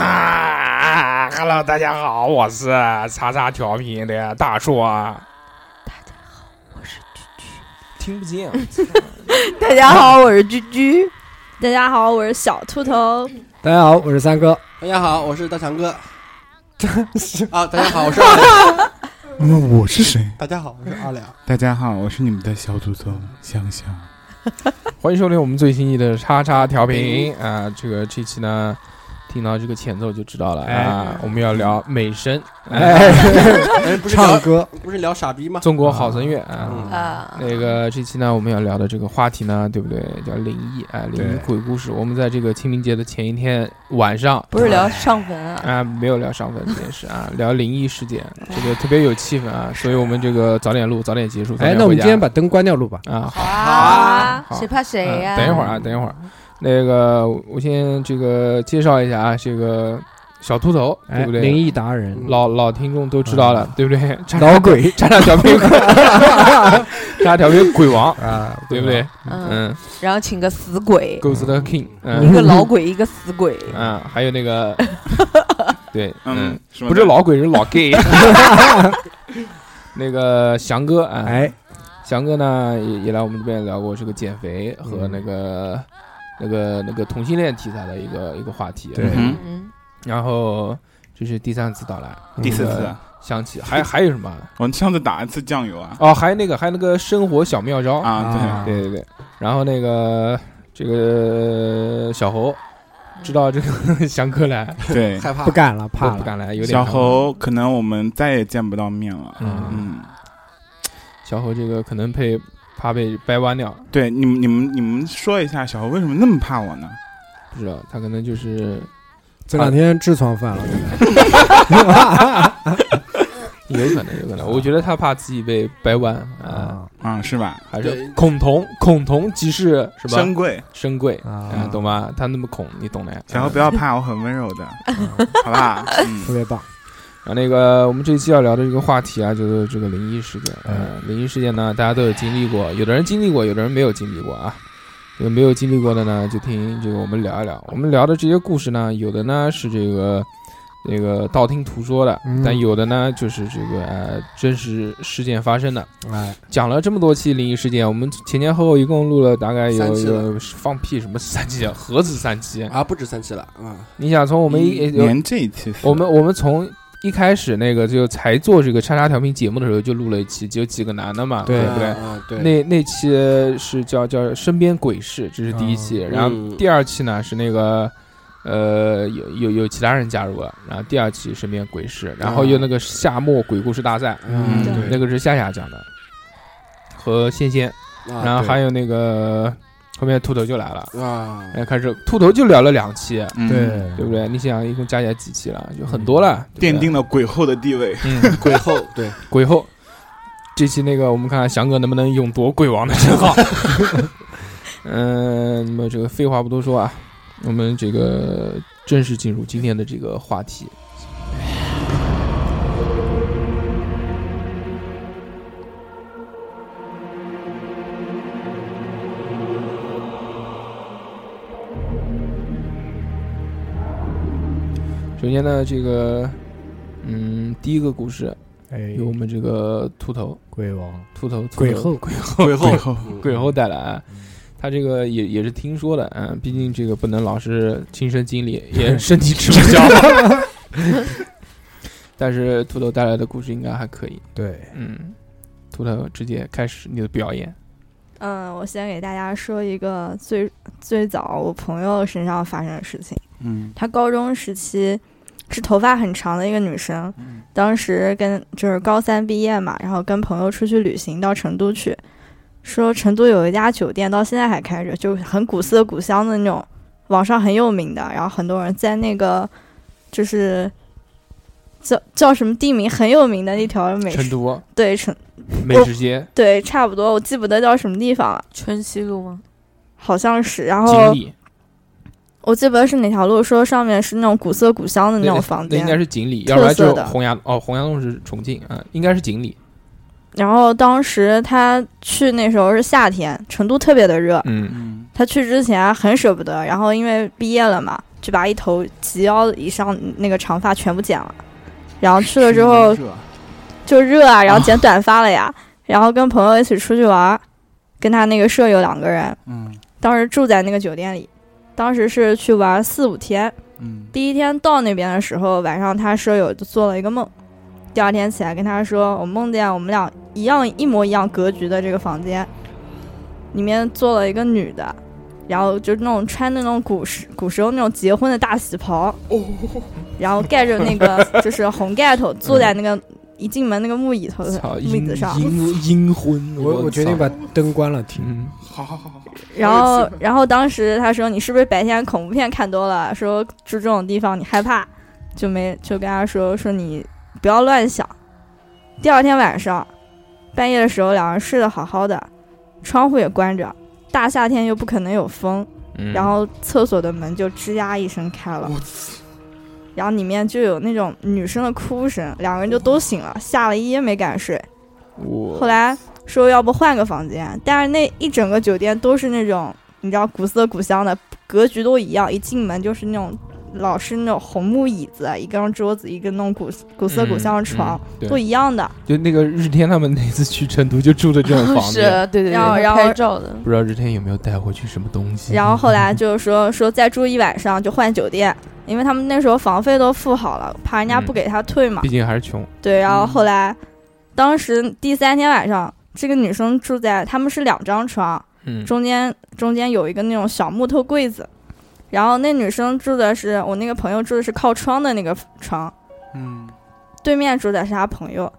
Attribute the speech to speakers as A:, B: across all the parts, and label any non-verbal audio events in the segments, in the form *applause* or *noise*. A: 啊，Hello，大家好，我是叉叉调频的大硕啊。
B: 听不
C: 啊
B: 见，
D: *laughs* 大家好，我是居居。大家好，我是小秃头。
C: 大家好，我是三哥。
B: 大家好，我是大强
C: *laughs*
B: 哥。真是啊！大家好，我是二两。
E: 那么我是谁？
B: 大家好，我是二两。
E: 大家好，我是你们的小祖宗香香。
A: 欢迎收听我们最新一期的叉叉调频啊！这个这期呢，听到这个前奏就知道了啊，我们要聊美声，啊
C: 哎，
B: 哎，不是
C: 唱
B: 聊
C: 歌
B: 不是聊傻逼吗？
A: 中国好声乐啊。
D: 啊，
A: 那个这期呢，我们要聊的这个话题呢，对不对？叫灵异啊，灵异
E: 对
A: 鬼故事。我们在这个清明节的前一天晚上
D: 不是聊上坟啊，
A: 啊，没有聊上坟这件事啊，聊灵异事件，这个特别有气氛啊，所以我们这个早点录，早点结束。早
C: 哎，
A: 点
C: 那我
A: 回
C: 们
A: 家
C: 今天把灯关掉录吧。
A: 啊，
D: 好
B: 啊
A: 好
D: 谁怕谁呀？
A: 嗯等一会儿啊，等一会儿，那个我先这个介绍一下啊，这个小秃头，
C: 哎，
A: 对不对？
C: 灵异达人，
A: 老老听众都知道了，对不对？渣
C: 老鬼
A: 渣渣调皮
C: *laughs*
A: 鬼，渣渣调皮鬼王，
C: 啊，
A: 对不对？？
D: 嗯，
A: 嗯
D: 然后请个死鬼，
A: ，Ghost King，
D: 一
A: 嗯
D: 个老鬼，一个死鬼。
A: 嗯，还有那
C: *laughs*
A: 个，对，嗯，，
E: 什么
A: 不是老鬼，是老
C: *laughs*
A: gay。那个翔哥啊，
C: 哎，
A: 翔哥呢也也来我们这边聊过这个减肥和
C: 嗯
A: 那个、那个那个同性恋题材的一个一个话题。
C: 对
E: 嗯
D: 嗯，
A: 然后这是第三次到来，
E: 嗯
C: 嗯
E: 第四
A: 那
E: 次啊
A: 个，想起还还有什么？啊
E: 我上次打一次酱油啊
A: 哦，还有那个还有那个生活小妙招，
E: 啊，
C: 啊
A: 对对对。然后那个这个小猴
E: 嗯
A: 知道这个 *laughs* 翔哥来，
E: 对
B: 害怕
C: 不敢了，
A: 我
C: 怕
A: 不
C: 了。
A: 敢来， *laughs* 有
E: 对，
A: 点
E: 小
A: 害怕。
E: 猴可能我们再也见不到面了。
A: 嗯，
E: 嗯，
A: 小猴这个可能被怕被掰弯掉，
E: 对，你们你们你们说一下，小猴为什么那么怕我呢？
A: 不知道他可能就是
C: 这两天痔疮犯了，
A: 有可能，有可能。我觉得他怕自己被掰弯啊，
C: 啊
E: 啊，是吧？
A: 还是恐同，恐同即是什么
E: 珍贵，
A: 深贵啊
C: 啊，，
A: 懂吗？他那么恐，你懂的啊呀。
E: 小猴不要怕，我很温柔的，好吧？
C: 特
E: 嗯，
C: 别棒。
A: 然后那个，我们这一期要聊的这个话题啊，就是这个灵异事件。呃，灵异事件呢，大家都有经历过，有的人经历过，有的人没有经历过啊。有没有经历过的呢，就听这个我们聊一聊。我们聊的这些故事呢，有的呢是这个这个道听途说的，
C: 嗯
A: 但有的呢就是这个呃真实事件发生的。
C: 哎，
A: 讲了这么多期灵异事件，我们前前后后一共录了大概有
B: 三期了
A: 有放屁什么三期啊，何止三期？
B: 啊，不止三期了啊！
A: 你想从我
E: 我
A: 们一 *laughs* 有
E: 连这一期是，
A: 我们我们从一开始那个就才做这个叉叉调频节目的时候就录了一期，就几个男的嘛，
C: 对
A: 不对？
B: 啊，对，
A: 那那期是叫叫身边鬼事，这是第一期，
B: 嗯
A: 然后第二期呢是那个。呃，有有有其他人加入了，然后第二期身边鬼事，然后又那个夏末鬼故事大赛，
B: 啊嗯
E: 对
A: 那个是夏夏讲的，和仙仙，
B: 啊
A: 然后还
B: 对
A: 有那个后面秃头就来了，
B: 啊，
A: 哎，开始秃头就聊了两期，
E: 嗯
C: 对
A: 对不对？你想一共加起来几期了？就很多了，对
E: 奠
A: 不对
E: 定了鬼后的地位。
A: 嗯
B: 鬼后对，
A: 鬼后。这期那个我们看看翔哥能不能勇夺鬼王的称号。嗯，那么这个废话不多说啊，我们这个正式进入今天的这个话题。首先呢，这个，嗯，第一个故事
C: 哎，
A: 由我们这个秃头、
C: 鬼王、
A: 秃头、秃头
C: 鬼后、鬼
B: 鬼
E: *laughs*
B: 后
E: 后，
A: *laughs*
B: 嗯
A: 鬼后带来啊，他这个也也是听说的，嗯，毕竟这个不能老是亲身经历，也身体吃不消。 *laughs* 但是秃头带来的故事应该还可以，
C: 对，
A: 嗯，秃头直接开始你的表演，
F: 嗯，我先给大家说一个最最早我朋友身上发生的事情。
E: 嗯
F: 他高中时期是头发很长的一个女生，当时跟就是高三毕业嘛，然后跟朋友出去旅行到成都去，说成都有一家酒店到现在还开着，就很古色古香的那种，网上很有名的，然后很多人在那个就是叫叫什么地名很有名的那条美
A: 成
F: 食
A: 都
F: 对成
A: 美食街
F: 对差不多，我记不得叫什么地方了，
D: 春熙路吗？
F: 好像是，哦然后
A: 锦里，
F: 我记不得是哪条路，说上面是那种古色古香的那种房
A: 那应该
F: 间。
A: 是锦里，要不然
F: 特
A: 就
F: 色的
A: 洪崖哦，洪崖洞是重庆啊，应该是锦里。
F: 然后当时他去那时候是夏天，成都特别的热，
A: 嗯，
E: 嗯，
F: 他去之前很舍不得，然后因为毕业了嘛，就把一头及腰以上那个长发全部剪了。然后去了之后
B: 是吧
F: 就热
A: *laughs*
F: 啊，然后剪短发了呀。然后跟朋友一起出去玩儿，跟他那个舍友两个人，
E: 嗯
F: 当时住在那个酒店里，当时是去玩四五天。
E: 嗯
F: 第一天到那边的时候，晚上他舍友就做了一个梦，第二天起来跟他说，我梦见我们俩一样一模一样格局的这个房间，里面坐了一个女的，然后就是那种穿那种古时古时候那种结婚的大喜袍，然后盖着那个就是红盖头，坐在那个一进门那个木椅头
A: 操，
F: 木椅
A: 阴
F: 呃子上，
A: 阴阴婚，
C: 我我决定
A: 操
C: 把灯关了听。
A: 嗯，
E: 好好好好好，
F: 然后，然后当时他说：“你是不是白天恐怖片看多了？说住这种地方你害怕，就没就跟他说说你不要乱想。”第二天晚上，半夜的时候，两人睡得好好的，窗户也关着，大夏天又不可能有风，
A: 嗯
F: 然后厕所的门就吱呀一声开了，然后里面就有那种女生的哭声，两个人就都醒了，吓了一夜没敢睡。
A: 我
F: 后来说要不换个房间，但是那一整个酒店都是那种你知道古色古香的，格局都一样，一进门就是那种老式那种红木椅子，一张桌子，一个那种古古色古香的床，，
A: 嗯嗯
F: 都
A: 对，
F: 一样的。
A: 就那个日天他们那次去成都就住的这种房
F: *laughs*
D: 是
A: 子，，
D: 对对对，
F: 然后
D: 他
F: 然后
D: 拍照的，
A: 不知道日天有没有带回去什么东西。
F: 然后后来就是说说再住一晚上就换酒店，因为他们那时候房费都付好了，怕人家不
A: 嗯
F: 给他退
A: *laughs*
F: 嘛。
A: 毕竟还是穷，
F: 对，然后后来，当时第三天晚上，这个女生住在他们是两张床，
A: 嗯，
F: 中间中间有一个那种小木头柜子，然后那女生住的是我那个朋友住的是靠窗的那个床，
E: 嗯
F: 对面住的是她朋友。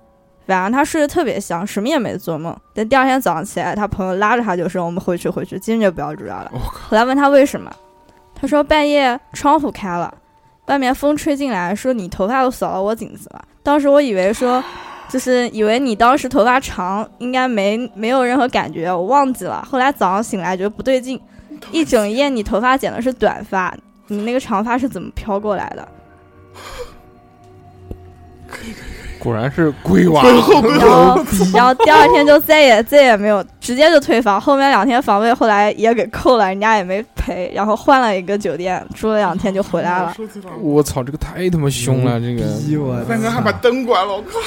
F: 晚上她睡得特别香，什么也没做梦。但第二天早上起来，她朋友拉着她就说：“我们回去，回去，今天就不要住这儿 *laughs* 了。
E: 我
F: 后来问她为什么，她说半夜窗户开了，外面风吹进来，说你头发都扫到我颈子了。当时我以为说，就是以为你当时头发长，应该没没有任何感觉，我忘记了。后来早上醒来觉得不 *laughs* 对劲，一整夜你头发剪的是短发，你那个长发是怎么飘过来的？
A: 果然是龟
C: *laughs*
A: 娃，
F: 然后，然后第二天就再也再也没有，直接就退房。后面两天房费后来也给扣了，人家也没赔，然后换了一个酒店住了两天就回来了。
E: 说起来了
A: 我操，这个太他妈凶
C: 嗯
A: 了，这
C: 逼
A: 个
C: 我
E: 三哥还把灯关了，我靠！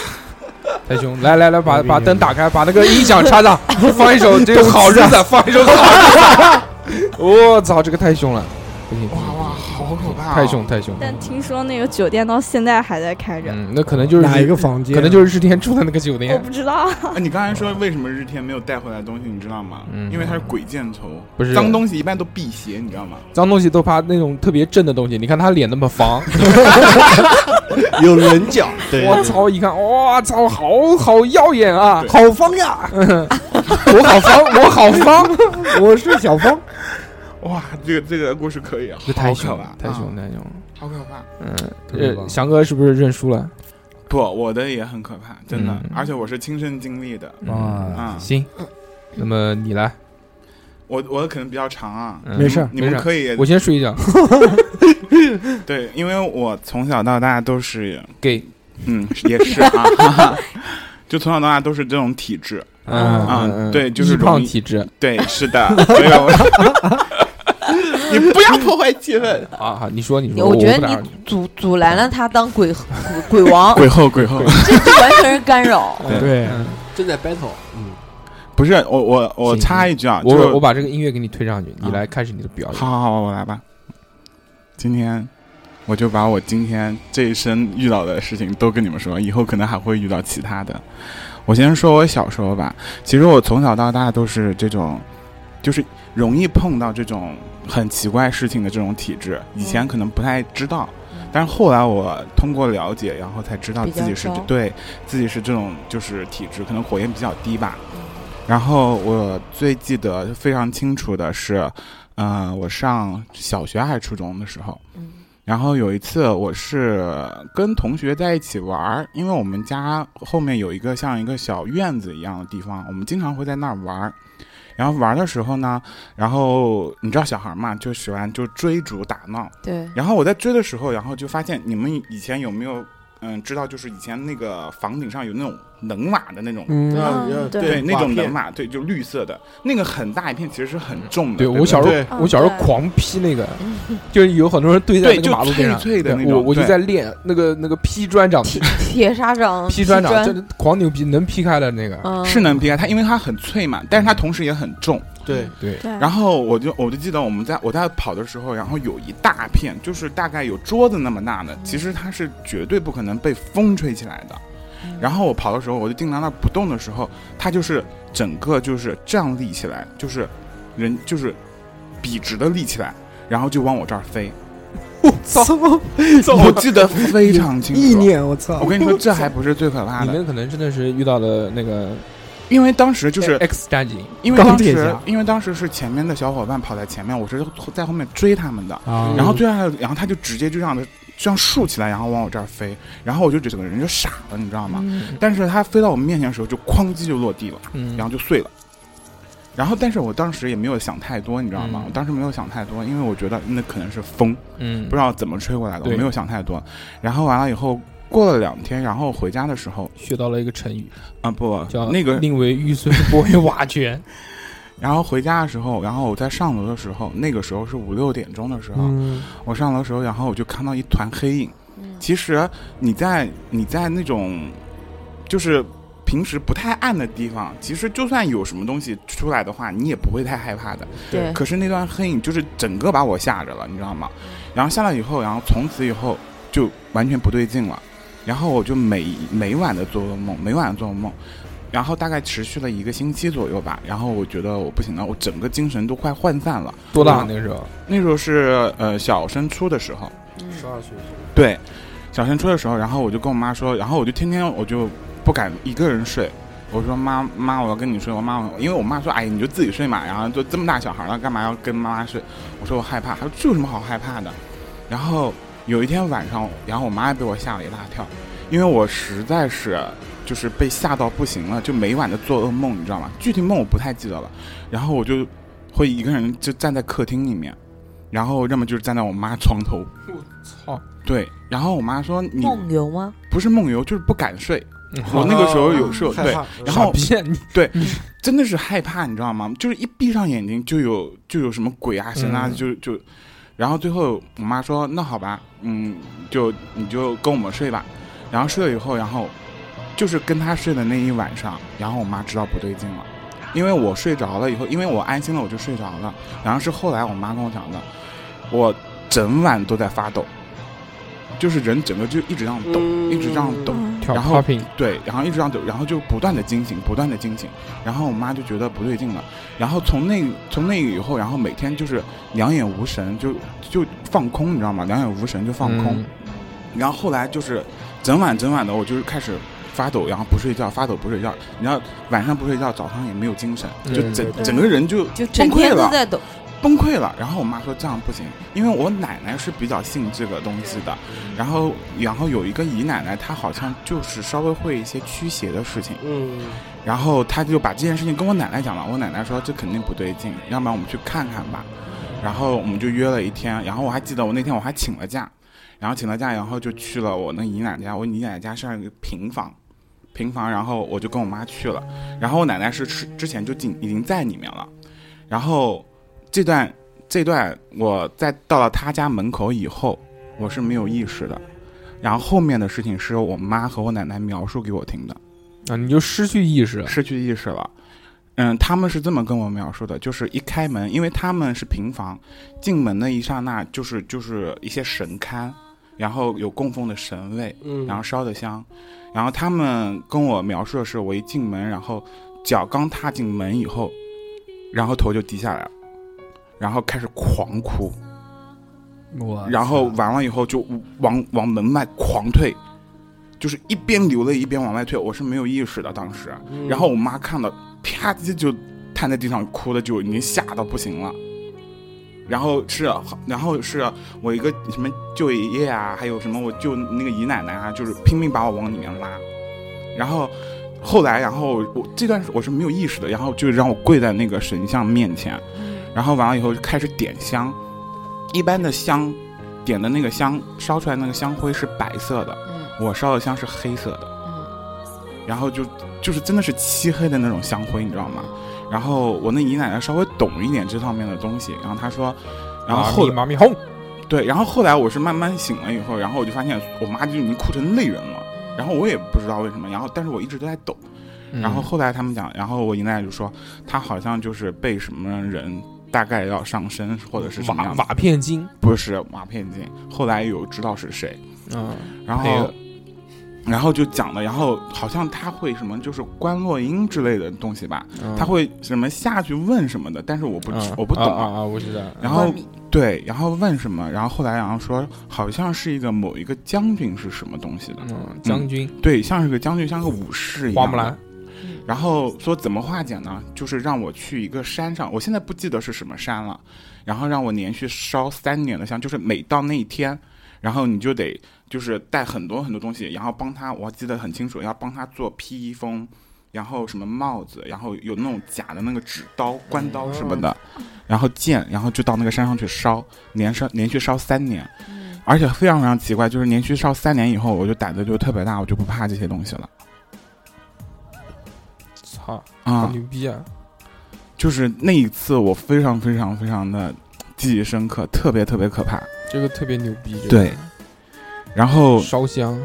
A: 太凶！来来来，把
C: 牛逼
A: 把
C: 牛
A: 灯
C: 逼
A: 打开，把那个音响插
C: *laughs*
A: 上，放一首这个好日子，放一首好
C: *laughs*
A: 日子。我操，这个太凶了，不行不
E: 哇
A: 行，
E: 哇，好可怕！啊
A: 太凶！太凶！
F: *laughs* 但听说那个酒店到现在还在开着，
A: 嗯，那可能就是
C: 哪一个房间？啊
A: 可能就是日天住的那个酒
C: 嗯
F: 我
A: 店
F: 不，知道。
E: 哎，你刚才说为什么日天没有带回来的东西，你知道吗？
A: 嗯
E: 因为他是鬼见愁，
A: 不是
E: 脏东西一般都辟邪，你知道吗？
A: 脏东西都怕那种特别正的东西。你看他脸那么方，
B: 有棱角，对
A: 我，操！一看，哇操，好好耀眼
E: *laughs*
A: 啊！
C: 好方呀，
A: *laughs* 我好方，我好
E: *laughs*
A: 方，
C: 我是小方。
E: 哇，这个这个故事可以啊，
A: 这太凶
E: 好可
A: 了
E: 怕，
A: 太凶
E: 啊
A: 太凶了。
E: 好可怕！
C: 特别
A: 呃，
C: 棒
A: 翔哥是不是认输了？
E: 不，我的也很可怕，真的
A: 嗯，
E: 而且我是亲身经历的。
A: 嗯，
C: 啊，
E: 啊，
A: 行，那么你来，
E: 我我可能比较长啊，
A: 嗯
C: 没事儿
E: 你们
A: 没事儿
E: 可以
A: 我先睡一觉。
E: 对，因为我从小到大都是，
A: 给，
E: *laughs* 嗯，也是啊，哈 *laughs* 哈就从小到大都是这种体质，
A: 嗯
E: 啊
A: 嗯嗯，
E: 对就是
A: 易胖
E: 容易
A: 体质
E: 对，是 *laughs* 的，所以我你不要破坏气氛，
A: 啊。好，你说你说，
D: 我觉
A: 不
D: 得
A: 打扰
D: 你阻阻拦了他当鬼
G: *laughs*
D: 鬼鬼王，
E: 鬼后鬼后，
D: 这这完全是干扰。
A: 对
C: 对
A: 嗯
B: 正在 battle，嗯，
E: 不是我我我
A: 行
E: 插一句啊，就是啊
A: 我我把这个音乐给你推上去，你来开始你的表演。
E: 好好好，我来吧。今天我就把我今天这一生遇到的事情都跟你们说，以后可能还会遇到其他的。我先说我小时候吧，其实我从小到大都是这种，就是容易碰到这种很奇怪事情的这种体质。以前可能不太知道，但是后来我通过了解，然后才知道
D: 比
E: 自己是
D: 较高
E: 对自己是这种就是体质，可能火焰比较低吧。
D: 嗯
E: 然后我最记得非常清楚的是，呃，我上小学还是初中的时候，
D: 嗯
E: 然后有一次我是跟同学在一起玩儿，因为我们家后面有一个像一个小院子一样的地方，我们经常会在那儿玩儿。然后玩儿的时候呢，然后你知道小孩儿嘛，就喜欢就追逐打闹。
G: *laughs*
D: 对，
E: 然后我在追的时候，然后就发现你们以前有没有嗯知道，就是以前那个房顶上有那种能瓦的那种，
C: 嗯，
B: 嗯
F: 对
E: 对，那种
B: 瓦片
E: 能瓦，对，就绿色的那个很大一片，其实是很重的。
A: 对
E: 不
A: 我小时
E: 对
D: 哦
A: 候，我小时候
F: 对
A: 狂劈那个， *laughs* 就是有很多人堆在
E: 对
A: 那个马路边上，
E: 就脆脆的
A: 对
E: 那种
A: 我我就
E: 对
A: 在练那个那个劈砖
E: *laughs*
A: 掌，
D: 铁铁砂掌，
A: 嗯劈砖掌，真的狂牛逼，能劈开的那个。
D: 嗯
E: 是能劈开它，因为它很脆嘛，但是它同时也很重。
B: 对，
A: 对，
F: 对，
E: 然后我就我就记得我们在我在跑的时候，然后有一大片，就是大概有桌子那么大的，其实它是绝对不可能被风吹起来的。然后我跑的时候，我就定在那儿不动的时候，它就是整个就是这样立起来，就是人就是笔直的立起来，然后就往我这儿飞。
C: *laughs* 操，
E: 我记得非常清
C: 意
E: 楚。
C: 念，我操！
E: 我跟你说，这还不是最可怕
A: 你
E: 的，
A: 们可能真的是遇到了那个
E: 因为当时就是
A: X 战警，
E: 因为当
C: 哎钢铁
E: 时
C: 侠
E: 因为当时是前面的小伙伴跑在前面，我是在后面追他们的。
A: 嗯
C: 啊
E: 然后最后，然后他就直接就这样的这样竖起来，然后往我这儿飞，然后我就整个人就傻了，你知道吗？但是他飞到我面前的时候，就哐叽就落地了，
A: 嗯
E: 然后就碎了。然后，但是我当时也没有想太多，你知道吗？
A: 嗯
E: 我当时没有想太多，因为我觉得那可能是风，
A: 嗯
E: 不知道怎么吹过来的，我
A: 对
E: 没有想太多。然后完了以后，过了两天，然后回家的时候，
A: 学到了一个成语，
E: 啊不，
A: 叫
E: 那个
A: 宁为玉碎不为瓦全。
E: *laughs* 然后回家的时候，然后我在上楼的时候，那个时候是五六点钟的时候，
C: 嗯，
E: 我上楼的时候，然后我就看到一团黑影。
D: 嗯
E: 其实你在你在那种就是平时不太暗的地方，其实就算有什么东西出来的话，你也不会太害怕的。
D: 对，
E: 可是那段黑影就是整个把我吓着了，你知道吗？然后下来以后，然后从此以后就完全不对劲了。然后我就每每晚的做噩梦，每晚的做噩梦，然后大概持续了一个星期左右吧。然后我觉得我不行了，我整个精神都快涣散了。
A: 多大那个时候？
E: 那时候是呃小升初的时候，
C: 十二岁，
E: 对，小升初的时候，然后我就跟我妈说，然后我就天天我就不敢一个人睡。我说妈妈，我要跟你睡。我妈，因为我妈说，哎，你就自己睡嘛。然后就这么大小孩了，干嘛要跟妈妈睡？我说我害怕。她说这有什么好害怕的？然后有一天晚上，然后我妈也被我吓了一大跳，因为我实在是就是被吓到不行了，就每晚的做噩梦，你知道吗？具体梦我不太记得了。然后我就会一个人就站在客厅里面，然后要么就是站在我妈床头，
A: 操！
E: 对，然后我妈说你
D: 梦游吗？
E: 不是梦游，就是不敢睡。我
A: 我
E: 那个时候有
C: 嗯
E: 时候
C: 害
E: 对
C: 怕，
E: 然后
A: 骗你，
E: 真的是害怕，你知道吗？就是一闭上眼睛就有就有什么鬼啊神啊，
A: 嗯
E: 就就，然后最后我妈说那好吧，嗯，就你就跟我们睡吧。然后睡了以后，然后就是跟她睡的那一晚上，然后我妈知道不对劲了，因为我睡着了以后，因为我安心了，我就睡着了。然后是后来我妈跟我讲的，我整晚都在发抖，就是人整个就一直这样
B: 嗯
E: 抖，一直这样抖。
F: 嗯
A: 跳
E: 然后
A: popping，
E: 对，然后一直让走，然后就不断的惊醒，不断的惊醒，然后我妈就觉得不对劲了，然后从那从那以后，然后每天就是两眼无神，就就放空，你知道吗？两眼无神就放空，
A: 嗯
E: 然后后来就是整晚整晚的，我就是开始发抖，然后不睡觉，发抖不睡觉，你知道晚上不睡觉，早上也没有精神，就
A: 对对
E: 整
F: 对
E: 整个人就
D: 就
E: 崩
D: 整
E: 溃
D: 天都
E: 了，
D: 在抖，
E: 崩溃了。然后我妈说这样不行，因为我奶奶是比较信这个东西的，然后然后有一个姨奶奶，她好像就是稍微会一些驱邪的事情，
B: 嗯，
E: 然后她就把这件事情跟我奶奶讲了，我奶奶说这肯定不对劲，要不然我们去看看吧。然后我们就约了一天，然后我还记得我那天我还请了假，然后请了假，然后就去了我那姨奶奶家，我姨奶奶家是一个平房。平房，然后我就跟我妈去了，然后我奶奶是之之前就进已经在里面了，然后这段这段我在到了她家门口以后，我是没有意识的，然后后面的事情是我妈和我奶奶描述给我听的，
A: 啊，你就失去意识了。
E: 失去意识了。嗯，他们是这么跟我描述的，就是一开门，因为他们是平房，进门的一刹那就是就是一些神龛，然后有供奉的神位，
B: 嗯
E: 然后烧的香，然后他们跟我描述的是，我一进门，然后脚刚踏进门以后，然后头就低下来了，然后开始狂哭，
C: 啊
G: 我
E: 然后完了以后就往往门外狂退，就是一边流泪一边往外退，我是没有意识的当时。
B: 嗯
E: 然后我妈看到，啪叽就瘫在地上哭的就已经吓到不行了。然后是，啊然后是我一个什么舅爷爷啊，还有什么我舅那个姨奶奶啊，就是拼命把我往里面拉。然后后来，然后我这段我是没有意识的，然后就让我跪在那个神像面前，然后完了以后就开始点香。一般的香，点的那个香烧出来那个香灰是白色的，
H: 嗯
E: 我烧的香是黑色的。
H: 嗯
E: 然后就就是真的是漆黑的那种香灰，你知道吗？然后我那姨奶奶稍微懂一点这方面的东西，然后她说，然后后来
A: 妈咪轰，
E: 对，然后后来我是慢慢醒了以后，然后我就发现我妈就已经哭成泪人了，然后我也不知道为什么，然后但是我一直都在抖，
A: 嗯
E: 然后后来他们讲，然后我姨奶奶就说她好像就是被什么人。大概要上身或者是什么
A: 瓦
E: 样子？
A: 瓦片精，
E: 不是瓦片精，后来有知道是谁，
A: 嗯，
E: 然
A: 配
E: 后
A: 乐，
E: 然后就讲了，然后好像他会什么，就是观落阴之类的东西吧，
A: 嗯
E: 他会什么下去问什么的，但是我不知、
A: 嗯
E: 我不懂。
A: 啊啊啊，我知道。
E: 然后对，然后问什么，然后后来然后说好像是一个某一个将军是什么东西的，
A: 嗯，将军
E: 对，像是个将军，像个武士一样。
A: 花木兰。，
E: 然后说怎么化解呢？就是让我去一个山上，我现在不记得是什么山了。然后让我连续烧三年的香，就是每到那一天，然后你就得就是带很多很多东西，然后帮他，我记得很清楚，要帮他做披衣风，然后什么帽子，然后有那种假的那个纸刀、关刀什么的，然后剑，然后就到那个山上去烧，连烧连续烧三年。而且非常非常奇怪，就是连续烧三年以后，我就胆子就特别大，我就不怕这些东西了
A: 操，
E: 啊
A: 好！牛逼啊！
E: 就是那一次，我非常非常非常的记忆深刻，特别特别可怕。
A: 这个特别牛逼，这个
E: 对然后，
A: 烧香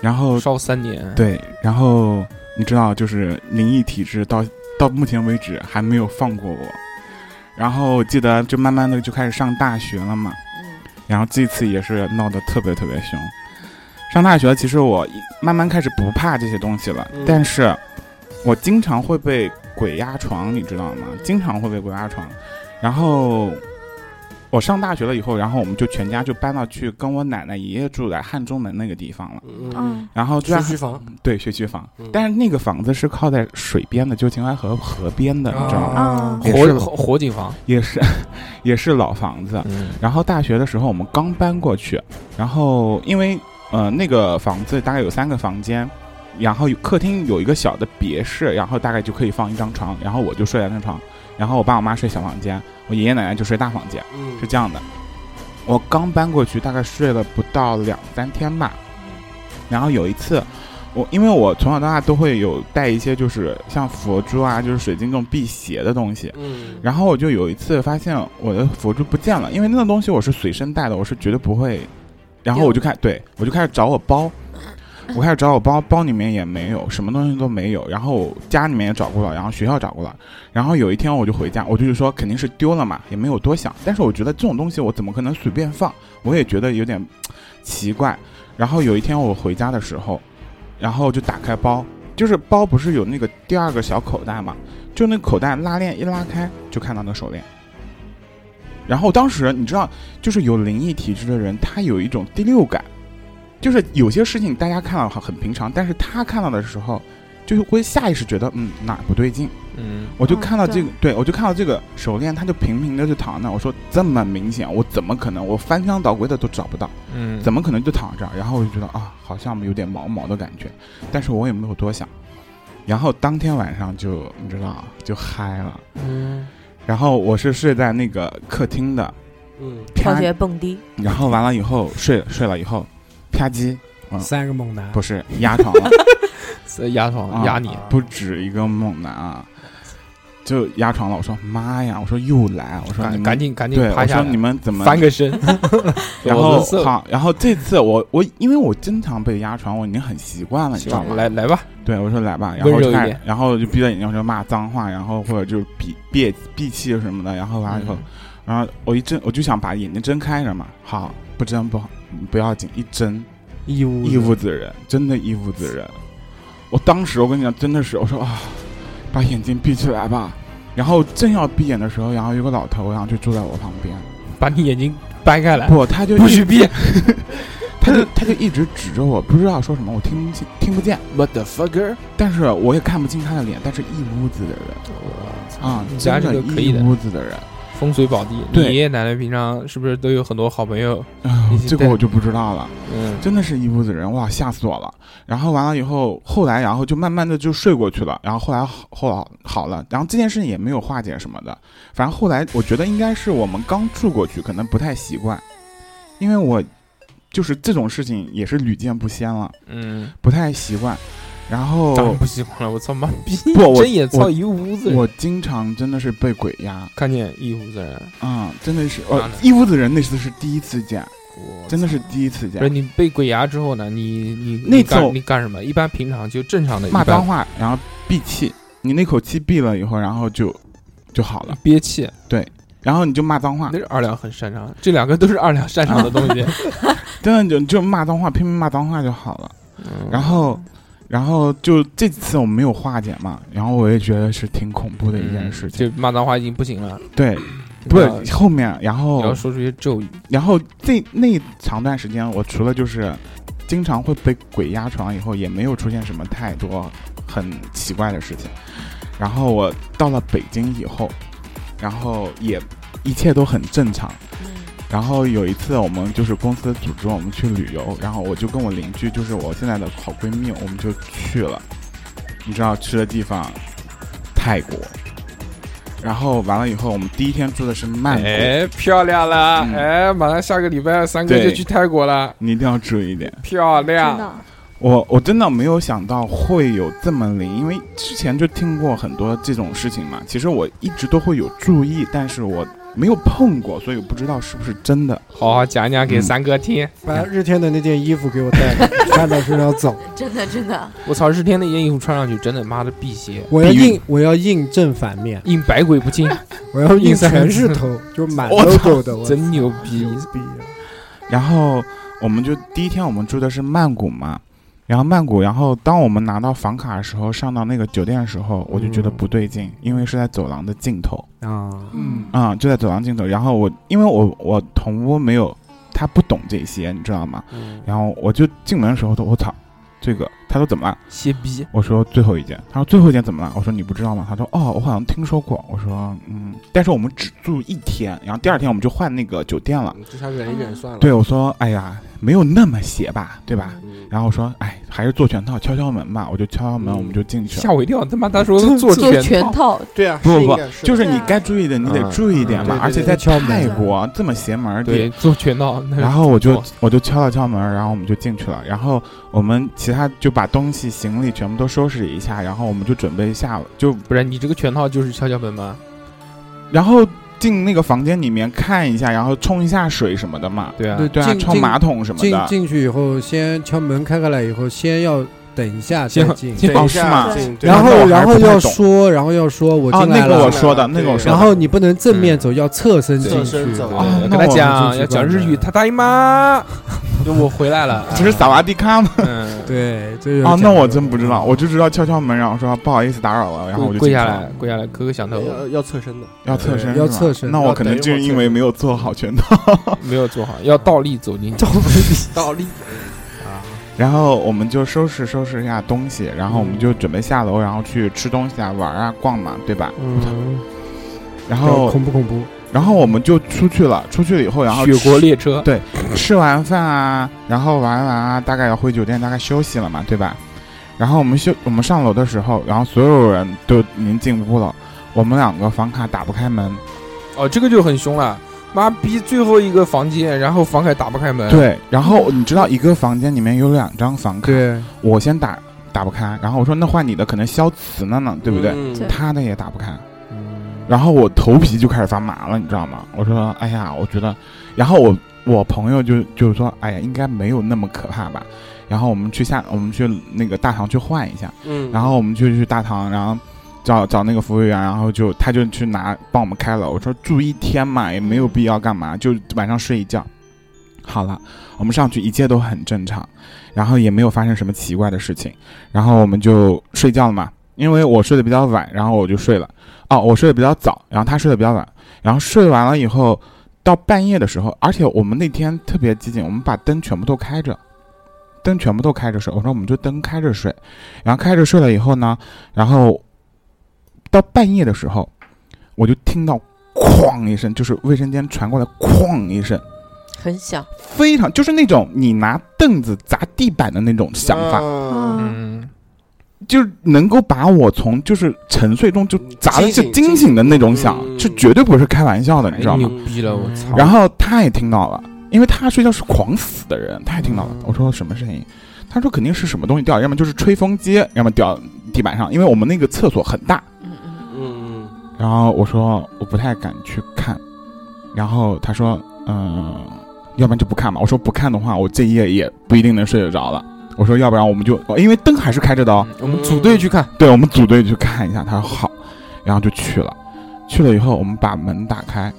E: 然后，
A: 烧三年，，
E: 哦对，然后你知道，就是灵异体质到到目前为止还没有放过我。然后我记得就慢慢的就开始上大学了嘛，然后这次也是闹得特别特别凶。上大学其实我一慢慢开始不怕这些东西了，
B: 嗯
E: 但是我经常会被鬼压床，你知道吗？经常会被鬼压床。然后我上大学了以后，然后我们就全家就搬到去跟我奶奶爷爷住在汉中门那个地方了。
B: 嗯，
F: 嗯，
E: 然后就
B: 学
E: 在
B: 区房，
E: 对学区房
B: 嗯，
E: 但是那个房子是靠在水边的，就秦淮河河边的，你知道吗？
A: 啊
C: 嗯
F: 啊
E: 也
A: 火
E: 是
A: 火火警房，
E: 也是 *laughs* 也是老房子。
A: 嗯，
E: 然后大学的时候我们刚搬过去，然后因为呃那个房子大概有三个房间，然后有客厅有一个小的别室，然后大概就可以放一张床，然后我就睡在那床，然后我爸我妈睡小房间，我爷爷奶奶就睡大房间，
B: 嗯
E: 是这样的。我刚搬过去，大概睡了不到两三天吧。然后有一次，我因为我从小到大都会有带一些就是像佛珠啊，就是水晶这种辟邪的东西。
B: 嗯，
E: 然后我就有一次发现我的佛珠不见了，因为那个东西我是随身带的，我是绝对不会。然后我就开，对我就开始找我包，我开始找我包，包里面也没有，什么东西都没有。然后我家里面也找过了，然后学校找过了。然后有一天我就回家，我就是说肯定是丢了嘛，也没有多想。但是我觉得这种东西我怎么可能随便放？我也觉得有点奇怪。然后有一天我回家的时候，然后就打开包，就是包不是有那个第二个小口袋嘛，就那口袋拉链一拉开，就看到那手链。然后当时你知道，就是有灵异体质的人，他有一种第六感，就是有些事情大家看到很很平常，但是他看到的时候，就是会下意识觉得嗯哪不对劲。
A: 嗯，
E: 我就
F: 嗯
E: 看到这
F: 对
E: 个，对我就看到这个手链，它就平平的就躺那儿。我说这么明显，我怎么可能？我翻箱倒柜的都找不到，
A: 嗯，
E: 怎
A: 么
E: 么可能就躺这儿？然后我就觉得啊，好像有点毛毛的感觉，但是我也没有多想。然后当天晚上就你知道啊就嗨了，
A: 嗯，
E: 然后我是睡在那个客厅的，
B: 嗯，
E: 啪
H: 跳起来蹦迪，
E: 然后完了以后睡
A: 嗯
E: 睡了以后，啪叽
G: 三个猛男
E: 不是压床
A: *laughs*
E: 了，
A: 在压床
E: 啊
A: 哎压你，
E: 不止一个猛男啊，就压床了。我说妈呀，我说又来，我说你
A: 赶
E: 们
A: 赶紧赶紧
E: 对，
A: 趴
E: 我
A: 下
E: 说
A: 来，
E: 你们怎么
A: 翻个身，
E: *laughs* 然
A: 我
E: 后
A: 的色
E: 好，然后这次我我因为我经常被压床，我已经很习惯了，你知道吗？
A: 来来吧，
E: 对我说来吧，然
A: 温
E: 后
A: 柔
E: 就
A: 一
E: 开始
A: 点，
E: 然后就闭着眼睛我就骂脏话，然后或者就是鄙憋闭气什么的，然后完了以后，
A: 嗯
E: 然后我一睁我就想把眼睛睁开着嘛，好不睁不好不要紧，一睁
A: 哎
G: 义乌
E: 一屋子人，真的，一屋子人。我当时我跟你讲，真的是，我说啊，把眼睛闭起来吧。然后正要闭眼的时候，然后有个老头，然后就坐在我旁边，
A: 把你眼睛掰开来，
E: 不，他就
A: 哎不许闭。
E: 他就他就一直指着我，不知道说什么，我听不清听不见，
A: What the fucker？
E: 但是我也看不清他的脸，但是一屋子的人啊，
A: 你家
E: 真
A: 这
E: 的
A: 个可以
E: 一
A: 的
E: 屋子的人
A: 风水宝地，你
E: 对
A: 爷爷奶奶平常是不是都有很多好朋友？
E: 啊
A: 你，是
E: 这
A: 带
E: 个我就不知道了，
A: 嗯，
E: 真的是一屋子人，哇，吓死我了。然后完了以后，后来然后就慢慢的就睡过去了，然后后来好后来好了，然后这件事情也没有化解什么的，反正后来我觉得应该是我们刚住过去，可能不太习惯，因为我就是这种事情也是屡见不鲜了，
A: 嗯，
E: 不太习惯。然
A: 当
E: 后
A: 然不喜欢了，我操妈逼！
E: 哦不我
A: 真也操一屋子人，
E: 我经常真的是被鬼压。
A: 看见一屋子人，
E: 啊、真的是，
A: 妈
E: 呃
A: 的，
E: 一屋子人那次是第一次见，
A: 我
E: 真的是
A: 操
E: 第一次见
A: 不是，你被鬼压之后呢？你你
E: 那
A: 你干
E: 种
A: 你干什么？一般平常就正常的
E: 骂
A: 呃一般
E: 脏话，然后闭气，你那口气闭了以后，然后就就好了，
A: 憋气，
E: 然后你就骂脏话
A: 嗯那，是二两很擅长，这两个都是二两擅长的东西。
E: 真的就就骂脏话，拼命骂脏话就好了。
A: 嗯
E: *laughs* 然后，然后就这次我们没有化解嘛，然后我也觉得是挺恐怖的一件事情。
A: 就骂脏话已经不行了，
E: 对，不
A: 你嗯
E: 是
A: 要你
E: 后面，然
A: 要
E: 后
A: 说出一些咒语，
E: 然后这那长段时间，我除了就是经常会被鬼压床以后，也没有出现什么太多很奇怪的事情。然后我到了北京以后，然后也一切都很正常。然后有一次，我们就是公司组织我们去旅游，然后我就跟我邻居，就是我现在的好闺蜜，我们就去了。你知道去的地方，泰国。然后完了以后，我们第一天住的是曼谷，
A: 哎，漂亮了，
E: 嗯
A: 哎，马上下个礼拜三哥
E: 对
A: 就去泰国了，
E: 你一定要注意一点。
A: 漂
D: 真
A: 亮。
D: 的，
E: 我我真的没有想到会有这么灵，因为之前就听过很多这种事情嘛。其实我一直都会有注意，但是我没有碰过，所以我不知道是不是真的。
A: 好啊好讲讲给三哥
E: 嗯
A: 听。
C: 把日天的那件衣服给我带来，穿在身上走。
G: 真的真的，
A: 我操，日天那件衣服穿上去，真的妈的辟邪，
C: 我要
E: 避孕
C: 印，我要印正反面，
A: 印百鬼不
E: *laughs*
A: 侵，
C: 我要
A: 印
C: 印
A: 三
C: 全是
A: 次
C: 头，就满
E: 我操
C: logo 的。我
A: 真牛逼
C: 牛！逼！
E: 然后我们就第一天我们住的是曼谷嘛，然后曼谷，然后当我们拿到房卡的时候，上到那个酒店的时候，我就觉得
C: 嗯
E: 不对劲，因为是在走廊的尽头
C: 啊，
G: 嗯，
E: 啊、就在走廊尽头。然后我因为我我同屋没有他不懂这些，你知道吗？然后我就进门的时候都我操，这个他说怎么了？
A: 歇逼，
E: 我说最后一件，他说最后一件怎么了？我说你不知道吗？他说哦，我好像听说过。我说嗯，但是我们只住一天，然后第二天我们就换那个酒店了。
B: 就想嗯忍一忍算了。
E: 对，我说哎呀，没有那么邪吧，对吧？
B: 嗯，
E: 然后我说哎，还是做全套，敲敲门吧。我就敲敲门，
B: 嗯
E: 我们就进去了。
A: 吓我一跳！他妈他说做
G: 做
A: 全
G: 全套，
B: 对啊，
E: 不
B: 是
E: 不
B: 应
E: 不
B: 该是
E: 就是
G: 对
E: 你
G: 啊
E: 该注意的，你得
A: 嗯
E: 注意一点嘛。
C: 对对
E: 而且
C: 对
E: 在
C: 敲门
E: 泰国这么邪门儿的地
A: 对做全套。
C: *laughs*
A: 那
E: 然后我就
A: 哦
E: 我就敲了敲门，然后我们就进去了。然后我们其他就把东西行李全部都收拾一下，然后我们就准备下午就
A: 不是你这个全套就是跷跷板吗？
E: 然后进那个房间里面看一下，然后冲一下水什么的嘛。
A: 对啊，
C: 对
E: 对啊，
C: 进
E: 冲
C: 进
E: 马桶什么
C: 进
E: 的。
C: 进去以后，先敲门开开来以后，先要等一下再
A: 先
C: 进，
A: 先
E: 哦
B: 等一
E: 是吗
B: 下
G: 对
B: 进，对
C: 然
E: 那
C: 后
E: 我还
C: 然
E: 是
C: 后
E: 不太
C: 要
E: 懂
C: 说，然后要说我
E: 哦，
C: 进来
E: 那个
C: 了
E: 我，说的，那个我
B: 对
E: 说
C: 然
E: 的。
C: 后你不能正
E: 嗯
C: 面走，要侧身进
B: 侧
C: 去
B: 身。走
A: 哦跟
B: 对
C: 那
A: 他
C: 我们
A: 讲
C: 就
A: 要
C: 去
A: 讲
C: 关
A: 日
C: 门
A: 语，他大姨妈，就 *laughs* 我回来
E: *laughs*
A: 了，
E: 只是萨瓦迪卡吗？
A: 嗯，
C: 对，这有嗯
E: 哦，那
C: 讲
E: 我
C: 究
E: 真不知道，我就知道敲敲门，然后说不好意思打扰了，然后我就
A: 跪
E: 进
A: 下
E: 去了
A: 来，跪下来磕个响头，
B: 要要侧身的，
E: 要侧身，
C: 对要
E: 是吗
C: 侧身
E: 那
B: 要
E: 我可能
B: 等一会
E: 就
B: 儿
E: 是因
B: 侧
E: 为
B: 身
E: 没有做好全套。
A: 没有做好，要倒立走进去。
B: 倒立。
E: 然后我们就收拾收拾一下东西，然后我们就准备下楼，然后去吃东西啊、玩啊、逛嘛，对吧？
C: 嗯，
E: *laughs* 然后
C: 恐怖恐怖，
E: 然后我们就出去了，出去了以后，然后
A: 雪国
E: 吃
A: 列车，
E: 对吃完饭啊，然后玩完啊，大概要回酒店，大概休息了嘛，对吧？然后我们休我们上楼的时候，然后所有人都已经进屋了，我们两个房卡打不开门，
A: 哦，这个就很凶了。妈逼，最后一个房间，然后房凯打不开门，，
E: 对，然后你知道一个房间里面有两张房卡，
C: 对，
E: 我先打打不开，然后我说那换你的，可能消磁了呢，对不对？
B: 嗯
G: 对
E: 他的也打不开，然后我头皮就开始发麻了，你知道吗？我说，哎呀，我觉得，然后我我朋友就就说，哎呀，应该没有那么可怕吧。然后我们去下，我们去那个大堂去换一下，
B: 嗯，
E: 然后我们就去大堂，然后找找那个服务员，然后就他就去拿帮我们开了。我说住一天嘛，也没有必要干嘛，就晚上睡一觉。好了，我们上去一切都很正常，然后也没有发生什么奇怪的事情，然后我们就睡觉了嘛。因为我睡得比较啊晚，然后我就睡了。哦，我睡得比较早，然后他睡得比较晚，然后睡完了以后，到半夜的时候，而且我们那天特别激进，我们把灯全部都开着，灯全部都开着睡。我说我们就灯开着睡，然后开着睡了以后呢，然后到半夜的时候，我就听到哐一声，就是卫生间传过来哐一声，
G: 很响，
E: 非常就是那种你拿凳子砸地板的那种想
B: 法
E: 法，
A: 嗯，
E: 就是能够把我从就是沉睡中就砸的就
B: 嗯惊醒
E: 惊醒的那种响，
B: 嗯
E: 是绝对不是开玩笑的，你
A: 太
E: 知道吗？
A: 哎牛逼了，我操！
E: 然后他也听到了，因为他睡觉是狂死的人，他也听到了
A: 嗯。
E: 我说什么声音？他说肯定是什么东西掉，要么就是吹风机，要么掉地板上，因为我们那个厕所很大。
G: 嗯嗯，
B: 嗯，
E: 然后我说我不太敢去看，然后他说嗯，要不然就不看吧。我说不看的话，我这一夜也不一定能睡得着了。我说要不然我们就，哦因为灯还是开着的哦，
A: 嗯我们组队去看，
E: 对我们组队去看一下，他说好，然后就去了。去了以后，我们把门打开，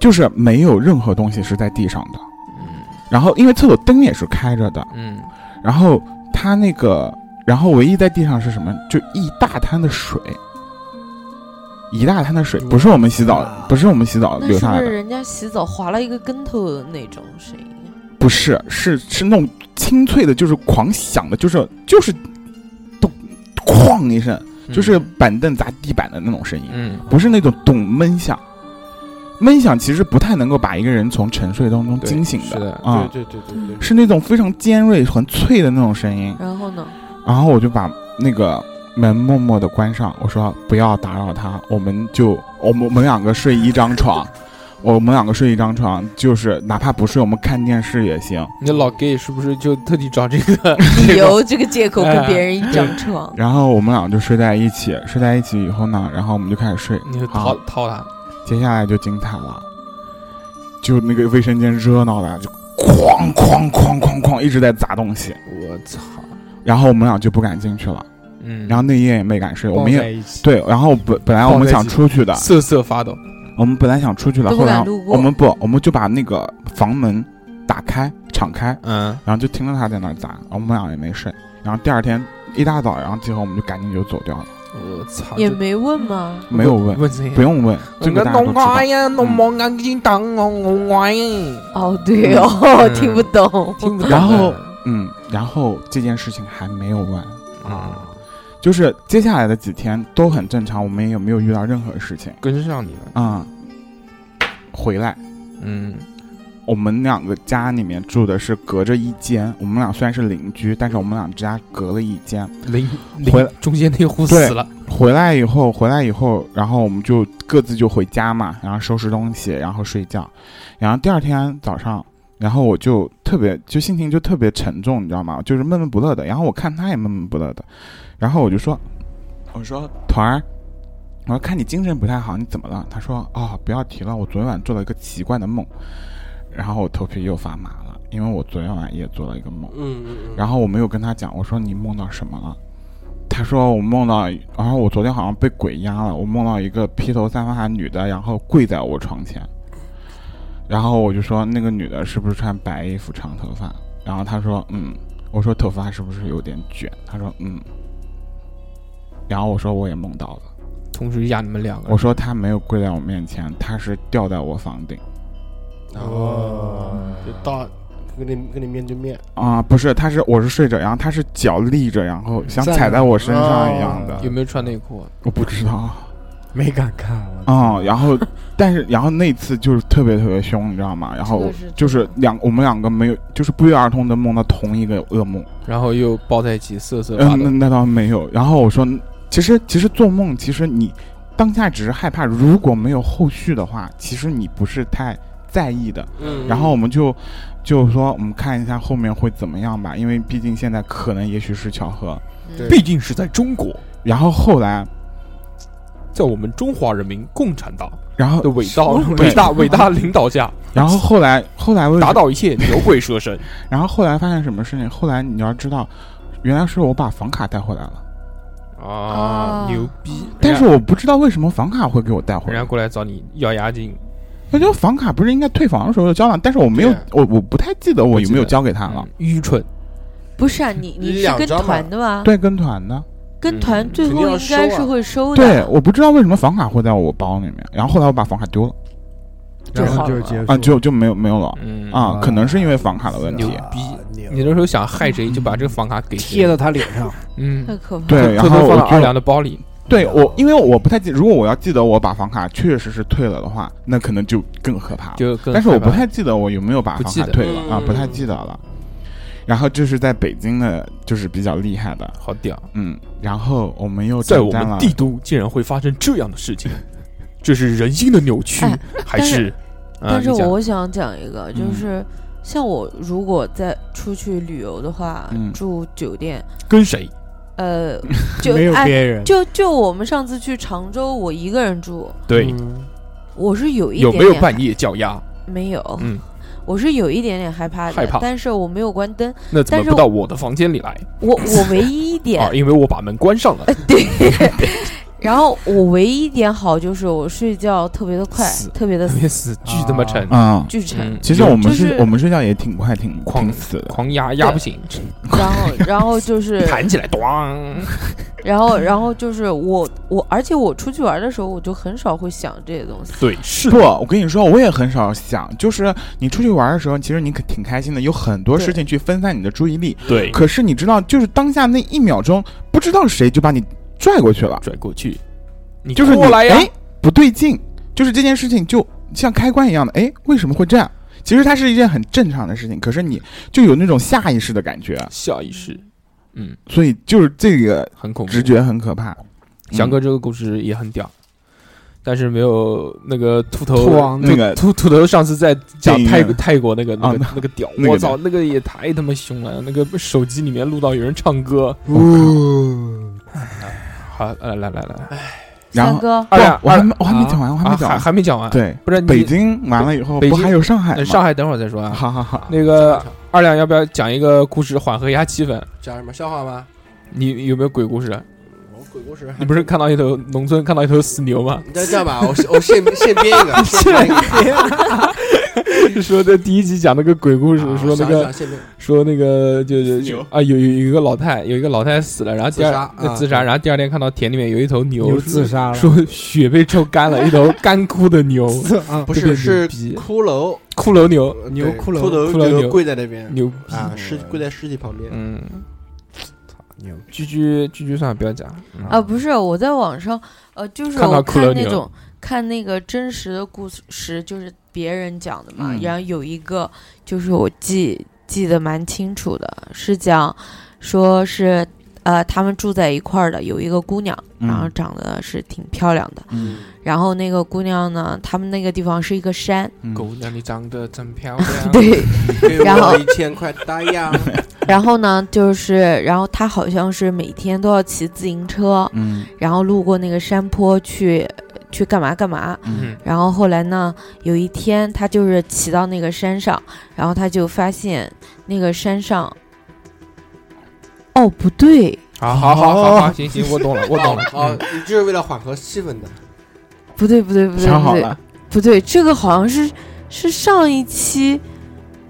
E: 就是没有任何东西是在地上的。然后因为厕所灯也是开着的，
A: 嗯
E: 然后他那个，然后唯一在地上是什么？就一大滩的水，一大滩的水，不是我们洗澡，不是我们洗澡
G: 那
E: 留
G: 是
E: 下
G: 不
E: 来
G: 是
E: 哦的，
G: 人家洗澡划了一个跟头的那种声音？
E: 不是，是是那种清脆的，就是狂响的，就是就是咚哐一声，
A: 嗯，
E: 就是板凳砸地板的那种声音。
A: 嗯
E: 不是那种咚闷响，闷响其实不太能够把一个人从沉睡当中
A: 对
E: 惊醒
A: 是的
E: 啊，
B: 对对对对对，
E: 是那种非常尖锐、很脆的那种声音。
G: 然后呢？
E: 然后我就把那个门默默的关上，我说不要打扰他，我们就我们我们两个睡一张床， *laughs* 我们两个睡一张床，就是哪怕不睡，我们看电视也行。
A: 你的老 gay 是不是就特地找这个 *laughs*
G: 理由这个借口跟别人一张床，
E: 然后我们俩就睡在一起，睡在一起以后呢，然后我们就开始睡，
A: 你就
E: 好
A: 掏掏他？
E: 接下来就精彩了，就那个卫生间热闹的，就哐哐哐哐哐一直在砸东西，
A: 我操！
E: 然后我们俩就不敢进去了，
A: 嗯，
E: 然后那夜也没敢睡，我
A: 抱
E: 们
A: 在
E: 也
A: 一起
E: 对，啊然后本本来我们想出去的，
A: 瑟瑟发抖。
E: 我们本来想出去的，
G: 都不
E: 后
G: 敢
E: 来
G: 路过
E: 我们不，我们就把那个房门打开敞开，
A: 嗯，
E: 然后就听到他在那儿砸，然后我们俩也没睡，然后第二天一大早，然后最后我们就赶紧就走掉了，
A: 我操！
G: 也
A: 这
G: 没问吗？
E: 没有问，
A: 问嗯谁？
E: 不用问，这个大家都知道。
A: 呀，
E: 弄
A: 毛眼睛当我我爱。
G: 哦，对哦，
A: 嗯
G: 听不懂。
A: 听不懂的。
E: 然后嗯，然后这件事情还没有完。
A: 啊，
E: 就是接下来的几天都很正常，我们也没有遇到任何事情
A: 跟上你了。
E: 啊、回来，
A: 嗯
E: 我们两个家里面住的是隔着一间，我们俩虽然是邻居，但是我们俩家隔了一间。
A: 零
E: 回
A: 零中间那户死了。
E: 回来以后，回来以后，然后我们就各自就回家嘛，然后收拾东西，然后睡觉，然后第二天早上，然后我就特别就心情就特别沉重，你知道吗？就是闷闷不乐的。然后我看他也闷闷不乐的，然后我就说，我说团儿，我说看你精神不太好，你怎么了？他说哦，不要提了，我昨天晚上做了一个奇怪的梦，然后我头皮又发麻了，因为我昨天晚上也做了一个梦。
B: 嗯嗯，
E: 然后我没有跟他讲，我说你梦到什么了？他说我梦到，然后我昨天好像被鬼压了，我梦到一个披头散发的女的，然后跪在我床前，然后我就说那个女的是不是穿白衣服长头发？然后他说嗯，我说头发是不是有点卷？他说嗯，然后我说我也梦到了，
A: 同时压你们两个人。
E: 我说她没有跪在我面前，她是吊在我房顶
B: 哦，就到跟你跟你面对面，
E: 啊、不是，她是我是睡着，然后她是脚立着，然后像
C: 站
E: 踩在
C: 着
E: 我身上一样的，
A: 有没有穿内裤？啊
E: 我不知道。
C: 没敢看。我
E: 哦，然后，但是，然后那次就是特别特别凶，你知道吗？然后
G: 这个是
E: 就是两，我们两个没有，就是不约而同的梦到同一个噩梦。
A: 然后又抱在一起瑟瑟
E: 嗯、
A: 发
E: 那
A: 抖。
E: 那倒没有。然后我说，其实其实做梦，其实你当下只是害怕，如果没有后续的话，其实你不是太在意的。
B: 嗯
E: 然后我们就就说，我们看一下后面会怎么样吧，因为毕竟现在可能也许是巧合。
G: 对
A: 毕竟是在中国，
E: 然后后来，
A: 在我们中华人民共产党
E: 然后
A: 的伟大
E: 呃对
A: 伟大伟
E: *laughs*
A: 大领导下，
E: 然后后来后来为什
A: 打倒一切牛鬼蛇神。
E: 然后后来发现什么事情？后来你要知道，原来是我把房卡带回来了，
A: 啊
G: 啊，
A: 牛逼！
E: 但是我不知道为什么房卡会给我带回
A: 人家
E: 来。
A: 过来找你要
E: 啊
A: 押金，
E: 我觉得房卡不是应该退房的时候就交了，但是我没有
B: 对，
A: 啊
E: 我我不太记得我有没有交给他了
A: 嗯。愚蠢，
G: 不是啊，你
B: 你
G: 你是
B: 两
G: 跟
B: 张嘛
G: 团的吗？
E: 对，跟团的，
G: 跟团
A: 嗯
G: 最
B: 肯
G: 后
B: 定要
G: 应该
B: 收啊
G: 是会收的。
E: 对，我不知道为什么房卡会在我包里面。然后后来我把房卡丢了，
A: 就
C: 然后
A: 好
C: 就
A: 了
C: 结束
E: 啊，就就没有没有了
A: 嗯
E: 啊，可能是因为房卡的问题啊
A: 牛。
C: 逼
A: 你那时候想害谁，就把这个房卡给谁
C: 贴到他脸上，
A: 嗯，
G: 太可怕了。
A: *laughs*
E: 对，然
A: 偷偷放
E: 后我
A: 到二
E: 就
A: 两的包里。
E: 对我，因为我不太记，如果我要记得我把房卡确实是退了的话，那可能就更可怕了。
A: 就更
E: 啊但是我
A: 害
E: 不
A: 怕
E: 太记得我有没有把
A: 不
E: 房
A: 记
E: 卡
A: 得
E: 退了啊，不太
B: 嗯
E: 记得了。然后这是在北京的，就是比较厉害的，
A: 好屌，
E: 嗯。然后我们又
H: 在
E: 征
H: 我
E: 战了
H: 们，帝都竟然会发生这样的事情，这是人心的扭曲
G: 哎
H: 还
G: 但是
H: 是？
A: 啊
G: 但是
A: 你讲
G: 我想讲一个，就
E: 嗯
G: 是像我如果在出去旅游的话，
E: 嗯
G: 住酒店，
H: 跟谁？
G: 呃，就
C: 没有
G: 哎，
C: 别人，
G: 就就我们上次去常州，我一个人住，
H: 对，
C: 嗯
G: 我是有一点
H: 有没
G: 点
H: 有半夜叫鸭？
G: 没有，
H: 嗯
G: 我是有一点点害怕的，
H: 害怕
G: 但是我没有关灯，
H: 那怎
G: 但
H: 么
G: 是
H: 不到我的房间里来
G: 我我唯一一
A: *laughs*
G: 点哎
H: 啊？
A: 哦
H: 因为我把门关上了。
G: 然后我唯一一点好就是我睡觉特别的快
A: 死，嗯
G: 特别的
A: 特别死，巨他妈
H: 啊
A: 沉，
E: 嗯。
G: 巨沉。
A: 嗯
E: 其实我们
G: 就是
E: 是我们睡觉也挺快，挺
A: 狂
E: 挺死的。
A: 狂压压不醒，
G: 然后，然
A: *laughs*
G: 后就是，
H: 弹起来，咚！
G: 然后，然后就是我我，而且我出去玩的时候，我就很少会想这些东西。
H: 对，是
E: 不，
H: 的，
E: 我跟你说，我也很少想，就是你出去玩的时候，其实你可挺开心的，有很多
G: 对
E: 事情去分散你的注意力。
H: 对，
E: 可是你知道，就是当下那一秒钟，不知道谁就把你拽过去了，
H: 拽过去，你
E: 就是你
H: 过来呀，
E: 哎，不对劲，就是这件事情就像开关一样的，哎，为什么会这样？其实它是一件很正常的事情，可是你就有那种下意识的感觉，
H: 下意识，嗯，
E: 所以就是这个
A: 很恐怖。
E: 直觉很可怕。
A: 嗯
E: 嗯
A: 翔哥这个故事也很屌，但是没有那个秃头
C: 兔王
E: 那个
A: 秃秃头上次在讲
E: 电影
A: 泰
E: 院
A: 国泰国那个那个
E: 啊
A: 那个屌，
E: 那个
A: 我操，那个也太他妈凶了！那个手机里面录到有人唱歌，
C: 嗯哦，
A: 好，呃来来来来，
E: 然
G: 三
E: 后
G: 哥，
A: 二两
E: 我还
A: 二
E: 没我还没
A: 啊
E: 讲完，我还没
A: 啊
E: 讲
A: 还
E: 完。
A: 还没讲完，，
E: 对，
A: 不是你
E: 北京完了以后，
A: 北
E: 不
A: 京
E: 还有上海吗？
A: 呃上海等会儿再说啊。
E: 好好好，
A: 那个
B: 呃
A: 二两要不要讲一个故事缓和一下气氛？
B: 讲什么笑话吗？
A: 你有没有鬼故事？
B: 我鬼故事
A: 你不是看到一头农村看到一头死牛
E: *laughs*
A: 吗？
B: 你再这样吧，我我现现编一
A: *laughs*
B: 个，现编一个，
A: 说的第一集讲那个鬼故事，
E: 啊
A: 说那
B: 啊想
A: 个
B: 想现编
A: 说那个就就
E: 牛
A: 就啊，有有有一个老太，有一个老太死了，然后第
B: 自
A: 二
B: 杀
A: 那
B: 啊
A: 自杀，然后第二天看到田里面有一头牛
C: 牛自杀了，
A: 说血被抽干了，一头干枯的牛，
C: 啊
B: 不
A: 这个
B: 是是
A: 牛逼
B: 骷髅
A: 骷髅牛，
B: 呃
C: 牛
B: 对
C: 骷髅
A: 骷
B: 骷
A: 髅
B: 就
A: 牛
B: 跪在那边
A: 牛嗯逼，
B: 啊，尸跪在尸体旁边，
A: 嗯，
C: 牛逼
A: 居居居居算了，不要讲，嗯
G: 啊，不是，我在网上，呃，就是
A: 看到
G: 我
A: 骷髅
G: 看那
A: 牛
G: 种看那个真实的故事，就是别人讲的嘛。
E: 嗯
G: 然后有一个就是我记记得蛮清楚的，是讲说是呃，他们住在一块儿的，有一个姑娘，然后
E: 嗯
G: 长得是挺漂亮的。
E: 嗯
G: 然后那个姑娘呢，他们那个地方是一个山，
E: 嗯
A: 姑娘你长得真漂亮，
G: 对。
A: 嗯
B: 给
G: 然后
B: 我一千块答应。
A: *laughs*
G: 然后呢，就是然后她好像是每天都要骑自行车，
E: 嗯
G: 然后路过那个山坡去去干嘛干嘛。
E: 嗯
A: 嗯，
G: 然后后来呢，有一天他就是骑到那个山上，然后他就发现那个山上，哦不对，
A: *laughs* 好好好好好，行行，我懂了，我懂了，
B: 哦
A: *laughs* 嗯，
B: 你这是为了缓和气氛的，
G: 不对，不对，不对，
E: 想
G: 不
E: 好
G: 对，
E: 了，
G: 不对，这个好像是是上一期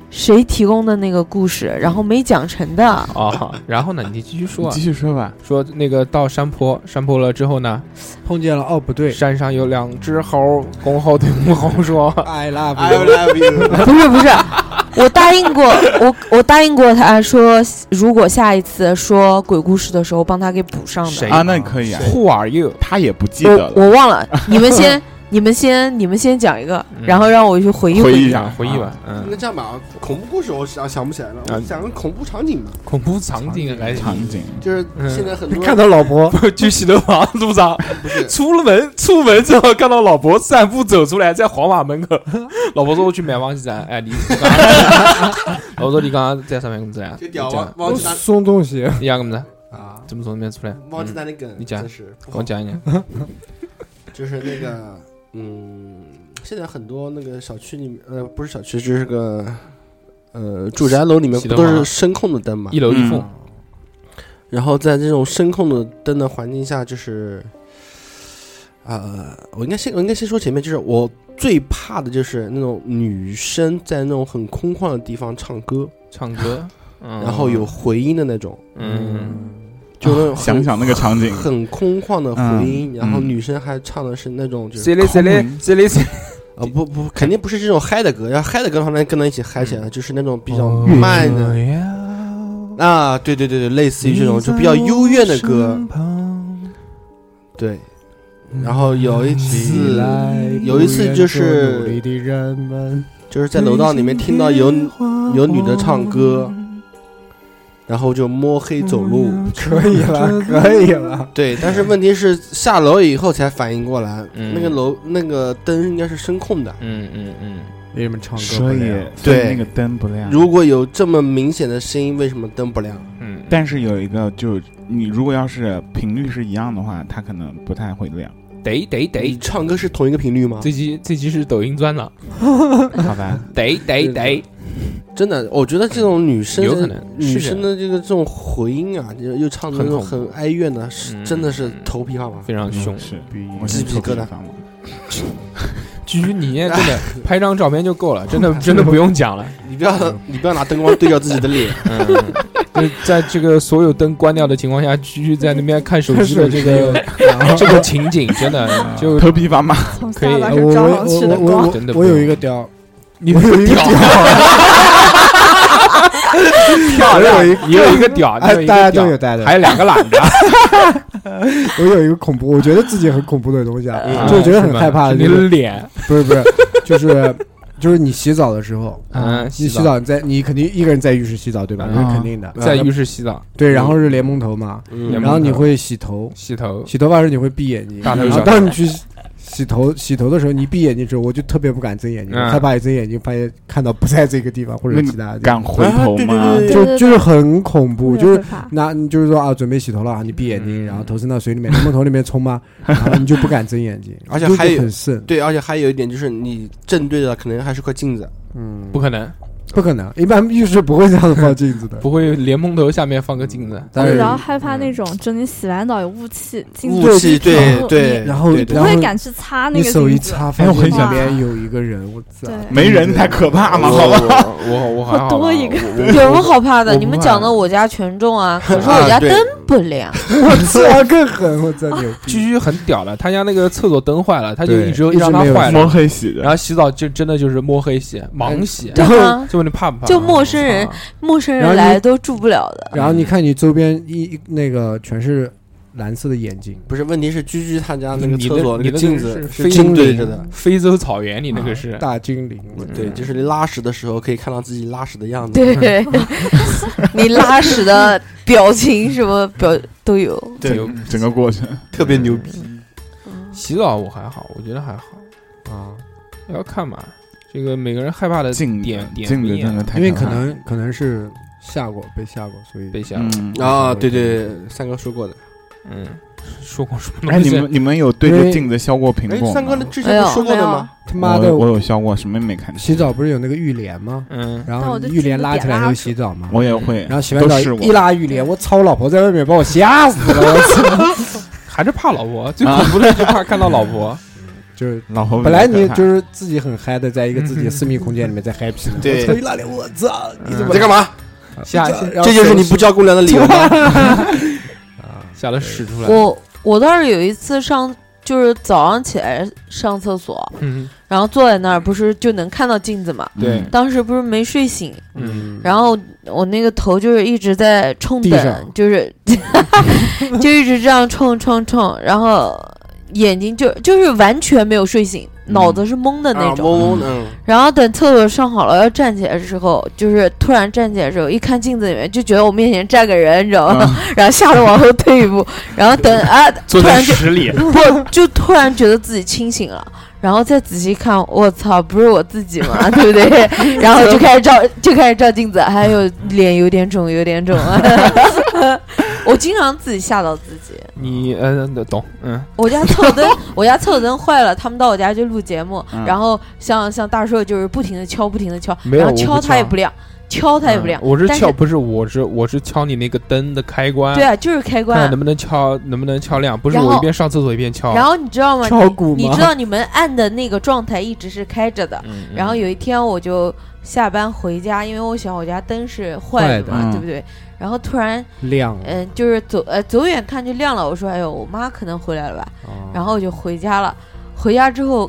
G: 谁提供的那个故事，然后没讲成的。
A: 啊，好然后呢，你继续
E: 你
A: 说啊
E: 继，续说吧。
A: 说那个到山坡，山坡了之后呢，
C: 碰见了哦不对
A: 山上有两只猴，公猴对母猴说
C: ，I love
B: I
A: *laughs*
B: love you。
G: *laughs* 不是不是，我答应过我我答应过他说，如果下一次说鬼故事的时候，帮他给补上的
A: 谁。
E: 啊，那可以啊，
A: ，Who are you？
E: 他也不记得
G: 我
E: 了，
G: 我忘了，你们先，你们先，你们先讲一个，
A: 嗯
G: 然后让我去回忆
E: 回忆
G: 忆
E: 一。下，
A: 回忆吧
E: 啊。，
B: 那
A: 嗯，
B: 这样吧，恐怖故事我想想不起来了，我
A: 嗯
B: 讲个恐怖场景吧，
A: 恐怖场景来
E: 场景。
B: 就是
A: 嗯
B: 现在很多
C: 看到老婆，
A: 去洗头房路上，
B: 不是
A: 出了门， *laughs* 出门之后看到老婆散步走出来，在皇马门口， *laughs* 老婆说我去买房地产，哎，你你刚 *laughs* 刚老婆说你刚刚在上面工资啊？
B: 就屌
A: 这
B: 忘
A: 样
B: 忘记拿
C: 松东西，
A: 你讲什么呢？
B: 啊，
A: 怎么从那边出来？
B: 忘记
A: 嗯
B: 拿那梗，
A: 你讲
B: 真是不
A: 跟
B: 好
A: 我讲一讲。
B: 就是那个，嗯，现在很多那个小区里面，呃，不是小区，就是个，呃，住宅楼里面
A: 洗
B: 不
A: 头
B: 都
A: 房
B: 是声控的灯嘛
A: 一？楼一凤，
B: 然后在这种声控的灯的环境下，就是，呃，我应该先，我应该先说前面，就是我最怕的就是那种女生在那种很空旷的地方唱歌，
A: 唱歌，
E: 嗯
A: 然
B: 然后有回音的那种，
A: 嗯，
B: 就那种
E: 啊
B: 很
E: 想想那个
A: *laughs*
E: 场景，
B: 很空旷的回音，
E: 嗯
B: 然后
E: 嗯
B: 女生还唱的是那种就是
A: 谁嘞谁嘞谁嘞谁嘞？
B: 呃，不不，肯定不是这种嗨的歌，要嗨的歌的话，那跟他一起嗨
A: 嗯
B: 起来，就是那种比较
C: 哦
B: 慢的啊，对对对对，类似于这种就比较幽怨的歌，对。
A: 嗯
B: 然后有一次，有一次就是
C: 努力的人们，
B: 就是在楼道里面听到有有女的唱歌，然后就摸黑走路。
A: 嗯
C: 可以了，可以了。
B: 对，但是问题是下楼以后才反应过来，
A: 嗯
B: 那个楼那个灯应该是声控的。
A: 嗯嗯嗯，
C: 为什么唱歌不
E: 所以
C: 了
E: 所以
B: 对
E: 那个灯不亮。
B: 如果有这么明显的声音，为什么灯不亮？
A: 嗯，
E: 但是有一个就你如果要是频率是一样的话，它可能不太会亮，
A: 得得
B: 你
A: 得，
B: 唱歌是同一个频率吗？
A: 这集这集是抖音钻了，
E: 好吧？
A: 得得得，
B: 真的，我觉得这种女生
A: 有可能
B: 女
A: 是这
B: 生
A: 样
B: 的这个这种回音啊，又又唱的那种
A: 很恐
B: 很
A: 怖
B: 哀怨的，是
A: 嗯
B: 真的是头皮发麻。
A: 非常凶。
E: 嗯是，我
C: 逼
E: 现
B: 鸡
E: 在
B: 皮
E: 头
B: 疙瘩
E: 发麻
A: 居你真 *laughs* 的拍张照片就够了，真 *laughs* 的真的不用讲了。
B: 你不要你不要拿灯光对照自己
A: *laughs*
B: 的脸，
A: 嗯，就是在这个所有灯关掉的情况下，居居在那边看手机的 *laughs* 这个这个情景，真 *laughs* 的就
E: 头皮发麻。
F: 从
A: 可以
F: 下巴
C: 我
F: 上照上去的
C: 我我
F: 光，
C: 我
A: 真的
C: 我
A: 不
C: 我有
A: 用
C: 一个屌，你有一个屌，
A: 漂亮。你有一个屌，你
C: 哎
A: 有一个屌
C: 大家都有，带
A: *laughs*
C: 的
A: 还。有两个懒的，
C: 我有一个恐怖，我觉得自己很恐怖的东西啊，
A: 嗯
C: 就觉得很
A: 是吧
C: 害怕的
A: 是你
C: 那
A: 的
C: 种。
A: 脸，
C: 不是不是，就是就是你洗澡的时候，
A: 嗯
C: 你
A: 洗
C: 啊洗澡你啊在你肯定一个人在浴室洗澡对吧？
A: 嗯
C: 那是肯定的。
A: 在浴室洗澡、
C: 对，然后是连蒙头嘛，
B: 嗯
A: 连
C: 然
A: 蒙
C: 后你
A: 头
C: 会洗头，
A: 洗头，
C: 洗头发的时候你会闭眼睛，
A: 嗯大头
C: 然后
A: 小
C: 当你去洗头洗头的时候，你闭眼睛之后，我就特别不敢睁眼睛，
A: 嗯
C: 害怕一睁眼睛发现看到不在这个地方或者
E: 那你
C: 其他的地
E: 敢
C: 方，
E: 回头吗？
F: 对
C: 就
F: 对
C: 就是很恐怖，就是
F: 特别可怕
C: 那你就是说啊，准备洗头了啊，你闭眼睛，
A: 嗯
C: 然后头伸到水里面，从头里面冲吗？然后你就不敢睁眼睛，
B: 而且
C: 就
B: 还有
C: 很渗，
B: 对，而且还有一点就是你正对的可能还是块镜子，
C: 嗯，
A: 不可能，
C: 不可能，一般浴室不会这样放镜子的，
A: 不会连蓬头下面放个镜子。
C: 但是
F: 然后害怕那种，就你洗完澡有雾气进
C: 雾
F: 去，
B: 雾气
F: 然
B: 对
F: 后
B: 对，
C: 然后
B: 对对
F: 不
C: 然
F: 会
C: 后
F: 敢去擦那
C: 你
F: 个
C: 手一
F: 镜子，
C: 擦，
E: 哎
C: 发
E: 我
C: 现
E: 很
C: 里
F: 想
C: 面有一个人，我操！
F: 对，
E: 没人才可怕
A: 哦
E: 嘛，好吧？
A: 吧，我我还好吧，
F: *laughs* 多一个
G: 有什么好怕的？
A: 我
G: 你
A: 不
G: 们
A: 怕
G: 讲的我家全中啊，可是
B: 啊
G: 我家
B: 对
G: 灯不亮。
C: *laughs* 我操，更狠！我操，牛
A: 居
C: 逼！
A: 居很屌的，他家那个厕所灯坏了，他就
C: 对
A: 一直
C: 一直
A: 让它
C: 没有
A: 坏
E: 摸
A: 了，啊
E: 黑洗的
A: 然，后洗澡就真的就是摸黑洗，盲洗。
C: 然后
G: 啊，
A: 就问你怕不怕？
G: 就陌生人
A: 啊
G: 陌生
C: 然后
G: 人
C: 你
G: 来都住不了
C: *laughs*
G: 的。
C: 然后你看你周边一那个全是蓝色的眼睛，
B: 不是问题是居居他家那
A: 你
B: 个
A: 的
B: 厕所
A: 你的
B: 镜
A: 那
B: 子
A: 个是非
B: 正对着的，
A: 非洲草原，你那个是
C: 大精灵，我
B: 对，
A: 嗯
B: 就是拉屎的时候可以看到自己拉屎的样子，
G: 对， *laughs* 你拉屎的表情什么表都有。
B: 对
A: 有
E: 整个过程
B: 特别牛逼。
G: 嗯
A: 洗澡我还好，我觉得还好，
C: 啊，
A: 要看嘛。这个每个人害怕的
E: 镜子
A: 呃点点
E: 镜
A: 不
E: 子
A: 一样
E: 真的太怕了，
C: 因为可能可能是吓过，被吓过，所以
A: 被吓了。
E: 嗯。
B: 啊，对对，对三哥说过的。
A: 嗯，说过什么
E: 哎，
A: 东
E: 你
A: 西？
E: 们你们有对着镜子削过苹
B: 哎
E: 果，吗？
B: 三
A: 啊
B: 哥那之
G: 没
B: 前
G: 有
B: 不是说过的吗？
C: 他妈的
E: 我我有削过，什么也没看见。
C: 洗澡不是有那个浴帘吗？
A: 嗯，
C: 然
F: 但
C: 后
F: 我就
C: 浴帘
F: 直接
C: 拉起
F: 拉
C: 来就
F: 住
C: 洗澡嘛，
E: 我也会，
C: 然后洗完
E: 都
C: 澡
E: 试过
C: 一拉浴帘，我操，我老婆在外面把我吓死了，我操！
A: 还是怕老婆，最恐怖的就怕看到老婆。
C: 就是
E: 老婆比较
C: 本来你
E: 可怕
C: 就是自己很嗨的，在一个自己私密空间里面在 happy 呢，
B: 对
E: 哎
C: 我操一拉帘，我操，你怎
B: 你
A: 嗯
C: 么
B: 在干嘛？
A: 下
C: 然后
B: 这就是你不交公粮的理由 *laughs* 吗？
A: 下了屎出来，
G: 我我倒是有一次上，就是早上起来上厕所，
A: 嗯，
G: 然后坐在那儿，不是就能看到镜子嘛？
E: 嗯
A: 对
G: 当时不是没睡醒，
A: 嗯
G: 然后我那个头就是一直在冲
C: 地上
G: 等，就是 *laughs* 就一直这样冲冲冲，然后眼睛就就是完全没有睡醒，
E: 嗯
G: 脑子是懵的那
B: 啊，
G: 种。
B: 嗡嗡的，嗯
G: 然后等厕所上好了要站起来的时候，就是突然站起来的时候，一看镜子里面就觉得我面前站个人，你知道吗？然后吓得往后退一步，然后等啊，突然就
H: 屎里，
G: 不就突然觉得自己清醒了，然后再仔细看，我操，不是我自己嘛， *laughs* 对不对？然后就开始照，就开始照镜子，还有脸有点肿，有点肿。啊 *laughs* 我经常自己吓到自己。
A: *laughs* 你呃懂，嗯，
G: 我家厕所灯，我家厕所灯坏了，他们到我家就录节目，
E: 嗯
G: 然后像像大叔就是不停的敲，不停的敲，
A: 没有
G: 然后
A: 我不
G: 敲它也
A: 敲
G: 不亮，敲它也不亮。
A: 我是
G: 但
A: 敲，不是我是我是敲你那个灯的开关，
G: 对啊，就是
A: 嗯
G: 开
A: 看
G: 关
A: 能。不能敲能不能敲亮，不是
G: 然
A: 我
G: 后
A: 一边上厕所一边敲。
G: 然后你知道吗？
C: 敲鼓
G: 你
C: 吗
G: 知道你们按的那个状态一直是开着的，
A: 嗯，嗯
G: 然后有一天我就下班回家，因为我想我家灯是坏的
E: 坏的
G: 嘛，
E: 嗯
G: 对不对？然后突然，
C: 亮了，
G: 嗯、就是走呃走远看
A: 哦
G: 就亮了，我说哎呦，我妈可能回来了吧，然后我就回家了。回家之后，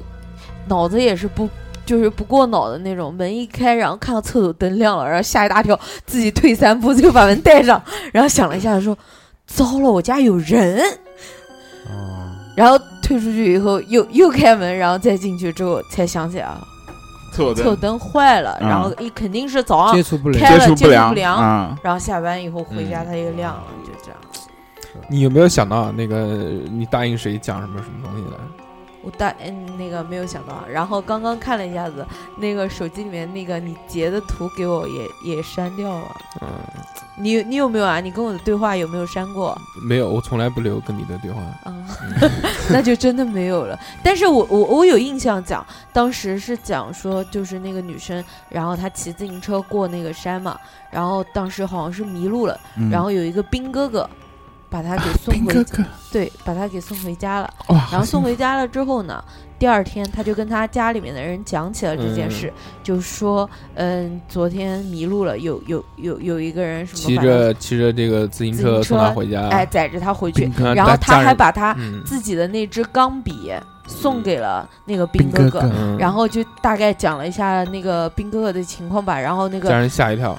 G: 脑子也是不。就是不过脑的那种，门一开，然后看到厕所灯亮了，然后吓一大跳，自己退三步，最后把门带上，然后想了一下说：“糟了，我家有人。”
E: 哦
G: 然后退出去以后又又开门，然后再进去之后才想起来啊，
E: 错
G: 厕所
E: 的，
G: 灯坏了，
E: 嗯
G: 然后一肯定是早上
C: 接触不了
G: 开。了
E: 接触
G: 接触不良
E: 良啊，
G: 然后下班以后回家，
A: 嗯
G: 它又亮了，就这样。
A: 你有没有想到那个你答应谁讲什么什么东西的？
G: 我大嗯那个没有想到，然后刚刚看了一下子，那个手机里面那个你截的图给我也也删掉了。
A: 嗯，
G: 你你有没有啊？你跟我的对话有没有删过？
A: 没有，我从来不留跟你的对话。嗯
G: 啊， *laughs* 那就真的没有了。但是我我我有印象讲，当时是讲说，就是那个女生，然后她骑自行车过那个山嘛，然后当时好像是迷路了，
E: 嗯
G: 然后有一个兵哥哥把她给送
E: 兵
G: 回，
E: 哥哥，
G: 对，把她给送回家了。
E: 哇，
G: 然
E: *laughs* 好
G: 后送
E: 幸
G: 回家了之后呢，第二天她就跟她家里面的人讲起了这件事，就说，嗯，昨天迷路了，有有有有一个人什么
A: 骑
G: 把她
A: 着骑着这个自行
G: 自
A: 车
G: 行
A: 送他
G: 车
A: 回家，
G: 哎载着她回去
A: 兵，哥
G: 然后
A: 带
G: 她
A: 家
G: 还
A: 人
G: 把她。
A: 嗯
G: 自己的那支钢笔送给了那个兵哥
E: 兵
G: 哥，
E: 哥哥
A: 嗯，
G: 然后就大概讲了一下那个兵哥哥的情况吧。然后那
A: 家
G: 个
A: 人吓一跳，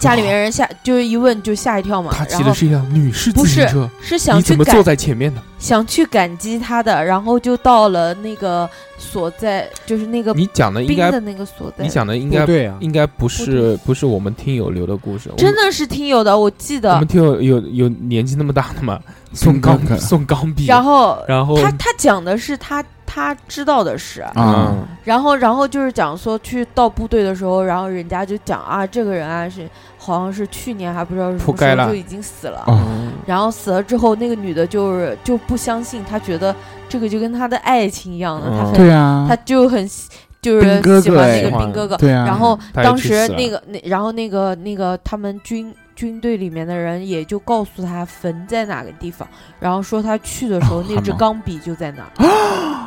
G: 家里面人吓，就是一问就吓一跳嘛。
H: 他
G: 然
H: 骑
G: 后
H: 的是一辆女士
G: 不
H: 自行
G: 是
H: 车，
G: 是想
H: 你
G: 去
H: 怎么
G: 感
H: 坐在前面的？
G: 想去感激他的，然后就到了那个所在，就是那个
A: 你讲的应
G: 兵
A: 该
G: 的那个所在
A: 你。讲的应
C: 不
A: 该
C: 对啊，
A: 应该不是不是我们听友留的故事，我们
G: 真的是听有的，我记
A: 我
G: 得
A: 们。听友有有年纪那么大的吗？送钢
E: 兵哥哥
A: 送钢笔，
G: 然后
A: 然后
G: 他他讲的是他他知道的事，
A: 嗯
E: 运啊，
G: 然后，然后就是讲说去到部队的时候，然后人家就讲啊，这个人啊是好像是去年还不知道是什
A: 扑
G: 么
A: 街
G: 时候
A: 了
G: 就已经死了。
E: 哦
A: 嗯
G: 然后死了之后，那个女的就是就不相信，她觉得这个就跟她的爱情一样的，她
A: 嗯
G: 很
E: 对啊
G: 她，就很喜就
E: 兵哥
G: 是喜
E: 哥
G: 欢
E: 哎
G: 那个
A: 喜欢
G: 兵哥哥。
E: 对啊，
G: 然后
A: 他也
G: 当
A: 去
G: 时
A: 死了
G: 那个那然后那个那个他们军军队里面的人也就告诉他坟在哪个地方，然后说他去的时
A: 哦
G: 候、
E: 啊
G: 那支
E: 好吗
G: 钢笔就在那儿，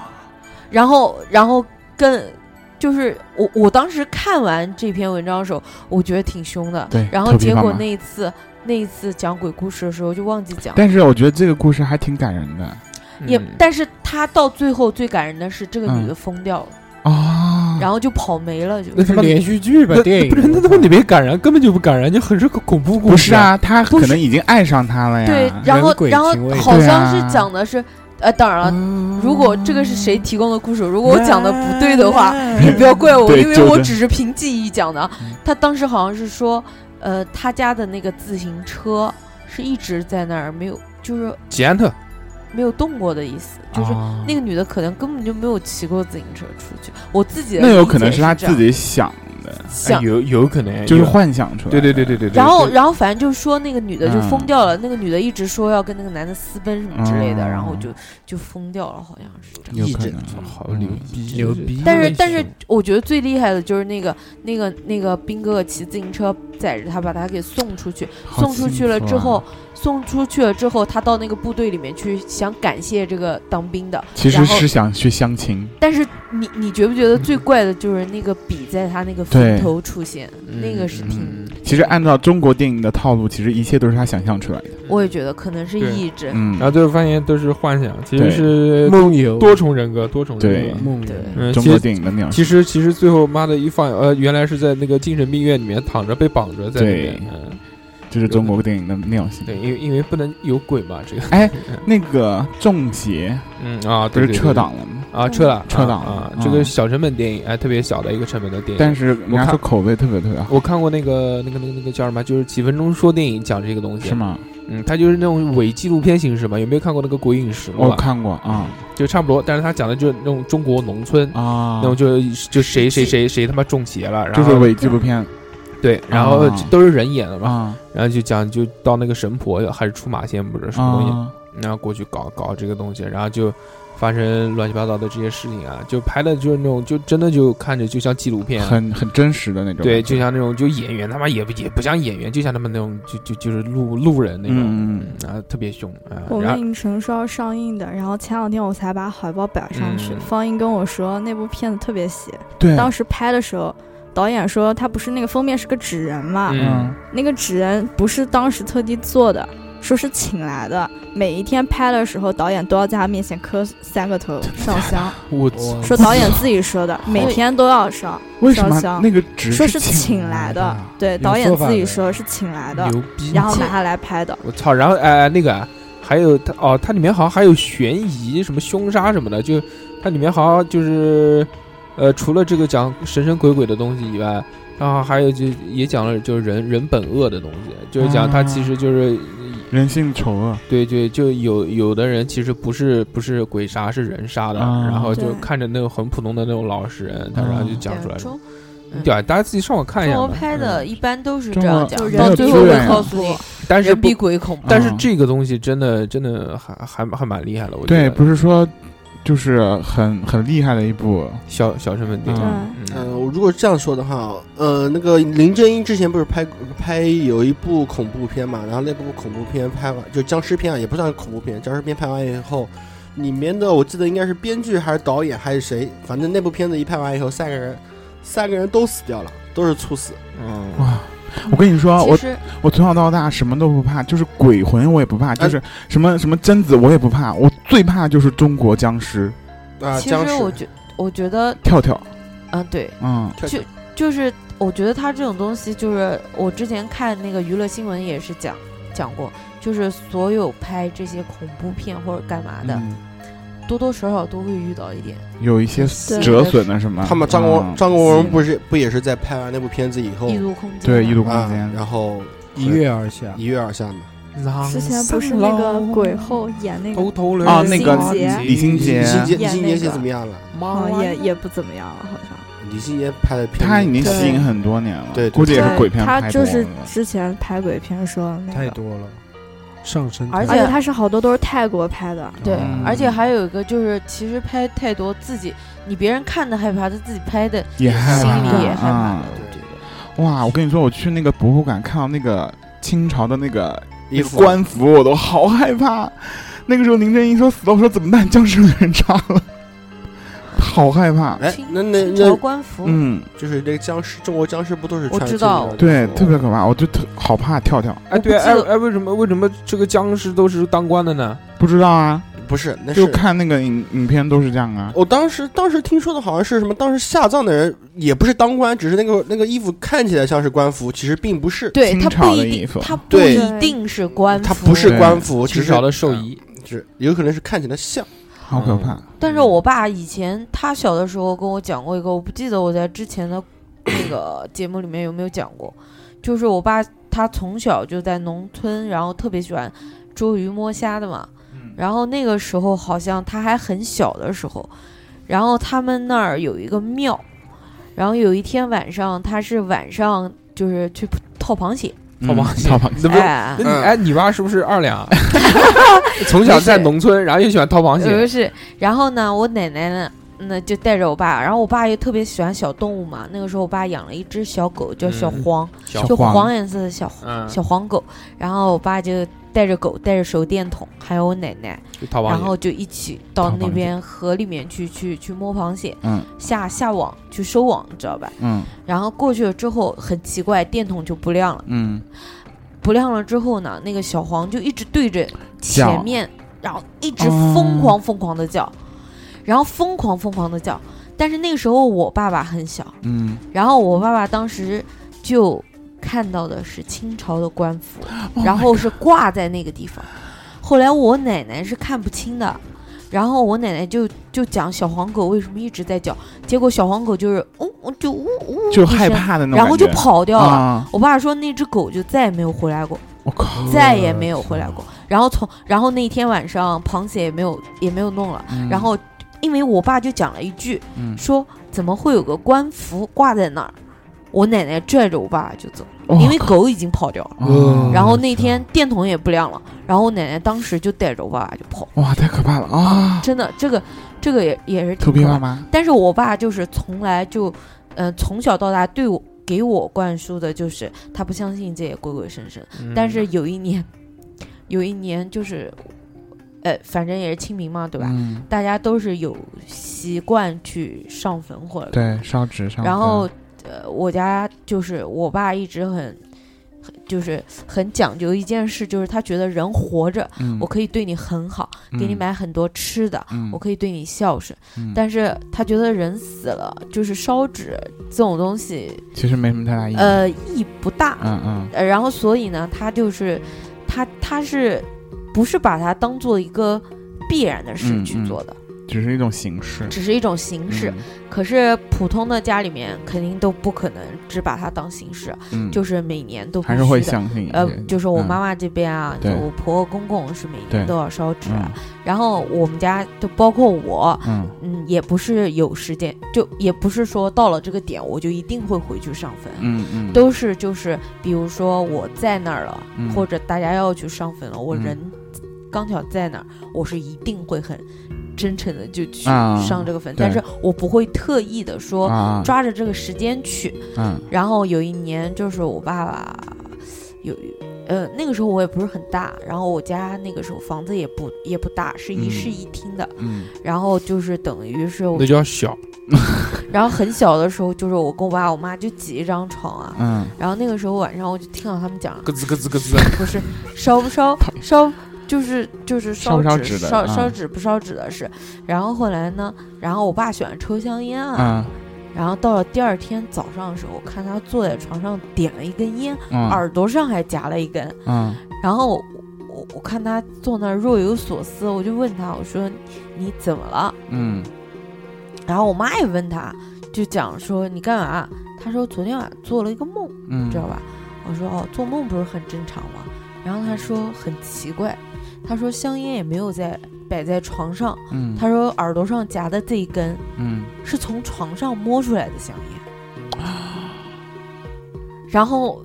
G: 然后然后跟就是我我当时看完这篇文章的时候，我觉得挺凶的，
E: 对，
G: 然后
E: 头皮
G: 结
E: 发
G: 果
E: 麻
G: 那一次那一次讲鬼故事的时候就忘记讲。
E: 但是我觉得这个故事还挺感人的
G: 也，
A: 嗯
G: 但是他到最后最感人的是这个女
E: 嗯
G: 的疯掉了，
E: 啊。
A: 哦嗯
G: 然后就跑没了，就
A: 那他
C: 是
A: 妈
C: 连续剧吧
A: 那，
C: 电影
A: 不是那他妈
C: 我操
A: 里面感人，根本就不感人，就很是个恐怖故事。
E: 不是，啊，他可能已经爱上他哎了呀。
G: 对，然后
C: 人鬼
G: 然后
C: 情未
G: 好
E: 对
G: 像是
E: 啊
G: 讲的是，呃，当然了，如果这个是谁提供的故事，如果我讲的不对的话，也不要怪我，
E: 哎对
G: 因为
E: 纠
G: 我
E: 正
G: 只是凭记忆讲的
E: 嗯。
G: 他当时好像是说，呃，他家的那个自行车是一直在那儿没有，就是啊
A: 捷安特，
G: 没有动过的意思，就是
E: 哦
A: 哎
G: 那个女的可能根本就没有骑过自行车出去。我自己的
E: *laughs* 那有
G: 理
E: 可能
G: 解
E: 是
G: 是
E: 他
G: 这样
E: 自己想的，
A: 哎
G: 想。
A: 有有可能
E: 就是
A: 有
E: 幻想出来
A: 对
E: 的。
A: 对对对对对。
G: 然后，
A: 对
G: 然后反正就说那个女的就疯
E: 嗯
G: 掉了，那个女的一直说要跟那个男的私奔什么之类的，然后
E: 嗯
G: 就就疯掉了，好像是这样。
E: 有
A: 意
E: 可
A: 志
E: 能
A: 好牛
E: 嗯
A: 逼，
C: 牛逼
G: 但是但是，我觉得最厉害的就是那个那个那个兵哥哥骑自行车载着他把他给送出去，
E: 好
G: 送出去了
E: 幸福
G: 之
E: 啊
G: 后，送出去了之后，他到那个部队里面去想感谢这个当兵的。
E: 其实
G: 然后
E: 是想去相亲，
G: 但是你你觉不觉得最怪的就是那个笔在他那个
E: 对
G: 坟头出现，
A: 嗯
G: 那个是挺，
A: 嗯
E: 其实按照中国电影的套路，其实一切都是他想象出来的。
G: 我也觉得可能是
A: 嗯对
G: 意志。
E: 嗯
A: 然，后最后发现都是幻想，其实
E: 对
A: 是
C: 梦游
A: 多重人格，多重人
E: 对
A: 格。
C: 梦游
G: 对，
A: 嗯，
E: 中
A: 其
E: 国
A: 实
E: 电影的描述。
A: 其实其实最后妈的一放，呃，原来是在那个精神病院里面躺着被绑着在那
E: 对
A: 边。嗯，
E: 这是中国电影的尿性。
A: 对，因为因为不能有鬼嘛，这个。
E: 哎，那个《中邪
A: 嗯 *laughs* 啊，》
E: 不
A: 对
E: 是撤档了吗？
A: 啊，撤了，
E: 撤档
A: 啊
E: 了，
A: 啊这个
E: 嗯
A: 小成本电影，哎，特别小的一个成本的电影。
E: 但是人家
A: 我看
E: 说口碑特别特别好，
A: 我看过那个那个那个那个叫什么，就是几分钟说电影讲这个东西，
E: 是？吗？
A: 嗯，它就是那种伪纪录片形式嘛。有没有看过那个《鬼影实录》
E: 我
A: 啊？
E: 看过啊
A: 就差不多，但是它讲的就是那种中国农村，嗯
E: 啊
A: 那，种就就谁谁谁谁他妈中邪了，然
E: 就是
A: 后
E: 伪纪录片
A: 对，然后
E: 啊
A: 都是人演的嘛，
E: 啊
A: 然后就讲就到那个神婆还是出马仙不是什么东西，
E: 啊，
A: 然后过去搞搞这个东西，然后就。发生乱七八糟的这些事情啊，就拍的就是那种，就真的就看着就像纪录片，
E: 很很真实的那种。
A: 对，就像那种就演员他妈也不也不像演员，就像他们那种就就就是路路人那种，
E: 嗯嗯
A: 然后特别凶啊。
F: 我
A: 然
F: 们
A: 后
F: 影城说要上映的，然后前两天我才把海报摆上去。
A: 嗯
F: 方英跟我说那部片子特别邪，
E: 对，
F: 当时拍的时候，导演说他不是那个封面是个纸人嘛，
A: 嗯
E: 嗯，
F: 那个纸人不是当时特地做的，说是请来的，每一天拍的时候，导演都要在他面前磕三个头上 *laughs* 香，
E: 我
C: 我
F: 说导演自己说的，每天都要上，
E: 为什么
F: 烧香
E: 那个纸
F: 说是
E: 请
F: 请
E: 来
F: 来的，对，导演自己说是请来的，
A: 牛逼！
F: 然后拿他来拍的，
A: 我操，然后哎、那个啊还有它哦，它里面好像还有悬疑、什么凶杀什么的，就它里面好像就是呃，除了这个讲神神鬼鬼的东西以外，然后还有就也讲了就是人人本恶的东西，就是讲它其实就是。
E: 人性丑恶，
A: 对对，就有有的人其实不是不是鬼杀，是人杀的，
E: 啊
A: 然后就
F: 对
A: 看着那种很普通的那种老实人，他
E: 啊
A: 然后就讲出来说，
G: 中嗯
A: 对啊，大家自己上网看一
G: 中
A: 下吧。
G: 国拍的
A: 嗯，
G: 一般都是
E: 中
G: 这样
E: 国
G: 讲
E: 就，是
G: 到
E: 人
G: 最
E: 比
G: 后
E: 鬼
G: 会告
E: 恐
G: 诉你
A: 但是
G: 人
A: 不
G: 比鬼恐怖。
A: 但是
E: 嗯
A: 这个东西真的真的还还还蛮厉害的，我觉
E: 对，
A: 得。
E: 不是说就是很很厉害的一部，
A: 小小成本电影，
E: 嗯
B: 呃，
A: 嗯
B: 我如果这样说的话，呃，那个林正英之前不是拍拍有一部恐怖片嘛，然后那部恐怖片拍完就僵尸片啊，也不算恐怖片，僵尸片拍完以后，里面的我记得应该是编剧还是导演还是谁，反正那部片子一拍完以后，三个人三个人都死掉了，都是猝死。
A: 嗯，
E: 哇！我跟你说，
G: 其
E: 啊我
G: 实
E: 我从小到大什么都不怕，就是鬼魂我也不
A: 哎
E: 怕，就是什么什么贞子我也不怕，我最怕就是中国僵尸
B: 啊、
G: 其实
B: 僵尸
G: 我觉我觉得，
E: 跳跳，
G: 嗯，对，
E: 嗯
B: 跳
G: 就就是我觉得他这种东西，就是我之前看那个娱乐新闻也是讲讲过，就是所有拍这些恐怖片或者干嘛的，
E: 嗯，
G: 多多少少都会遇到一点。
E: 有一
A: 哎
E: 些折损的什么，
B: 他们张国、
E: 嗯
B: 张国荣不是不也是在拍完那部片子以后
G: 异度空间
E: 对
G: 嘛
E: 异度空
B: 啊
E: 间，，
B: 然后
C: 一跃而下，
B: 一跃而下嘛，
A: 嗯
F: 之前不是那个鬼后演那
A: 偷
F: 个，
A: 偷
E: 哦那个
F: 李心洁
B: 李
E: 李心洁，
B: 心洁李
F: 演
B: 心
F: 那
B: 洁现
F: 个
B: 怎么样了？
A: 妈
G: 啊
F: 嗯，也也不怎么样了，好像。
B: 李心洁拍的片子，
E: 他已经吸
F: 对
E: 引很多年了，
B: 对对
E: 估计也是
F: 对
E: 鬼片
F: 他
E: 拍多
F: 就
E: 了。
F: 是之前拍鬼片说的那
C: 太
F: 个，
C: 多了，上升
G: 而
F: 而且
G: 且
F: 他是好多都是泰国拍的，
G: 对，
E: 嗯
G: 而且还有一个就是，其实拍太多自己，你别人看的害怕，他自己拍的
E: 也害
G: 心
E: 怕
G: 里也害怕的，
B: 嗯
G: 我觉得。
E: 哇！我跟你说，我去那个博物馆看到那个清朝的那个
B: 衣
E: 那
B: 服
E: 个官服，我都好害怕。那个时候林正英说死了，我说怎么办？僵尸人杀了，好害怕。
B: 哎
G: 清，
B: 那那
G: 清朝
B: 那
G: 官服，
E: 呃嗯，
B: 就是那个僵尸，中国僵尸不都是
G: 我
B: 穿
G: 知道
B: 这个
E: 对，
B: 服
E: 特别可怕，我就特好怕跳跳。
A: 哎，对，
G: 我不记
A: 哎
G: 得
A: 哎，为什么为什么这个僵尸都是当官的呢？
E: 不知道啊，
B: 不是，那
E: 就是看那个影影片都是这样啊。
B: 我当时当时听说的好像是什么，当时下葬的人也不是当官，只是那个那个衣服看起来像是官服，其实并不是，
G: 对
E: 清
G: 他
E: 朝
G: 不
E: 的
G: 一
E: 衣
G: 定，
E: 服
G: 他不
B: 对
G: 一定是官服，
B: 它不是
E: 对
B: 官服，只
A: 清
B: 是
A: 朝的寿衣，
B: 只有可能是看起来像。
E: 好可怕。
G: 但是我爸以前他小的时候跟我讲过一个，我不记得我在之前的那个节目里面有没有讲过，就是我爸他从小就在农村，然后特别喜欢捉鱼摸虾的嘛。
E: 嗯
G: 然后那个时候好像他还很小的时候，然后他们那儿有一个庙，然后有一天晚上他是晚上就是去套螃蟹，
A: 好吧，
E: 好吧，
A: 那不是。
G: 哎
A: 那你
B: 嗯
A: 哎，你爸是不是二
G: *laughs*
A: 两啊？从小在农村，然后又喜欢掏螃
G: 呃不
A: 蟹，
G: 是，然后呢，我奶奶呢，那就带着我爸，然后我爸又特别喜欢小动物嘛。那个时候我爸养了一只小狗，叫小
A: 嗯
G: 黄，
A: 小
G: 就
E: 黄
G: 黄颜色的小
A: 嗯，
G: 小黄狗。然后我爸就带着狗，带着手电筒，还有我奶奶，
A: 就掏
G: 然
A: 螃蟹。
G: 后就一起到
E: 淘
G: 那
E: 螃蟹
G: 边河里面去去去摸螃蟹，
E: 嗯
G: 下下网去收网，你知道吧？
E: 嗯
G: 然后过去了之后，很奇怪，电筒就不亮了。
E: 嗯，
G: 不亮了之后呢，那个小黄就一直对着
E: 叫
G: 前面，然后一直疯狂疯狂的叫，然后疯狂疯狂的叫。但是那个时候我爸爸很小，
E: 嗯，
G: 然后我爸爸当时就看到的是清朝的官服，
E: Oh
G: 然后是挂在那个地方。后来我奶奶是看不清的，然后我奶奶就就讲小黄狗为什么一直在叫，结果小黄狗就是呜、嗯，就呜呜，
E: 就
G: 一声
E: 害怕的那种感觉，
G: 然后就跑掉了。
E: 啊！
G: 我爸说那只狗就再也没有回来过。
E: 我靠，
G: 再也没有回来过。然后从然后那天晚上螃蟹也没有也没有弄了。
E: 嗯
G: 然后因为我爸就讲了一句，
E: 嗯
G: 说怎么会有个官服挂在那儿？我奶奶拽着我爸就走，
E: 哦
G: 因为狗已经跑掉了。
E: 哦
G: 然后那天电筒也不亮了，然后我奶奶当时就带着我爸爸就跑，
E: 哇，太可怕了啊！
G: 真的，这个这个也也是
E: 头
G: 挺
E: 皮
G: 可怕
E: 发
G: 的。
E: 麻，
G: 但是我爸就是从来就，呃，从小到大对我给我灌输的就是他不相信这些鬼鬼神神，
A: 嗯
G: 但是有一年，有一年就是，呃，反正也是清明嘛，对吧？
E: 嗯，
G: 大家都是有习惯去上坟或者，
E: 对，烧纸上。
G: 然后呃，我家就是我爸一直很很就是很讲究一件事，就是他觉得人活着，
E: 嗯
G: 我可以对你很好，给你，买很多吃的，
E: 嗯嗯
G: 我可以对你孝顺，
E: 嗯
G: 但是他觉得人死了就是烧纸这种东西，
E: 其实没什么太大意义。
G: 呃，意义不大。
E: 哎嗯嗯
G: 呃，然后所以呢，他就是他他是不是把它当做一个必然的事
E: 嗯
G: 去
E: 嗯
G: 做的，
E: 只是一种形式。
G: 只是一种形式。可是普通的家里面肯定都不可能只把它当形式，
E: 嗯，嗯
G: 就是每年都必
E: 还是会
G: 须的
E: 相信一些。嗯
G: 呃，就是我妈
E: 妈，
G: 妈这边啊，就
E: 对
G: 我婆婆公公是每
E: 对
G: 年都要烧纸啊
E: 嗯，
G: 然后我们家就包括我，
E: 嗯
G: 嗯，也不是有时间，就也不是说到了这个点我就一定会回去上坟，
E: 嗯嗯，
G: 都是就是比如说我在那儿了，
E: 嗯
G: 或者大家要去上坟了，我
E: 嗯
G: 人刚巧在那儿，我是一定会很真诚的就去
E: 啊
G: 上这个坟，
E: 对
G: 但是我不会特意的说
E: 啊，
G: 抓着这个时间去。
E: 嗯
G: 然后有一年就是我爸爸有。呃，那个时候我也不是很大，然后我家那个时候房子也不也不大，是一
E: 嗯
G: 室一厅的，
E: 嗯
G: 然后就是等于是我
A: 那叫小，
G: 然后很小的时候，就是我跟我爸我妈就挤一张床啊。
E: 嗯，
G: 然后那个时候晚上，我就听到他们讲，
A: 咯吱咯吱咯吱，
G: 不是烧不烧
E: 讨厌
G: 烧，就是就是
E: 烧不烧
G: 纸
E: 纸的
G: 烧
E: 嗯
G: 烧纸不烧纸的事。然后后来呢，然后我爸喜欢抽香烟啊。
E: 嗯
G: 然后到了第二天早上的时候，我看他坐在床上点了一根烟，
E: 嗯
G: 耳朵上还夹了一根。
E: 嗯
G: 然后我我我看他坐那儿若有所思，我就问他，我说你怎么了？
E: 嗯
G: 然后我妈也问他，就讲说你干嘛？他说昨天晚上做了一个梦，
E: 嗯，
G: 知道吧？我说哦，做梦不是很正常吗？然后他说很奇怪，他说香烟也没有在摆在床上，
E: 嗯，
G: 他说耳朵上夹的这一根
E: 嗯
G: 是从床上摸出来的香烟，
E: 啊
G: 然后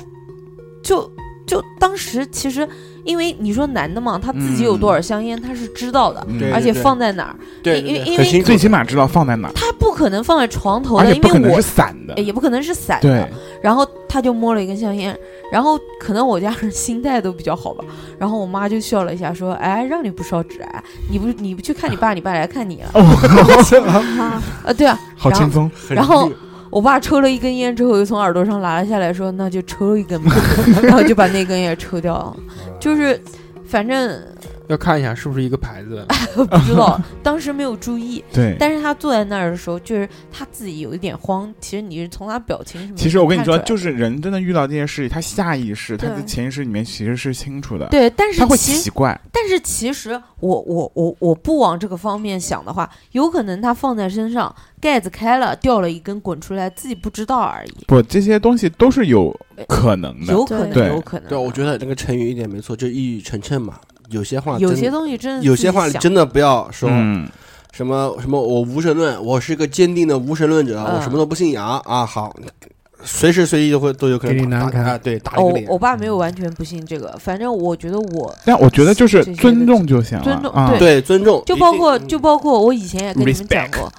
G: 就就当时其实因为你说男的嘛，他自己有多少香烟他是知道的，
E: 嗯
B: 对
G: 而且
B: 对
G: 放在哪儿，
B: 对
G: 因为因
B: 很
G: 为
B: 清楚
E: 最起码知道放在哪儿，
G: 他不可能放在床头
E: 而
G: 的，
E: 且
G: 因
E: 不可
G: 为
E: 能
G: 我
E: 是散的
G: 呃。也不可能是散
E: 对
G: 的。，然后他就摸了一根香烟，然后可能我家人心态都比较好吧。然后我妈就笑了一下，说：“哎，让你不烧纸啊，你不你不去看你爸，你爸来看你 *laughs*
E: *laughs*
G: 啊。啊，对啊。
E: 好哦轻松。
G: 然后我爸抽了一根烟之后，又从耳朵上拿了下来，说：“那就抽一根
E: *laughs*
G: 吧。”然后就把那根也抽掉了。就是，反正呃
A: 要看一下是不是一个牌子。
G: 不知
E: *laughs*
G: 道，当时没有注意。
E: 对，
G: 但是他坐在那儿的时候，就是他自己有一点慌。其实你是从他表情什么，
E: 其实我跟你说，就是是人真的遇到这些事情，他下意识、他
G: 对
E: 的潜意识里面其实是清楚的，
G: 对，但是
E: 他会
G: 其实
E: 奇怪。
G: 但是其实我我我我不往这个方面想的话，有可能它放在身上，盖子开了，掉了一根滚出来，自己不知道而已，
E: 不，这些东西都是有可能的。
G: 呃有可
E: 对
G: 能，有可能。
B: 对，我觉得那个成语一点没错，就是一语成谶嘛。有些话
G: 有
B: 真
G: 些东西真的
B: 有些话
G: 自己想
B: 真的不要说，
E: 嗯，
B: 什么什么我无神论，我是一个坚定的无神论者，
G: 嗯
B: 我什么都不信仰啊。好，随时随地都会都有可
C: 给你
B: 能
C: 难
B: 打打
C: 堪
B: 啊，对，打一
G: 哦
B: 个脸，。
G: 我爸没有完全不信这个，反正我觉得我
E: 但我觉得就是
G: 这些
E: 尊重就行了，
G: 尊重
E: 啊
G: 对
B: 对，尊重，
G: 就
B: 一
G: 包
B: 定
G: 括
B: 嗯
G: 就包括我以前也跟你们讲过，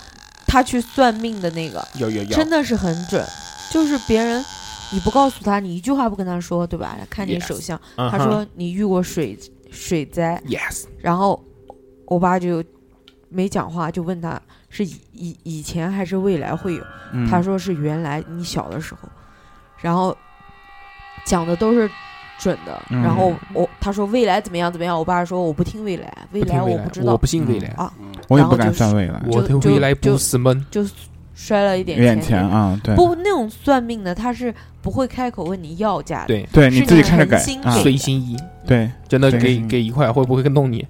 G: 他去算命的那个
B: 有有有，
G: 真的是很准，就是别人你不告诉他，你一句话不跟他说，对吧？看你
E: Yes
G: 手相，
A: 嗯
G: 他
A: 哼
G: 说你遇过水水灾，
A: yes，
G: 然后我爸就没讲话，就问他是以以以前还是未来会有？
E: 嗯
G: 他说是原来你小的时候，然后讲的都是准的。
E: 嗯
G: 然后我他说未来怎么样怎么样，我爸说我不听未来，未
A: 不听
G: 来
A: 未
G: 我
A: 来
G: 不知道
A: 不，信未
E: 嗯
A: 来，
E: 我也
G: 然
E: 不
G: 后
E: 敢
G: 就是
E: 算未来，
A: 我
G: 就
A: 的未
G: 就
A: 来不
G: 就是
A: 梦。
G: 就摔了一点
E: 有点
G: 钱
E: 钱
G: 给你。
E: 啊，对，
G: 不，那种算命的他是不会开口问你要价的。
A: 对
G: 是
E: 对，你
G: 你
E: 自己看着给
G: 狠心
E: 啊，
G: 给
A: 随心意，
E: 对，
A: 真的
E: 随
A: 给
E: 心意
A: 给一块会不会弄你？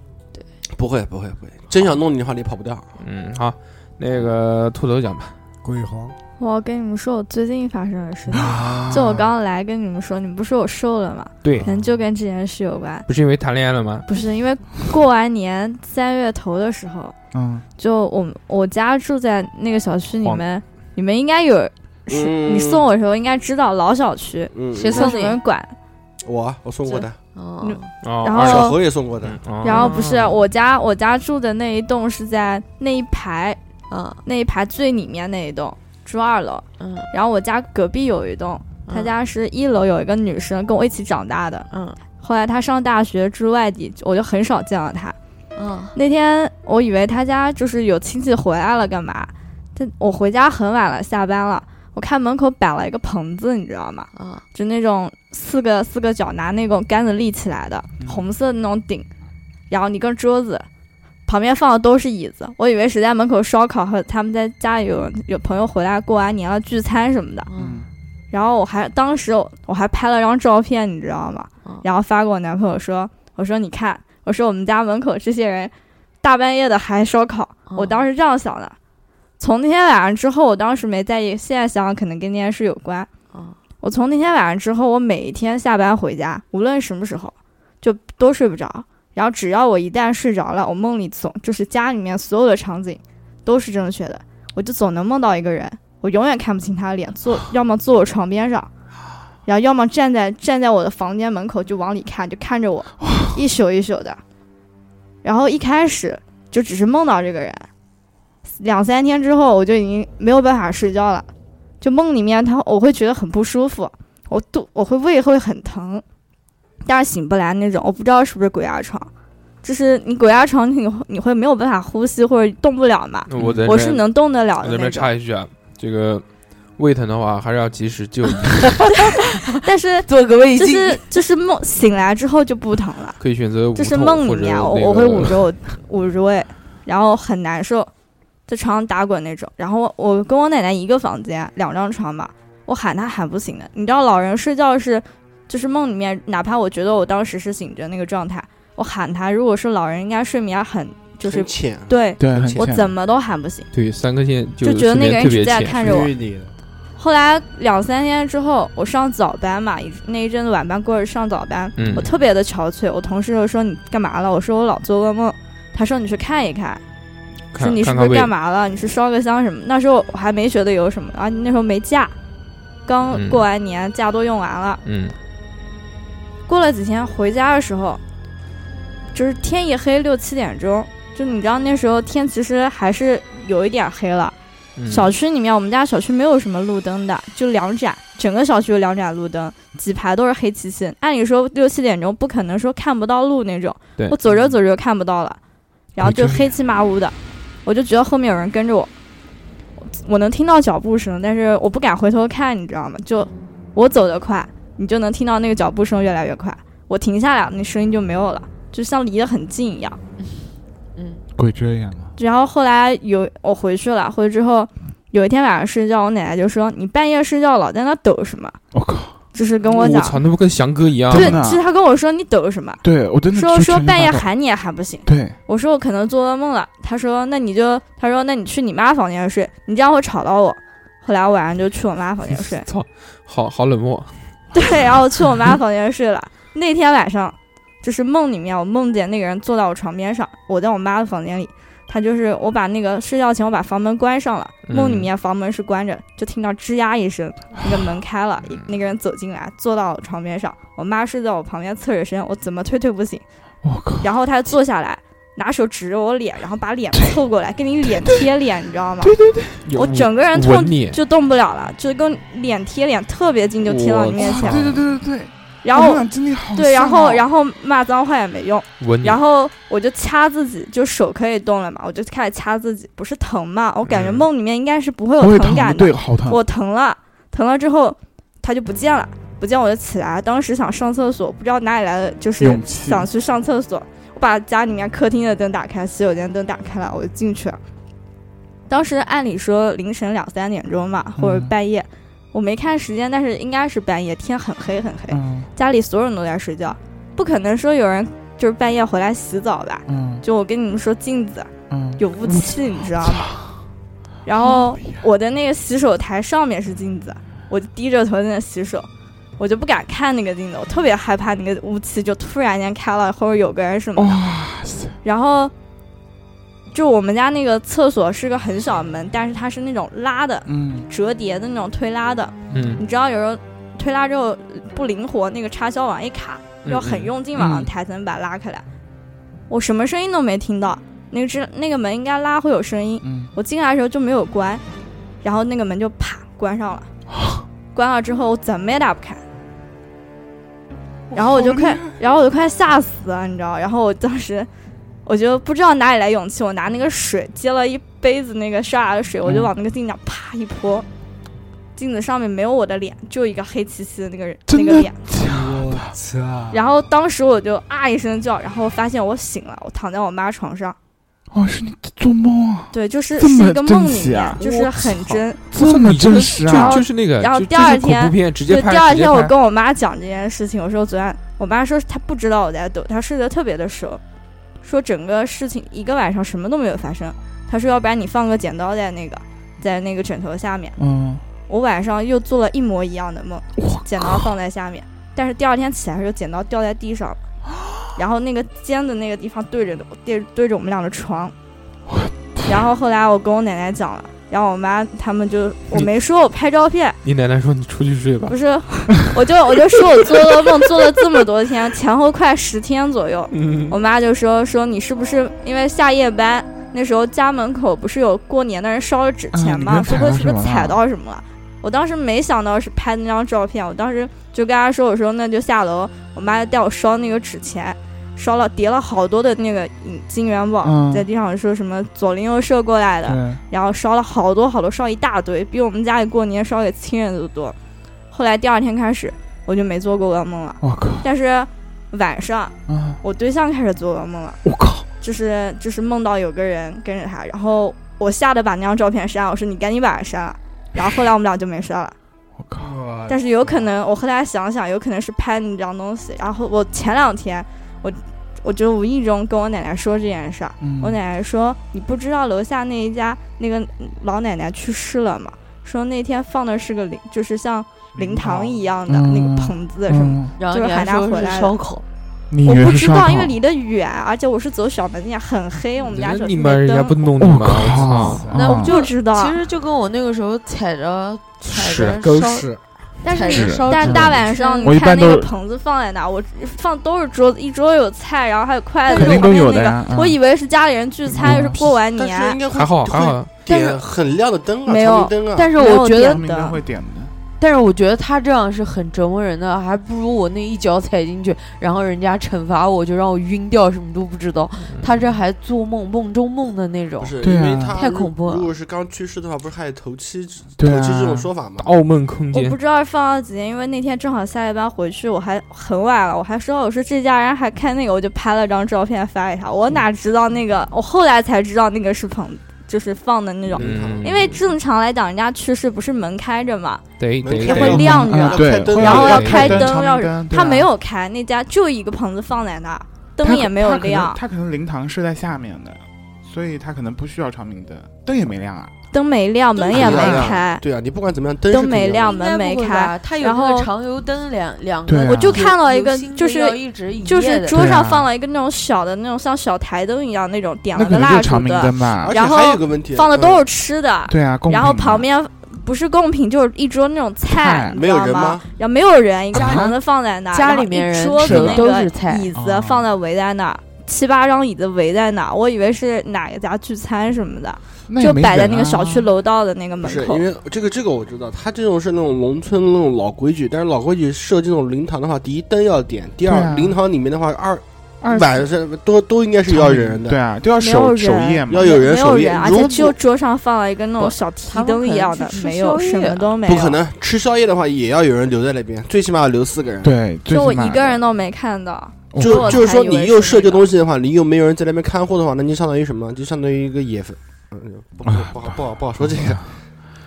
B: 不会不会不会，真想弄你的话，你跑不掉。
A: 嗯，好，那个秃头讲吧。
C: 鬼皇
F: 我跟你们说我最近发生的事情，
E: 啊
F: 就我刚刚来跟你们说，你们不是说我瘦了吗？
A: 对
F: 可，能就跟这件事有关。
A: 不是因为谈恋爱了吗？
F: 不是因为过完年三月头的时候，
E: 嗯，
F: 就我们我家住在那个小区里
A: 黄
F: 面，你们应该有，是
B: 嗯
F: 你送我的时候应该知道老小区，
B: 嗯，
G: 谁
F: 没
G: 送
F: 有
G: 你
F: 什么人管。
B: 我啊我送过的，
G: 哦，
F: 嗯
A: 哦，
F: 然
A: 二
F: 后
A: 手
B: 小何也送过的，
A: 嗯哦
F: 然后不是我家我家住的那一栋是在那一排
G: 嗯
F: 那一排最里面那一栋，住二楼。
G: 嗯，
F: 然后我家隔壁有一栋，他家是一楼有一个女生跟我一起长大的，
G: 嗯
F: 后来她上大学住外地，我就很少见到她。
G: 嗯
F: 那天我以为她家就是有亲戚回来了，干嘛？但我回家很晚了，下班了，我看门口摆了一个棚子，你知道吗？
G: 嗯
F: 就那种四个四个脚拿那种杆子立起来的
E: 嗯
F: 红色的那种顶，然后一个桌子，旁边放的都是椅子。我以为谁在门口烧烤和他们在家里有有朋友回来过完年了聚餐什么的。
G: 嗯
F: 然后我还当时我我还拍了张照片，你知道吗
G: 嗯？
F: 然后发给我男朋友说，我说你看，我说我们家门口这些人大半夜的还烧烤，
G: 嗯
F: 我当时这样想的。从那天晚上之后，我当时没在意，现在想想可能跟那件事有关。
G: 嗯
F: 我从那天晚上之后，我每一天下班回家，无论什么时候，就都睡不着。然后只要我一旦睡着了，我梦里总就是家里面所有的场景都是正确的，我就总能梦到一个人，我永远看不清他的脸，坐要么坐我床边上，然后要么站在站在我的房间门口就往里看，就看着我一宿一宿的。然后一开始就只是梦到这个人，两三天之后我就已经没有办法睡觉了，就梦里面他我会觉得很不舒服，我肚我会胃会很疼，但是醒不来那种，我不知道是不是鬼压床，就是你鬼压床你会你会没有办法呼吸或者动不了嘛，
A: 那我在
F: 嗯我
A: 这
F: 是
A: 边
F: 能动得了
A: 我在
F: 的
A: 这
F: 那
A: 边
F: 种，
A: 插一句啊，这个胃疼的话还是要及时
F: *laughs*
A: 就医，
F: 但是
G: 做个胃
F: 就
G: 镜，
F: 是就是梦醒来之后就不疼了。
A: 可以选择无
F: 这是
A: 痛
F: 梦
A: 或
F: 里
A: 者
F: 面，我
A: 那
F: 我会
A: 个
F: 捂着我 *laughs* 捂着胃，然后很难受，在床上打滚那种。然后我我跟我奶奶一个房间，两张床嘛，我喊她喊不醒的。你知道老人睡觉是，就是梦里面，哪怕我觉得我当时是醒着那个状态，我喊她，如果是老人，应该睡眠很就是
B: 很浅，
F: 对
E: 对，很
F: 我
E: 浅
F: 怎么都喊不醒，
A: 对三根线
F: 就觉得那个人
A: 特
F: 一直
A: 别
F: 在
A: 浅，
F: 看着我
C: 治。愈你的，
F: 后来两三天之后，我上早班嘛，一那一阵子晚班过着上早班，
A: 嗯
F: 我特别的憔悴。我同事就说你干嘛了？我说我老做噩梦。他说你去看一看，说
A: 看
F: 你是
A: 看
F: 不是
A: 看胃
F: 干嘛了？你是烧个香什么？那时候我还没觉得有什么啊，那时候没假，刚
A: 嗯
F: 过完年，假都用完了。
A: 嗯
F: 过了几天回家的时候，就是天一黑六七点钟，就你知道那时候天其实还是有一点黑了。
A: 嗯
F: 小区里面，我们家小区没有什么路灯的，就两盏，整个小区有两盏路灯，几排都是黑漆漆。按理说六七点钟不可能说看不到路那种
A: 对，嗯
F: 我走着走着就看不到了，然后就黑漆麻乌的，我就觉得后面有人跟着我，我能听到脚步声，但是我不敢回头看，你知道吗？就我走得快，你就能听到那个脚步声越来越快，我停下来，那声音就没有了，就像离得很近一样。
G: 嗯
E: 鬼遮眼了，
F: 然后后来有我回去了，回去之后有一天晚上睡觉，我奶奶就说：“你半夜睡觉老在那抖什么
E: 我靠！？”
F: 就是跟我讲，
A: 操，那不跟翔哥一样啊
F: 对
E: 真，的
F: 其实她跟我说你抖什么，
E: 对我真的
F: 说
E: 就
F: 说
E: 全身
F: 半夜
E: 发抖，
F: 喊你也喊不醒。
E: 对，
F: 我说我可能做噩梦了。她说：“那你就……她说那你去你妈房间睡，你这样会吵到我。”后来我晚上就去我妈房间睡
A: *laughs* ，操，好好冷漠，
E: *laughs*
F: 对，然后我去我妈房间睡了。那天晚上，就是梦里面，我梦见那个人坐到我床边上，我在我妈的房间里，他就是我把那个睡觉前我把房门关上了，
A: 嗯
F: 梦里面房门是关着，就听到吱呀一声，那个门开了，
E: 嗯
F: 一那个人走进来，坐到我床边上，我妈睡在我旁边侧着身，我怎么推推不醒，
E: 我靠，
F: 然后他坐下来。拿手指着我脸，然后把脸
E: *laughs*
F: 凑过来，跟你脸贴脸，你知道吗？我整个人痛
A: 吻你，
F: 就动不了了，就跟脸贴脸特别近，就贴到你面
A: 我
F: 前
A: 操。
E: 哦对对对对对，
F: 然后
E: 我俩经历好哦
F: 对，然后
E: 后
F: 然后骂脏话也没用，
A: 吻你，
F: 然后我就掐自己，就手可以动了嘛，我就开始掐自己，不是疼嘛，我感觉
A: 嗯
F: 梦里面应该是不会
E: 不
F: 有
E: 会
F: 疼
E: 疼
F: 感的，
E: 对，好疼，
F: 我疼了，疼了之后它就不见了，不见我就起来，当时想上厕所，不知道哪里来的就是
E: 勇气，
F: 想去上厕所，我把家里面客厅的灯打开，洗手间灯打开了，我就进去了。当时按理说凌晨两三点钟嘛，或者
E: 嗯
F: 半夜，我没看时间，但是应该是半夜，天很黑很黑。
E: 嗯
F: 家里所有人都在睡觉，不可能说有人就是半夜回来洗澡吧？
E: 嗯
F: 就我跟你们说，镜子
E: 嗯，
F: 有啊雾气，你知道吗？然后我的那个洗手台上面是镜子，我就低着头在那洗手，我就不敢看那个镜子，我特别害怕那个雾气就突然间开了，或者有个啊人什么
A: 哦
F: 的。
E: 哇塞，
F: 然后就我们家那个厕所是个很小的门，但是它是那种拉的
E: 嗯
F: 折叠的那种推拉的，
A: 嗯
F: 你知道有时候推拉之后不灵活，那个插销往一卡，
A: 嗯
F: 要很用劲往上抬才能把它拉开来。我什么声音都没听到，那个只那个门应该拉会有声音。
E: 嗯，
F: 我进来的时候就没有关，然后那个门就啪关上了。关了之后我怎么也打不开，然后我就快，然后我就快吓死了，你知道？然后我当时我就不知道哪里来勇气，我拿那个水接了一杯子那个刷牙的水，我就
E: 嗯
F: 往那个镜上啪一泼，镜子上面没有我的脸，就一个黑漆漆的那个人那
E: 真
F: 个
E: 的
F: 脸。
E: 假的？
C: 我操！
F: 然后当时我就啊一声叫，然后发现我醒了，我躺在我妈床上。
E: 哦，是你做梦啊，
F: 对，就是
E: 这
F: 是
E: 么
F: 一个梦里
E: 真实啊
F: 面，就是很真。
E: 这么真实啊！
A: 就就是那个，
F: 然后
A: 就
F: 第
A: 就
F: 二
A: 是恐
F: 天
A: 怖片直接
F: 对，
A: 拍，
F: 第二
A: 直接
F: 天我
A: 拍
F: 跟我妈讲这件事情，我说昨晚我妈说她不知道我在抖，她睡得特别的熟，说整个事情一个晚上什么都没有发生。她说要不然你放个剪刀在那个在那个枕头下面。
E: 嗯，
F: 我晚上又做了一模一样的梦
E: 我，
F: 剪刀放在下面，但是第二天起来的时候，剪刀掉在地上了，然后那个尖的那个地方对着对对着我们俩的床，然后后来我跟我奶奶讲了，然后我妈他们就我没说我拍照片，
A: 你奶奶说你出去睡吧
F: 不，是，我就我就说我做噩梦做了这么多天，前后快十天左右，
A: 嗯
F: 我妈就说说你是不是因为下夜班那时候家门口不是有过年的人烧纸
E: 啊
F: 钱
E: 你
F: 吗？
E: 被踩
F: 说会
E: 到
F: 是不
E: 什么
F: 是踩
E: 了
F: 到什么了？我当时没想到是拍那张照片，我当时就跟她说我说那就下楼，我妈就带我烧那个纸钱。烧了叠了好多的那个银金元宝，
E: 嗯
F: 在地上说什么左邻右舍过来的，
E: 对，
F: 然后烧了好多好多，烧一大堆，比我们家里过年烧给亲人都多。后来第二天开始，我就没做过噩梦了。
E: 我靠，
F: 但是晚上
E: 啊，
F: 我对象开始做噩梦了，
E: 我靠，
F: 就是就是梦到有个人跟着他，然后我吓得把那张照片删了，我说你赶紧把它删了。然后后来我们俩就没删了，
E: 我靠，
C: 哇
F: 但是有可能我后来想想，有可能是拍那张东西。然后我前两天我我就无意中跟我奶奶说这件事儿，
E: 嗯
F: 我奶奶说：“你不知道楼下那一家那个老奶奶去世了吗？说那天放的是个灵，就是像灵堂一样的
E: 嗯
F: 那个棚子什么。
E: 嗯，
G: 然后
F: 就是
G: 你还
F: 喊他
G: 说
F: 回
G: 是
F: 来了
G: 烧烤，
E: 你
F: 我
E: 以为
F: 不
E: 是
F: 知
E: 烧
F: 道，
E: 烤
F: 因为离得远，而且我是走小门店，很黑，我们家
A: 那
F: 走
A: 你
F: 是
A: 们
F: 没
A: 人家
F: 灯
A: 不。弄你
E: 我
A: 吗？
E: 靠，
A: 操
C: 哦
G: 那我
E: 啊
G: 就
F: 不知道，
G: 其实就跟我那个时候踩着踩
A: 屎
G: 着
C: 狗
G: 烧，
C: 屎，
F: 但
G: 踩
F: 是
G: 着
E: 是
G: 烧
F: 但
G: 纸
F: 是大晚上
E: 我
F: 你
E: 一
F: 看
E: 般
F: 那个
E: 都是
F: 棚子放在哪，我放都是桌子，一桌有菜，然后还有筷子，
E: 肯定
F: 旁边
E: 都有
F: 那
E: 的
F: 个
E: 呀嗯
F: 我以为是家里人聚餐，又是过完
B: 但是应
F: 年，
B: 该会
A: 还好还
B: 会
A: 好，
G: 但是
B: 点很亮的灯啊，
F: 没有
B: 长明灯啊。
G: 但是
F: 没有
G: 我觉
F: 点
G: 得
E: 他们应该会点的。
G: 但是我觉得他这样是很折磨人的，还不如我那一脚踩进去，然后人家惩罚我，就让我晕掉，什么都不知道。
A: 嗯
G: 他这还做梦，梦中梦的那种
B: 不。是，
E: 对
B: 因为
E: 啊
B: 他
G: 太恐怖了
B: 如果是刚去世的话，不是还有头七之头
E: 对啊
B: 七这种说法吗？
A: 盗梦空
F: 我
A: 间
F: 不，知道放了几天，因为那天正好下夜班回去，我还很晚了，我还说我说这家人还看那个，我就拍了张照片发给他。我哪知道那个，我后来才知道那个是捧，就是放的那种。
A: 嗯，
F: 因为正常来讲，人家去世不是门开着嘛，
A: 得
B: 门
A: 得
B: 开
F: 会
A: 得
E: 嗯
F: 亮着
E: 嗯对，
B: 对
E: 会
B: 然后
E: 有
A: 要
E: 的
A: 开
E: 灯
F: 灯
E: 长
F: 要
E: 明
F: 是
E: 灯对
F: 他
E: 啊
F: 没有开，那家就一个棚子放在那儿，
E: 他
F: 灯
E: 可
F: 也没有
E: 啊他可能
F: 亮，
E: 他可能灵堂是在下面的，所以他可能不需要长明灯，灯也没亮啊。
F: 灯没亮，门也没
B: 肯定亮
F: 开。
B: 对啊，你不管怎么样，灯
F: 灯
B: 是
F: 没
B: 肯定
F: 亮
B: 亮
F: 嘛
B: 的，
G: 应该不会吧，他有
F: 然
G: 那
F: 后
G: 个长油灯两两
E: 对
G: 个
E: 啊，
F: 我就看到一
G: 有
F: 个
G: 新，的
F: 就是
G: 要一直一
F: 就
G: 夜
F: 是
G: *laughs* 的
F: 桌
E: 对啊
F: 上放了一个那种小的那种像小台灯一样那种点
E: 那
F: 了
E: 可
F: 个
E: 能就
F: 蜡
E: 是
F: 烛
E: 长明
F: 的，
E: 灯吧。
B: 而且
F: 然后
B: 还有一个问题，
F: 放的都
B: 嗯
F: 是吃的，
E: 对啊，公
F: 然后
E: 平的
F: 旁边不是贡品就是一桌那种
E: 菜
F: 菜，你
B: 没
F: 知
B: 有
F: 道
B: 人吗？
F: 然后没有人，一个
E: 啊
F: 盘子放在那儿，
G: 家
F: 然后
G: 里面
F: 一
G: 人
F: 桌
E: 吃
F: 子
E: 的
F: 那
G: 都
F: 个
G: 是菜
F: 椅
E: 哦
F: 子放在围在那儿。七八张椅子围在那儿，我以为是哪个家聚餐什么的，
E: 那也
F: 就
E: 没
F: 摆在
E: 人
F: 那个
E: 啊
F: 小区楼道的那个
B: 不
F: 门
B: 是，
F: 口
B: 因。为这个这个我知道，他这种是那种农村那种老规矩，但是老规矩设这种灵堂的话，第一灯要点，第
E: 对
B: 二
E: 啊
B: 灵堂里面的话，二
E: 二
B: 晚上都都应该是要有人的，
E: 对啊，都要
F: 没有
E: 守
F: 人
E: 守夜嘛。
B: 要有人
F: 没有
B: 守夜
F: 人，。而
B: 如
F: 且
B: 果
F: 就桌上放了一个那
G: 不
F: 种小提
G: 他们
F: 灯
G: 可
F: 一
G: 能
F: 样
G: 去
F: 的，
G: 吃
F: 没有
G: 宵夜
F: 什么
G: 啊
F: 都没有。
B: 不可能吃宵夜的话，也要有人留在那边，最起码要留四个人。
E: 对，最
F: 就我
E: 起码
F: 一个人都没看到。
B: 就
F: 我
B: 就是
F: 还
B: 说，
F: 以为
B: 你
F: 是
B: 又设
F: 那
B: 这
F: 个
B: 东西的话，你又没有人在那边看护的话，那就相当于什么？就相当于一个野坟。嗯，不不不好不好不好说这
C: *laughs*
B: 个。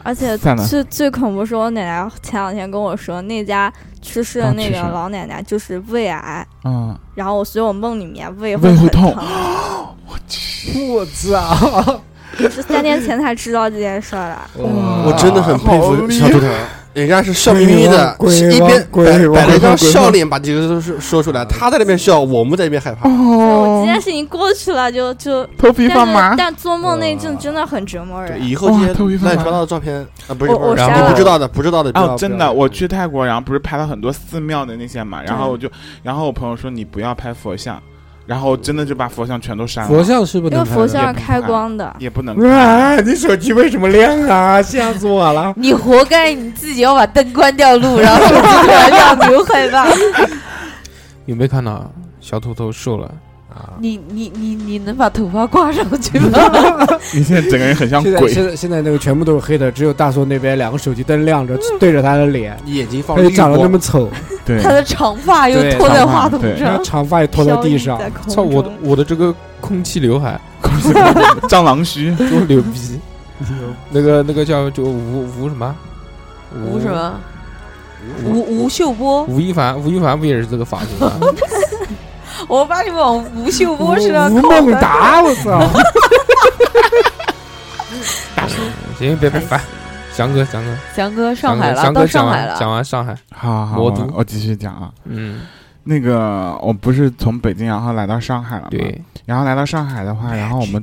F: 而且
E: 算了
F: 最最恐怖是我奶奶前两天跟我说，那家去世的
E: 啊
F: 那
E: 去
F: 个
E: 世了
F: 老奶奶就是胃癌，
E: 嗯，
F: 然后我所以我梦里面
E: 胃
F: 胃
E: 会
F: 很
E: 痛
F: 疼。 *laughs*
C: 我操！
F: 是三年前才知道这件事儿的。
E: 哇
B: 我真的很佩
E: 好
B: 服
E: 厉
B: 小
E: 害
B: 猪头，人家是笑眯眯的，
C: 鬼
B: 是一
C: 王
B: 边
C: 鬼
B: 摆
C: 王
B: 摆了一张
C: 鬼王
B: 笑脸，把这个都是说出来。他在那边笑，我们在那边害怕。
F: 我
E: 哦
F: 这，件事情过去了就，就
E: 头皮发
F: 但
E: 麻
F: 是。但做梦那一阵真的很折磨
B: 对，啊
F: 人。
B: 以后这些
E: 哇头皮发麻
B: 乱七八糟的照片啊，不是，
F: 我
B: 不
F: 我
B: 是
A: 然
F: 删
A: 后
B: 不知
F: 了，
B: 道的，不知道的，不要
E: 哦，真
B: 不要
E: 的，我去泰国，然后不是拍了很多寺庙的那些嘛，然后
F: 对
E: 我就，然后我朋友说你不要拍佛像，然后真的就把佛像全都删了，
C: 佛像是不
F: 因为
C: 能
F: 佛
C: 拍的
F: 像
C: *laughs*
F: 是开光的。
E: 也不能看，
C: 喂，你手机为什么亮啊？吓死我了！
G: 你活该，你自己要把灯关掉路，
F: *laughs*
G: 然后手机突然亮，你又害怕。
A: 有没有看到小土头瘦了？啊！
G: 你你你你能把头发挂上去吗？ *laughs*
E: 你现在整个人很像
C: 现在
E: 鬼，
C: 现在现在那个全部都是黑的，只有大叔那边两个手机灯亮着，对着他的脸，
B: 眼睛放
C: 他就长得那么丑，
E: 对
G: 他，的长发又
C: 对
G: 拖在
E: 长发
G: 话筒
E: 对
C: 然
G: 上
C: 后，长发也拖到地上，
A: 操我的我的这个空气刘
F: *laughs*
A: 海
E: 蟑螂须，
A: 多牛逼！那个那个叫就吴吴什么？
G: 吴什？么？吴吴秀波，
A: 吴亦凡，吴亦凡不也是这个发型
F: *laughs*
A: 吗？
G: 我把你往吴秀波身上
C: 吴
G: 靠
C: 孟
G: 的。
C: 达，我操！
A: 行，别别烦，翔哥，翔哥，
G: 翔哥上
A: 翔
G: 海
A: 哥，
G: 了，
A: 翔
G: 到
A: 哥
G: 上
A: 讲
G: 海
A: 完
G: 了，
A: 讲完上海，
E: *laughs* 好好，
A: 魔
E: 我
A: 都
E: 我继续讲啊。
A: 嗯，
E: 那个，我不是从北京然后来到上海了嘛？
A: 对，
E: 然后来到上海的话，然后我们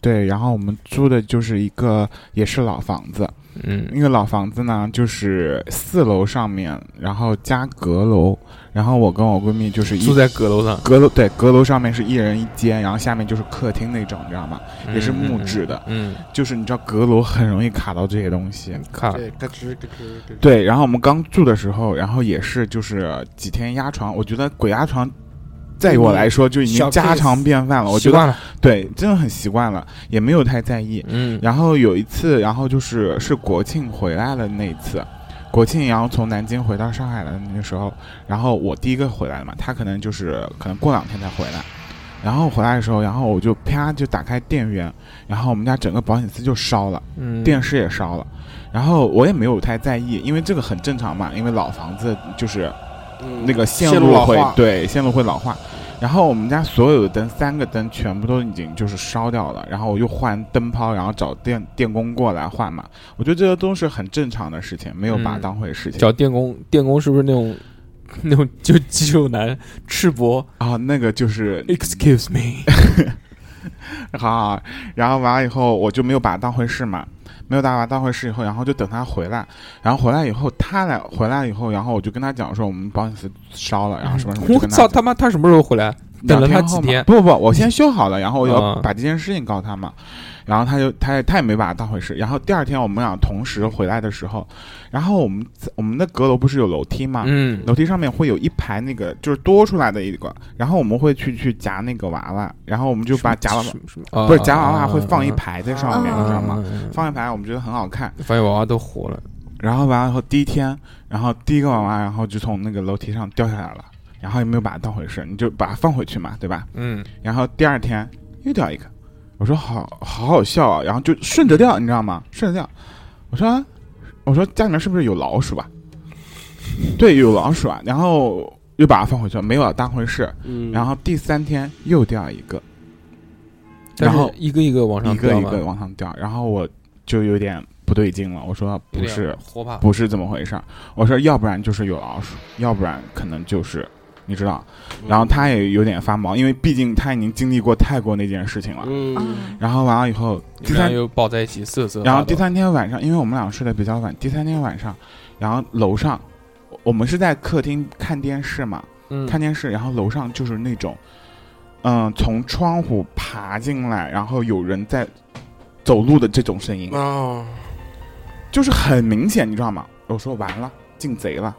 E: 对，然后我们租的就是一个也是老房子，
A: 嗯
E: 那个老房子呢，就是四楼上面，然后加阁楼，然后我跟我闺蜜就是一
A: 住在阁楼上，
E: 阁楼，对，阁楼上面是一人一间，然后下面就是客厅那种，你知道吗？也是木质的，
A: 嗯，
E: 就是你知道阁楼很容易卡到这些东西
A: 嗯，看
B: 对，咯吱咯吱咯吱。
E: 对，然后我们刚住的时候，然后也是就是几天压床，我觉得鬼压床，在我来说就已经
C: 小
E: 家
C: case
E: 常便饭了。我
A: 习
E: 觉得
A: 惯了，
E: 对，真的很习惯了，也没有太在意。
A: 嗯，
E: 然后有一次，然后就是是国庆回来了那一次，国庆然后从南京回到上海的那个时候，然后我第一个回来了嘛，他可能就是可能过两天才回来，然后回来的时候，然后我就啪就打开电源，然后我们家整个保险丝就烧了。
A: 嗯
E: 电视也烧了，然后我也没有太在意，因为这个很正常嘛，因为老房子就是那个线
B: 线路
E: 路
B: 老
E: 会
B: 化
E: 对线路会老化。然后我们家所有的灯，三个灯全部都已经就是烧掉了，然后我又换灯泡，然后找电电工过来换嘛。我觉得这都是很正常的事情，没有把它
A: 嗯
E: 当回事情。
A: 找电工，电工是不是那种那种就肌肉男赤膊
E: 啊，那个就是
A: ？Excuse me，
E: 好，然后完了以后，我就没有把它当回事嘛，没有把它当回事以后，然后就等他回来，然后回来以后，他来回来以后，然后我就跟他讲说我们保险丝烧了，然后什么什么，就
A: 我
E: 跟
A: *laughs*
E: 他
A: 操
E: 讲
A: 他妈，他什么时候回来？
E: 两
A: 等了他
E: 后
A: 几
E: 嘛
A: 天
E: 不不不，我先修好了，然后我要
A: 啊
E: 把这件事情告他嘛，然后他就他也他也没把它当回事，然后第二天我们俩同时回来的时候，然后我们我们的阁楼不是有楼梯嘛，
A: 嗯，
E: 楼梯上面会有一排那个就是多出来的一个，然后我们会去去夹那个娃娃，然后我们就把夹娃娃。
A: 啊
E: 不是夹娃娃会放一排在上面，
A: 啊
E: 你知道吗？
A: 嗯
E: 放一排我们觉得很好看。
A: 发现娃娃都活了，
E: 然后完了以后第一天，然后第一个娃娃，然后就从那个楼梯上掉下来了，然后也没有把它当回事，你就把它放回去嘛，对吧？
A: 嗯，
E: 然后第二天又掉一个，我说好好好笑啊，然后就顺着掉，你知道吗？顺着掉，我说啊我说家里面是不是有老鼠啊？对，有老鼠啊，然后又把它放回去了，没有当回事。
B: 嗯
E: 然后第三天又掉一个，
A: 但
E: 然
A: 是
E: 后
A: 一个一个往上
E: 一个
A: 掉
E: 一
A: 嘛
E: 个往上掉，然后我就有点不对劲了，我说
A: 有
E: 不
A: 点
E: 是
A: 活怕，
E: 不是这么回事儿，我说要不然就是有老鼠，要不然可能就是你知道，
B: 嗯
E: 然后他也有点发毛，因为毕竟他已经经历过泰国那件事情了。
B: 嗯，
E: 然后完了以后，
A: 你
E: 第
A: 们俩
E: 三，
A: 又抱在一起瑟瑟发抖，
E: 然后第三天晚上，因为我们俩睡得比较晚，第三天晚上，然后楼上，我我们是在客厅看电视嘛，
A: 嗯
E: 看电视，然后楼上就是那种，嗯，从窗户爬进来，然后有人在走路的这种声
A: 嗯
E: 音，
B: 哦，
E: 就是很明显，你知道吗？我说完了，进贼了。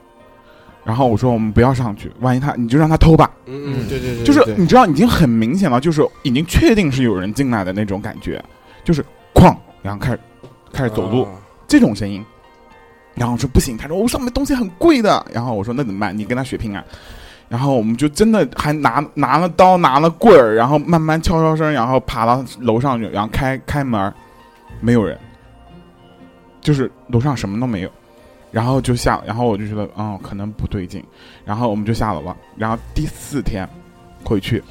E: 然后我说我们不要上去，万一他你就让他偷吧，
B: 嗯嗯，对对对，
E: 就是
B: 对
E: 你知道已经很明显了，就是已经确定是有人进来的那种感觉，就是哐，然后开始开始走路、，
B: 啊
E: 这种声音，然后我说不行，他说我、哦上面东西很贵的，然后我说那怎么办？你跟他血拼啊，然后我们就真的还拿拿了刀拿了棍儿，然后慢慢悄悄声，然后爬到楼上去，然后开开门儿，没有人，就是楼上什么都没有。然后就下，然后我就觉得，嗯，可能不对劲，然后我们就下楼了。然后第四天回去，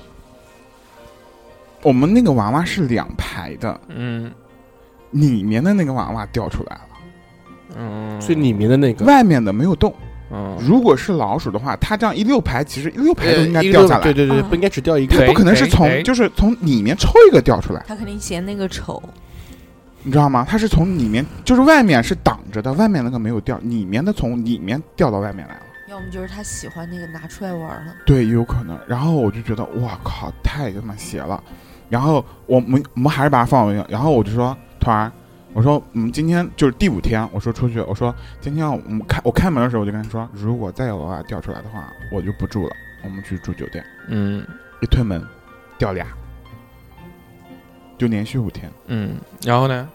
E: 我们那个娃娃是两排的，
A: 嗯
E: 里面的那个娃娃掉出来了，
A: 嗯，
B: 最里面的那个，
E: 外面的没有动。
A: 嗯，
E: 如果是老鼠的话，它这样一溜排，其实一溜排都应该
B: 呃一
E: 掉
B: 个
E: 下来
B: 对，对对，
G: 啊
B: 不应该只掉一
E: 它
B: 个，
E: 不可能是
A: 对
E: 从
A: 对
E: 就是从里面抽一个掉出来，
G: 他肯定嫌那个丑，
E: 你知道吗？它是从里面，就是外面是挡着的，外面那个没有掉，里面的从里面掉到外面来了。
G: 要么就是他喜欢那个拿出来玩了。
E: 对，有可能。然后我就觉得，哇靠，太他妈邪了。然后我们我们还是把它放回去。然后我就说，团儿，我说我们今天就是第五天，我说出去，我说今天我们开我开门的时候，我就跟他说，如果再有娃娃掉出来的话，我就不住了，我们去住酒店。
A: 嗯
E: 一推门，掉俩，就连续五天。
A: 嗯，然后呢？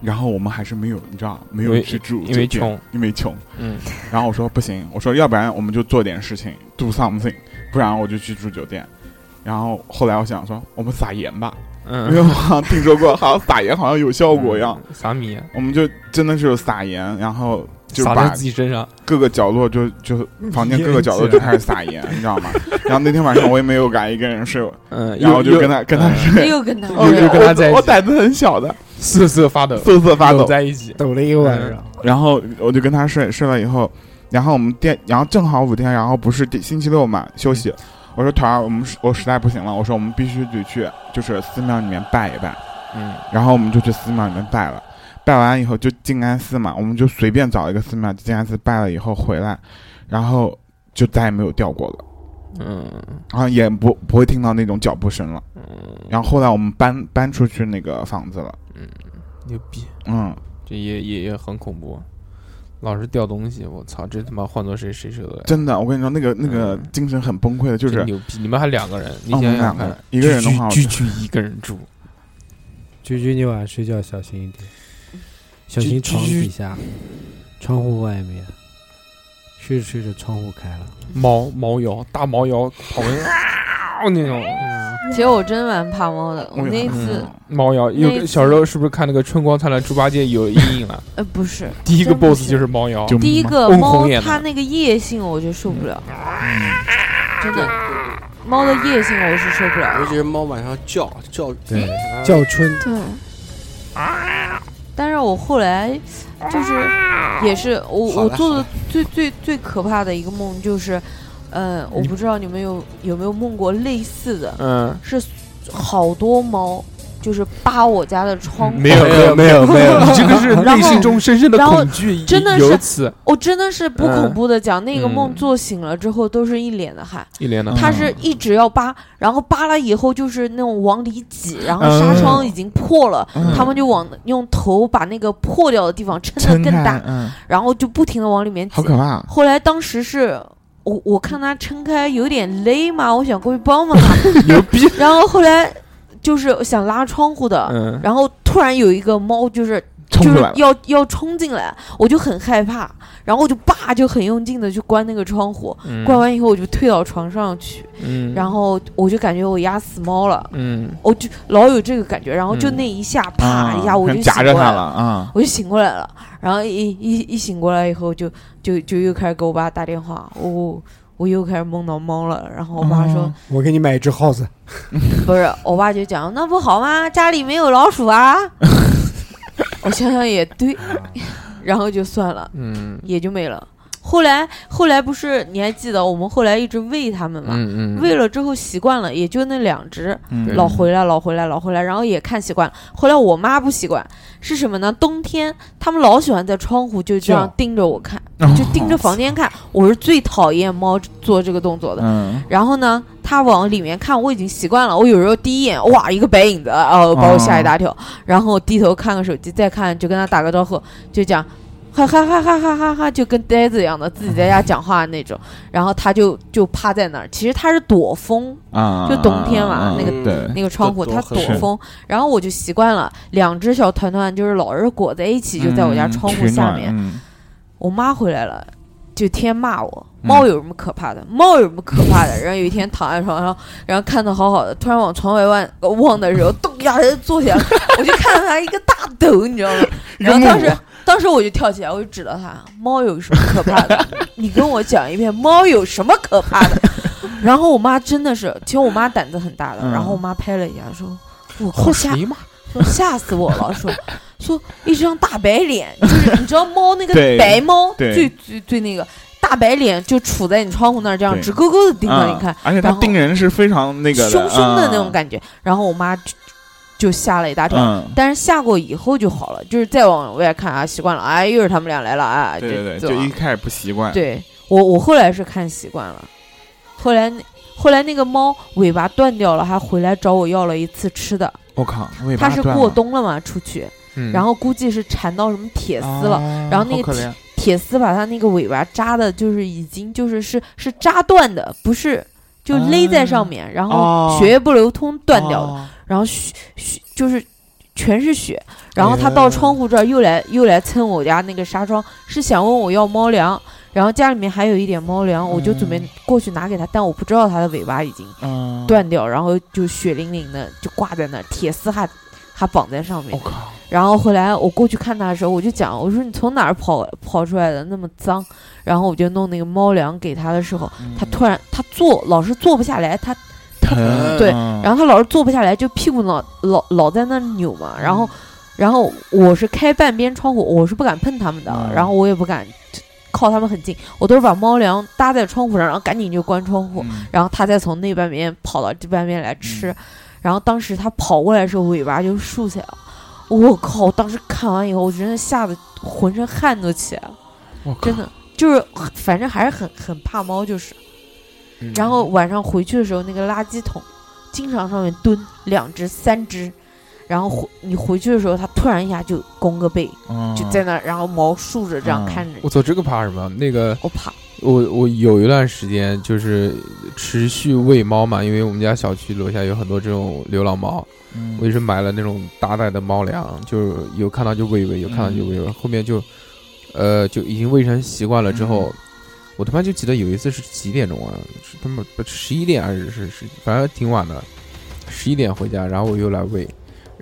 E: 然后我们还是没有，你知道，没
A: 因
E: 有
A: 为
E: 去住，
A: 因为
E: 酒店
A: 穷，
E: 因为穷。
A: 嗯，
E: 然后我说不行，我说要不然我们就做点事情，do something，不然我就去住酒店。然后后来我想说，我们撒盐吧，
A: 嗯，
E: 因为我好像听说过，好像撒盐好像有效果一样。
A: 嗯，撒米
E: 我们就真的是撒盐，然后就
A: 撒
E: 把
A: 在自己身上，
E: 各个角落就就房间各个角落就开始撒盐，你知道吗？然后那天晚上我也没有敢一个
A: *laughs*
E: 人睡，
A: 嗯，
E: 然后我
A: 又
E: 就跟他跟他睡，
G: 又 *laughs* 跟他
A: 又又跟他在一
E: *laughs*
A: 起
E: 我我胆子很小的，
A: 瑟瑟发抖，
E: 瑟瑟 *laughs* 发抖
A: 搂。在一起，
C: 抖了一个晚上，
E: 然后我就跟他睡，睡了以后，然后我们店，然后正好五天，然后不是第星期六嘛休息，我说团儿，我们实我实在不行了，我说我们必须得去，就是寺庙里面拜一拜，
A: 嗯
E: 然后我们就去寺庙里面拜了，拜完以后就静安寺嘛，我们就随便找一个寺庙，静安寺拜了以后回来，然后就再也没有掉过了。
A: 嗯
E: 然后也不不会听到那种脚步声了。
A: 嗯，
E: 然后后来我们搬搬出去那个房子了，
A: 牛逼，
E: 嗯，
A: 这也也也很恐怖，老是掉东西，我操，这他妈换做谁谁受得了？
E: 真的，我跟你说，那个那个
A: 嗯
E: 精神很崩溃的，就
A: 就是牛逼！你们还两个人，你
E: 嗯我
A: 想
E: 们
A: 想
E: 两
A: 看
E: 个，一个人的话，
A: 居居一个人住，
C: 菊菊，你晚上睡觉小心一点，小
A: 菊
C: 心床
A: 菊
C: 底下、窗户外面，睡着睡着窗户开了，
A: 猫猫妖大猫妖跑过去啊那种
G: 其实我真蛮怕猫的，我
E: 我嗯
G: 那
E: 也
G: 次
A: 猫妖，
G: 那一
A: 又
G: 次
A: 小时候是不是看那个《春光灿烂猪八戒》有阴影
G: *laughs*
A: 了？
G: 呃不是
A: 第一个
G: 真不
A: BOSS
G: 是
A: 就是猫妖，
E: 就
G: 第一个
A: 翁
G: 猫
A: 红眼，的
G: 它那个夜性我就受不了，真的，猫的夜性我是受不了
B: 尤
G: 的。
B: 其是猫晚上叫叫嗯
C: 对，叫春
F: 对，
G: 但是我后来就是也是我
B: 好
G: 我
B: 了
G: 做
B: 好
G: 的
B: 了
G: 最最最可怕的一个梦就是，呃，我不知道你们有有没有梦过类似的，
A: 嗯，
G: 是好多猫就是扒我家的窗户，
A: 没
G: *laughs*
A: 有
C: 没有没
E: *laughs*
C: 有没有
A: *laughs* 你这个是内心中深深的
G: 然后
A: 恐惧，
G: 真的是
A: 由此
G: 我哦真的是不恐怖的讲，那个梦
A: 嗯
G: 做醒了之后都是一脸的汗。
A: 一脸的
E: 嗯
G: 它是一直要扒，然后扒了以后就是那种往里挤，然后纱窗已经破了，
E: 嗯
G: 他们就往用头把那个破掉的地方撑
E: 撑
G: 得更
E: 开
G: 大，，
E: 嗯，
G: 然后就不停的往里面挤
E: 好。可怕，
G: 后来当时是我我看他撑开有点勒嘛，我想过去帮帮
E: *laughs*
G: 他，
A: 牛逼，
G: 然后后来就是想拉窗户的，
A: 嗯，
G: 然后突然有一个猫就是
E: 冲
G: 就
E: 出
G: 是
E: 来了，
G: 要要冲进来，我就很害怕，然后我就叭就很用劲的去关那个窗户，
A: 嗯
G: 关，完以后我就退到床上去，
A: 嗯，
G: 然后我就感觉我压死猫了，
A: 嗯，
G: 我就老有这个感觉，然后就
A: 嗯
G: 那一下啪一下
E: 啊
G: 我就
E: 夹
G: 醒
E: 着
G: 过
E: 它
G: 来
E: 了，啊，
G: 我就醒过来了，然后一一一醒过来以后就就就又开始给我爸打电话，我我又开始梦到猫了，然后我爸说、
E: 哦
C: 我给你买一只耗子，
G: 不是，我爸就讲那不好吗？家里没有老鼠啊。我想想也对， *laughs* 然后就算了，
A: 嗯，
G: 也就没了。后来后来不是你还记得我们后来一直喂它们嘛？
A: 嗯嗯，
G: 喂了之后习惯了，也就那两只，
E: 嗯
G: 老回来，老回来，老回来，然后也看习惯了。后来我妈不习惯，是什么呢？冬天他们老喜欢在窗户就这样
C: 叫
G: 盯着我看，就盯着房间看。我是最讨厌猫做这个动作的。
E: 嗯，
G: 然后呢，它往里面看，我已经习惯了。我有时候第一眼哇，一个白影子，哦，把我吓一大跳。然后低头看个手机，再看就跟他打个招呼，就讲。哈哈哈哈哈哈哈，就跟呆子一样的，自己在家讲话那种。然后它就就趴在那儿，其实它是躲风，
E: 啊，
G: 就冬天嘛
E: 啊
G: 那
B: 个
E: 对，
G: 那个窗户，
B: 躲
G: 它
B: 躲
G: 躲
E: 是
G: 风，然后我就习惯了，两只小团团就是老是裹在一起，就在我家
E: 嗯
G: 窗户
E: 取
G: 下
E: 暖
G: 面。
E: 嗯
G: 我妈回来了，就天骂我，
E: 嗯
G: 猫有什么可怕的？猫有什么可怕的？然后有一天躺在床上，然后看的好好的，突然往床外望望的时候，咚一下就坐起来了，我就看到它一个大头，你知道吗？然后当 *laughs* 时当时我就跳起来，我就指着它，猫有什么可怕的？ *laughs* 你跟我讲一遍，猫有什么可怕的？ *laughs* 然后我妈真的是，其实我妈胆子很大的，
E: 嗯
G: 然后我妈拍了一下说：“我靠，
A: 嚯，
G: 吓
A: 谁嘛？
G: 说吓死我了，说 *laughs* 说一张大白脸，就是你知道猫那个
E: 对
G: 白猫
E: 对
G: 最最最那个大白脸就杵在你窗户那儿，这样
E: 对
G: 直勾勾的盯着你
E: 啊
G: 看，
E: 而且它
G: 然后
E: 盯人是非常那个嗯
G: 凶凶的那种
E: 觉，
G: 感觉。然后我妈就就吓了一大跳，
E: 嗯，
G: 但是吓过以后就好了，就是再往外看啊，习惯了，哎，又是他们俩来了啊，
E: 对对对，
G: 就
E: 就一开始不习惯，
G: 对我我后来是看习惯了，后来那后来那个猫尾巴断掉了，还回来找我要了一次吃的，
E: 我靠，尾巴
G: 它是
E: 断
G: 过
E: 了
G: 冬了嘛，出去。
A: 嗯，
G: 然后估计是缠到什么铁丝了，
E: 啊
G: 然后那
E: 好
G: 个
E: 可
G: 铁
E: 怜
G: 铁丝把它那个尾巴扎的，就是已经就是是是扎断的，不是。就勒在上面，然
E: 啊哦
G: 后血液不流通断掉了，
E: 哦
G: 然后血血就是全是血，然后他
E: 哎
G: 到窗户这儿又来又来蹭我家那个纱窗，是想问我要猫粮，然后家里面还有一点猫粮，我就准备
E: 嗯
G: 过去拿给他，但我不知道他的尾巴已经
E: 嗯，
G: 断掉，然后就血淋淋的就挂在那儿，铁丝还还绑在上面
E: 我。靠，
G: 然后后来我过去看他的时候，我就讲，我说你从哪儿跑跑出来的那么脏？然后我就弄那个猫粮给他的时候，他
E: 嗯
G: 突然他坐老是坐不下来，他
E: 疼，
G: 对
E: 嗯
G: 然后他老是坐不下来，就屁股老老老在那扭嘛。
E: 嗯
G: 然后然后我是开半边窗户，我是不敢碰他们的，
E: 嗯
G: 然后我也不敢靠他们很近，我都是把猫粮搭在窗户上，然后赶紧就关窗户。
E: 嗯
G: 然后他再从那半边跑到这半边来吃。然后当时他跑过来的时候，尾巴就竖起来了。我靠！我当时看完以后，我真的吓得浑身汗都起来了，
E: 我靠
G: 真的就是很反正还是很很怕猫，就是。然后
E: 嗯
G: 晚上回去的时候，那个垃圾桶经常上面蹲两只、三只，然后回你回去的时候，它突然一下就弓个背，
E: 嗯
G: 就在那儿，然后毛竖着这样
E: 嗯
G: 看着你，
A: 我操，这个怕什么？那个
G: 我怕。
A: 我我有一段时间就是持续喂猫嘛，因为我们家小区楼下有很多这种流浪猫，
E: 嗯
A: 我也是买了那种大袋的猫粮，就是有看到就喂一喂，有看到就喂一喂，后面就呃就已经喂成习惯了之后。我他妈就记得有一次是几点钟啊？是他妈不十一点还是是是，反正挺晚的，十一点回家，然后我又来喂，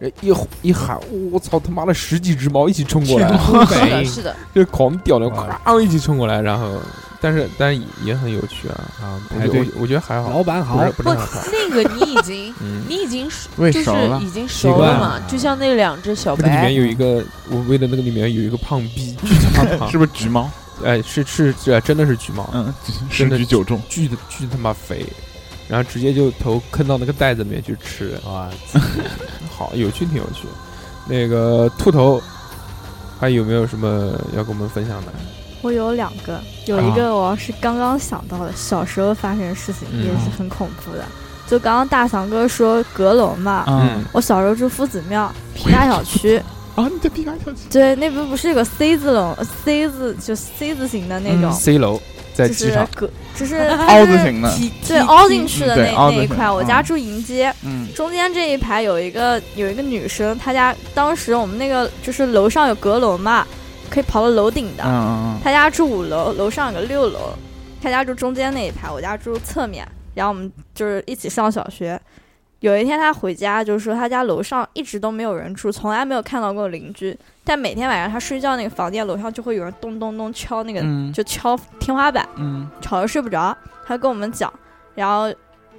A: 呃一吼一喊，我操他妈的十几只猫一起冲过来，
G: 是的，是的，
A: 就狂屌的，咵一起冲过来，然后，但是但是也很有趣啊啊！我
C: 排
A: 觉
C: 队
A: 我觉我觉得还好，
C: 老板
A: 不
C: 好
A: 是，不是
G: 不
A: 很好，
G: 那个你已经
A: 嗯，
G: 你已经熟
E: 喂
G: 就是
E: 熟了
G: 已经
C: 习
G: 熟
C: 惯
G: 了
C: 了
G: 嘛，就像那两只小
A: 那个里面
G: 白，
A: 有一个我喂的那个里面有一个胖逼，巨他妈胖，
E: 是不是橘猫？
A: 哎是是是真的是橘猫，
E: 嗯，
A: 真
E: 十
A: 的
E: 举九中，
A: 巨的巨他妈肥，然后直接就头坑到那个袋子里面去吃，
C: 哇，
A: *laughs* 好有趣挺有趣。那个兔头还有没有什么要跟我们分享的？
F: 我有两
E: 啊
F: 个，有一个我是刚刚想到的，小时候发生的事情
A: 嗯
F: 也是很恐怖的。就刚刚大翔哥说阁楼嘛，
E: 嗯
F: 我小时候住夫子庙皮大小
E: *laughs*
F: 区，
E: 啊，你在皮卡小区，
F: 对，那边不是有个 C 字楼，C 字就 C 字形的那种，
E: 嗯
A: C 楼在
F: 就
A: 机
F: 是
A: 场，
F: 阁，就是
E: *laughs* 凹字形的，
F: 对凹进去的
E: 嗯对
F: 那
E: 凹
F: 那
E: 进去
F: 一块。我家住迎街，
E: 嗯
F: 中间这一排有一个有一个女生，她家当时我们那个就是楼上有阁楼嘛，可以跑到楼顶的。
E: 嗯嗯
F: 他家住五楼，楼上有个六楼，他家住中间那一排，我家住侧面。然后我们就是一起上小学。有一天他回家，就是说他家楼上一直都没有人住，从来没有看到过邻居。但每天晚上他睡觉那个房间楼上就会有人咚咚咚敲那个，
E: 嗯
F: 就敲天花板，
E: 嗯
F: 吵得睡不着。他跟我们讲，然后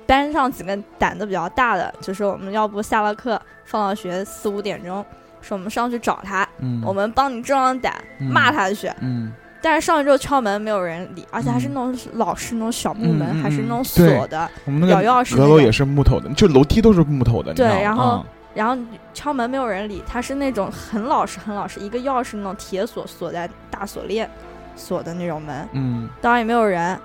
F: 班上几个胆子比较大的，就说我们要不下了课，放了学四五点钟，说我们上去找他，
E: 嗯，
F: 我们帮你壮壮胆，
E: 嗯
F: 骂他去。
E: 嗯
F: 但是上去之后敲门没有人理，而且还是那种老式那种小木门，
E: 嗯嗯
F: 还是那种
E: 嗯
F: 锁的。
E: 我们那
F: 咬钥
E: 个
F: 匙
E: 阁
F: 那
E: 楼
F: 种
E: 也是木头的，就楼梯都是木头的，你知
F: 对
E: 道吗
F: 然后
E: 嗯
F: 然后敲门没有人理，它是那种很老式、很老式，一个钥匙那种铁锁锁在大锁链锁的那种门，
E: 嗯
F: 当然也没有人，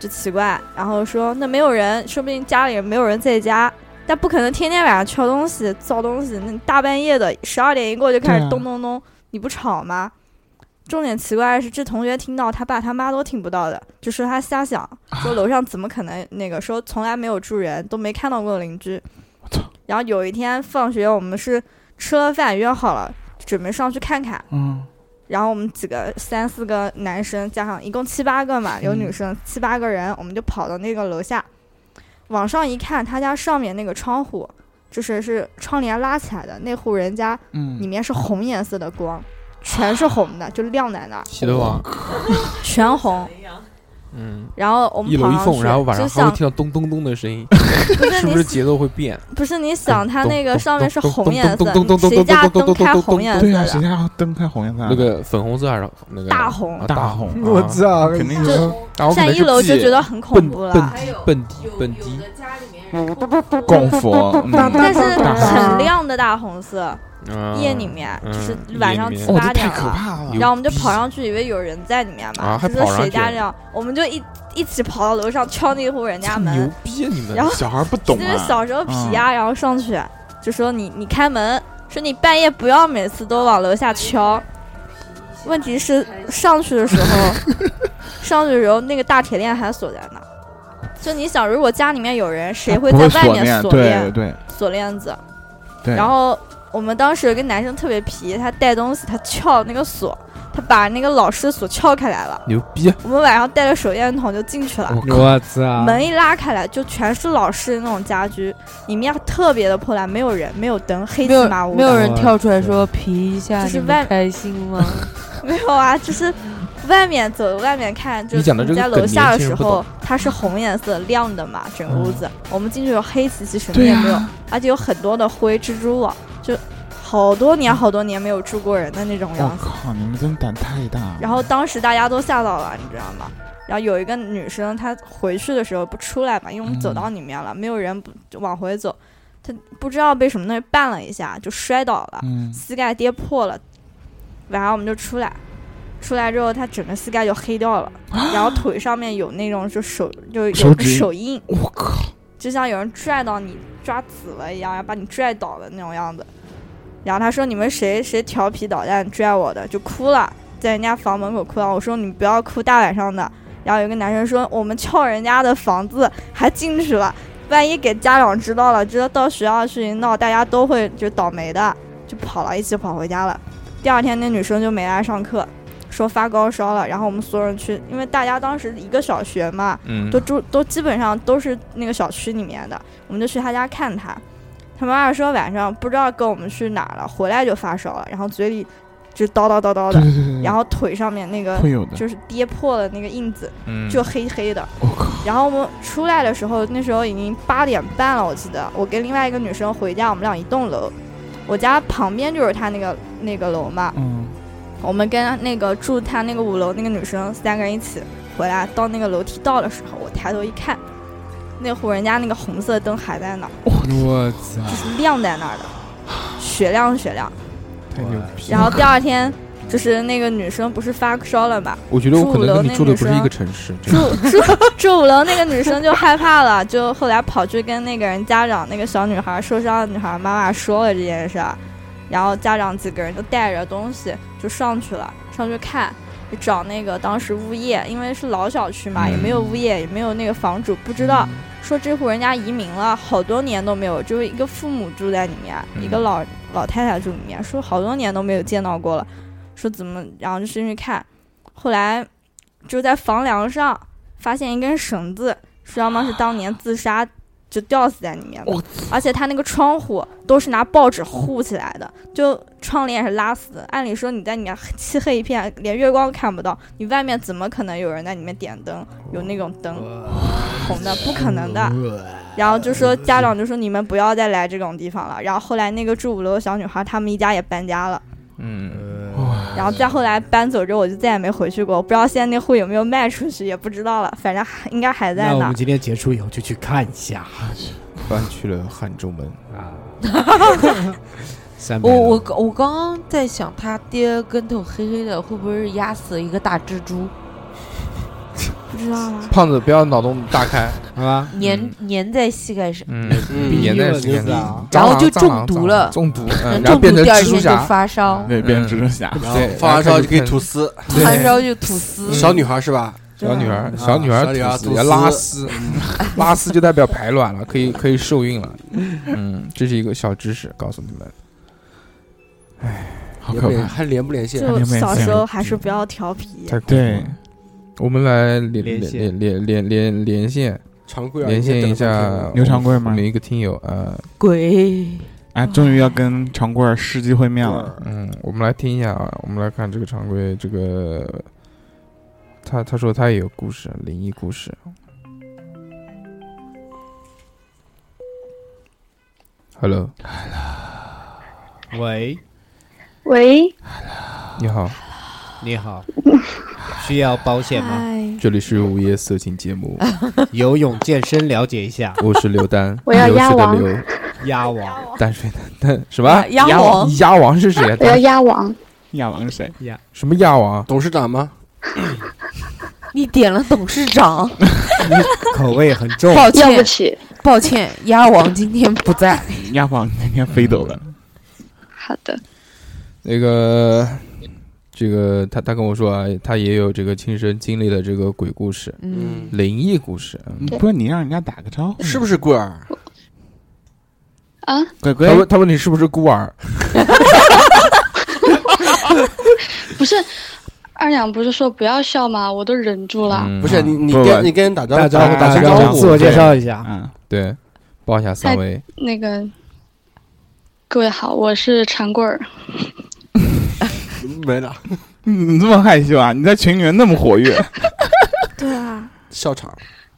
F: 就奇怪。然后说那没有人，说不定家里没有人在家。但不可能天天晚上敲东西、造东西，那大半夜的，十二点一过就开
E: 对
F: 始
E: 啊
F: 咚咚咚，你不吵吗？重点奇怪的是，这同学听到他爸他妈都听不到的，就说他
E: *laughs*
F: 瞎想，说楼上怎么可能那个说从来没有住人，都没看到过邻
E: *laughs*
F: 居
E: 操。
F: 然后有一天放学，我们是吃了饭约好了，准备上去看看。
E: 嗯
F: 然后我们几个三四个男生加上一共七八个
A: 嗯
F: 嘛，有女生七八个人，我们就跑到那个楼下，往上一看，他家上面那个窗户就是是窗帘拉起来的，那户人家里
E: 嗯，
F: 面是红颜色的光，全是红的，就亮在那儿，
A: 喜德网，
F: 全红。
A: 嗯。
F: 然后我们
A: 一楼
F: 跑
A: 一
F: 上
A: 缝，
F: 去
A: 然后晚上
F: 就
A: 还会
F: 想
A: 听到咚咚咚的声音，
F: 不
A: *laughs*
F: 是
A: 是
F: 你
A: 不是节奏会变？
F: 不是你想它那个上面是红颜色
A: 咚咚，咚咚咚
F: 谁
A: 咚
F: 家
A: 咚
F: 灯
A: 咚咚咚
F: 开
A: 咚啊
F: 红颜色
E: 对呀，谁
F: 的？
E: 家灯开红颜色啊？
A: 那个粉红色还是那个
F: 大红
A: 啊
E: 大
A: 大
E: 红
A: 红？
C: 我
A: 啊，
C: 操，
E: 肯定
F: 就是
A: 然后可
F: 站
A: 能
F: 一楼就觉得很恐
A: 蹦
F: 怖
A: 蹦
F: 了。
A: 迪蹦迪蹦
G: 有
A: 迪，
G: 的家里面人供
E: 供佛，
F: *laughs*
E: 嗯
F: 但是
E: 大
F: 很亮的大红色，
A: 嗯
F: 夜里面
A: 嗯
F: 就是晚上
A: 夜里
F: 七
A: 面
E: 哦，
F: 八
E: 这
F: 点
E: 太可
F: 了。
E: 怕了
A: 有，
F: 然后我们就跑上去，以为有人在里面
A: 啊
F: 嘛，
A: 还
F: 就说
A: 跑上
F: 谁家
A: 去
F: 这样，我们就一一起跑到楼上敲那户人家
A: 牛
F: 门，
A: 逼啊你们！
F: 然后
E: 小孩不
F: 就
E: 懂
F: 是
E: 啊，
F: 小时候皮啊，然后上去就说你你开门，说你半夜不要每次都往楼下敲。问
E: *laughs*
F: 题是上去的时候，上去的时候那个大铁链还锁在那儿，就你想，如果家里面有人，谁
E: 它
F: 会
E: 不
F: 在
E: 会
F: 外面
E: 链？
F: 锁
E: 对对
F: 锁链子？
E: 对。
F: 然后我们当时有一个男生特别皮，他带东西，他撬那个锁，他把那个老师的锁撬开来了。
A: 牛逼！啊
F: 我们晚上带着手电筒就进
G: 啊
F: 去了，
C: 我操！
F: 门一拉开来就全是老式的那种家居，里面特别的破烂，没有人，没有灯，黑
G: 没
F: 漆
G: 有
F: 麻乌
G: 没有
F: 的。
G: 人跳出来说皮一下，
F: 就是
G: 你们
F: 外
G: 开心吗？
F: *laughs* 没有啊，就是外面走外面看，就
A: 你
F: 是
A: 讲
F: 我
A: 的
F: 们
A: 这个
F: 家
A: 梗
F: 楼下的
A: 年轻
F: 时
A: 人不嗯
F: 候，它是红颜色亮的嘛，整个屋子。我们进去有黑漆漆，什么
E: 对
F: 也
E: 呀
F: 没有，而且有很多的灰蜘蛛网，就好多年好多年没有住过人的那种样
E: 我
F: 子。
E: 靠，你们真胆太大了。
F: 然后当时大家都吓到了，你知道吗？然后有一个女生，她回去的时候不出来嘛，因为我们走到里面
E: 嗯
F: 了，没有人不就往回走，她不知道被什么东西绊了一下，就摔倒了，
E: 嗯，
F: 膝盖跌破了。晚上我们就出来，出来之后她整个膝盖就黑
E: *gasps*
F: 掉了，然后腿上面有那种就手就有
E: 手
F: 个
E: 指印
F: 手印，
E: 我靠，
F: 就像有人拽到你抓紫了一样，要把你拽倒的那种样子。然后他说：“你们谁谁调皮捣蛋拽我的，就哭了，在人家房门口哭了。”我说：“你不要哭，大晚上的。”然后有一个男生说：“我们撬人家的房子还进去了，万一给家长知道了，知道到学校去一闹，大家都会就倒霉的，就跑了，一起跑回家了。”第二天那女生就没来上课，说发高烧了。然后我们所有人去，因为大家当时一个小学嘛，
A: 嗯
F: 都住都基本上都是那个小区里面的，我们就去他家看他。他妈妈说晚上不知道跟我们去哪儿了，回来就发烧了，然后嘴里就叨叨叨叨
E: 对
F: 的，
E: 对对对，
F: 然
E: 后
F: 后腿上面那个
E: 会有的。
F: 就是跌破了那个印子，
A: 嗯
F: 就黑黑的。
E: 我靠，
F: 然后我们出来的时候，那时候已经八点半了，我记得我跟另外一个女生回家，我们俩一栋楼，我家旁边就是她那个那个楼嘛，
E: 嗯，
F: 我们跟那个住他那个五楼那个女生三个人一起回来，到那个楼梯道的时候，我抬头一看，那户人家那个红色灯还在那儿，
C: 我操！
F: 就是亮在那儿的，雪亮雪亮。
E: 太牛逼
F: 然后第二天就是那个女生不是发烧了嘛，
A: 我觉得我可能跟你住的不是一个城市，真的
F: 住五楼那个女生就害怕了，就后来跑去跟那个人家长，那个小女孩受伤的女孩妈妈说了这件事儿，然后家长几个人就带着东西就上去了，上去看，就找那个当时物业，因为是老小区嘛，
A: 嗯
F: 也没有物业，也没有那个房主，不知道说这户人家移民了，好多年都没有，就是一个父母住在里面，
A: 嗯
F: 一个老老太太住里面，说好多年都没有见到过了，说怎么，然后就进去看，后来就在房梁上发现一根绳子，说要么是当年自杀就吊死在里面了，而且他那个窗户都是拿报纸糊起来的，就窗帘也是拉死的。按理说你在里面漆黑一片，连月光看不到，你外面怎么可能有人在里面点灯？有那种灯红的，不可能
C: 嗯
F: 的。然后就说家长就说你们不要再来这种地方了。然后后来那个住五楼的小女孩，他们一家也搬家了。
G: *laughs*
A: 嗯，
C: 呃
F: 然后再后来搬走之后，我就再也没回去过。我不知道现在那户有没有卖出去，也不知道了。反正还应该还在
C: 那我
F: 那儿
C: 们。今天结束以后就去看一下
A: 搬去了汉中门，
C: 啊。三百
G: 我
C: 楼
G: 我我刚刚在想，他爹跟头黑黑的，会不会是压死了一个大蜘蛛，
F: 不知道啊，
A: 胖子不要脑洞大开，
C: 啊，
G: 粘粘在膝盖上？
A: 嗯，
B: 嗯
A: 粘在
C: 逼
A: 身
C: 我
A: 上
C: 啊，
G: 然后就
A: 蟑螂蟑
G: 中毒
A: 螂
G: 了
A: 中毒，嗯，然
G: 中
A: 后变
G: 毒
A: 成
G: 第二
A: 蜘蛛
G: 天就
A: 侠，
G: 发烧，
E: 对，变成蜘蛛侠，
B: 然后
A: 对
B: 放完烧就可以吐
A: 丝，
B: 丝，
A: 对
G: 发烧就吐
E: 嗯
G: 丝。
B: 小女孩是吧？
A: 小女孩，
G: 嗯
A: 小女
B: 小女
A: 孩
B: 孩
A: 吐
B: 吐
A: 丝要
B: 丝
A: 拉丝，
B: 嗯
A: 拉丝就代表排卵了，可以可以受孕了，嗯，这是一个小知识，告诉你们，
E: 好
B: 连不
E: 可
B: 连
E: 怕。
B: 还连不连线？
F: 就
E: 明白
F: 小
E: 明白
F: 时候还是不要调皮。
A: 太恐怖
E: 对
A: 了。嗯我们来连
C: 连
A: 连
C: 线
A: 连连连连线
B: 常规啊
A: 连线一下
E: 牛长贵
A: 我
E: 吗
A: 们一个听友啊，
G: 鬼，
E: 哎，终于要跟长贵儿世纪会面了。
A: 嗯，我们来听一下啊，我们来看这个常规这个，他他说他也有故事，灵异故事。Hello，
C: 喂，
I: 喂，
A: 你好，
C: 你好，需要保险吗？
F: 哎，
A: 这里是午夜色情节目，
C: 游泳健身了解一下，
A: 我是刘丹，
I: *laughs* 我要
A: 流
I: 鸭
A: 水的
I: 王
A: 流，
C: 鸭王
A: 淡水的淡，什么
G: 鸭鸭王
A: 鸭王是谁啊
I: *laughs* *laughs* 我？要鸭王，
E: 亚王是谁？
A: 什么鸭王？
B: 董事长吗？
G: 你点了董事长，
C: 口味很
G: *laughs*
C: 重，
G: 抱
I: 要不
G: 歉
I: 起。
G: 抱歉，鸭王今天不在。
E: 亚王那天飞走了。
I: 好的，
A: 那个这个他他跟我说啊，他也有这个亲身经历的这个鬼故事、
G: 嗯，
A: 灵异故事。嗯
E: 不是你让人家打个招呼，
B: 是不是棍儿？
I: 啊，
E: 鬼鬼
A: 他问他问你是不是孤儿？
I: 不是，二两不是说不要笑吗？我都忍住了。
A: 嗯
B: 不是你你
E: 不
B: 跟你跟人打招
C: 打
B: 呼
C: 招呼，
B: 打
C: 打
B: 声
C: 招
B: 招
C: 呼，自我介
B: 对
C: 绍一下。
E: 嗯，
A: 对，报一下三维。
I: 那个，各位好，我是长棍儿。
B: 没了，
E: 你你这么害羞啊？你在群里面那么活跃，
F: 对啊，
B: 笑场。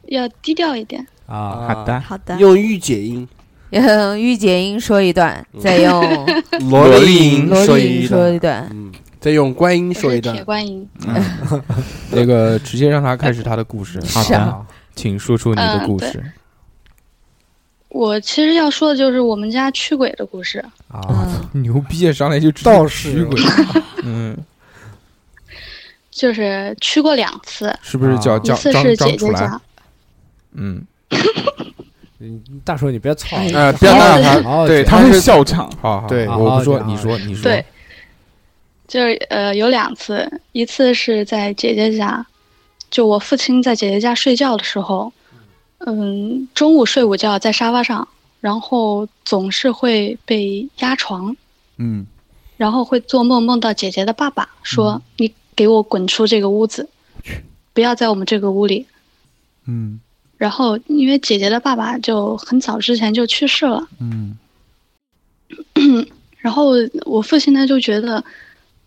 I: 要低调一点，
C: 啊，
E: 好的，
F: 好的，
B: 用御姐音，
G: 用御姐音说一段，再用
B: 萝
E: 莉音
G: 萝
B: 说
G: 莉
B: 一
G: 音说
B: 段，
G: 一段。
B: 嗯，再用观音
I: 我
B: 说一
I: 是
B: 段
I: 铁。观音。
E: 嗯，
A: 那个直接让他开始他的故事。
E: 好
G: 是
E: 的
G: 啊，
A: 请说出你的故事。
I: 嗯我其实要说的就是我们家驱鬼的故事。
C: 啊
G: 嗯，
A: 牛逼，上来就知
C: 道
A: 驱
C: 士
A: 鬼。嗯，
I: 就是驱过两次，
A: 是不是叫
C: 啊
I: 一
A: 张
I: 次
A: 张
I: 是
A: 张
I: 姐
A: 楚
I: 姐
A: 岚？
I: 家，
A: 嗯，
C: 大叔你别吵了，
B: 呃，不要打扰他，
C: 好
E: 对，他会笑场。
A: 好好，
B: 对
A: 我不说，
C: 好好
A: 你说，你说。
I: 对，就是呃有两次，一次是在姐姐家，就我父亲在姐姐家睡觉的时候，嗯，中午睡午觉在沙发上，然后总是会被压床，
E: 嗯
I: 然后会做梦梦到姐姐的爸爸说：“你给我滚出这个屋子，不要在我们这个屋里。”
E: 嗯
I: 然后因为姐姐的爸爸就很早之前就去世了，
E: 嗯
I: 然后我父亲呢就觉得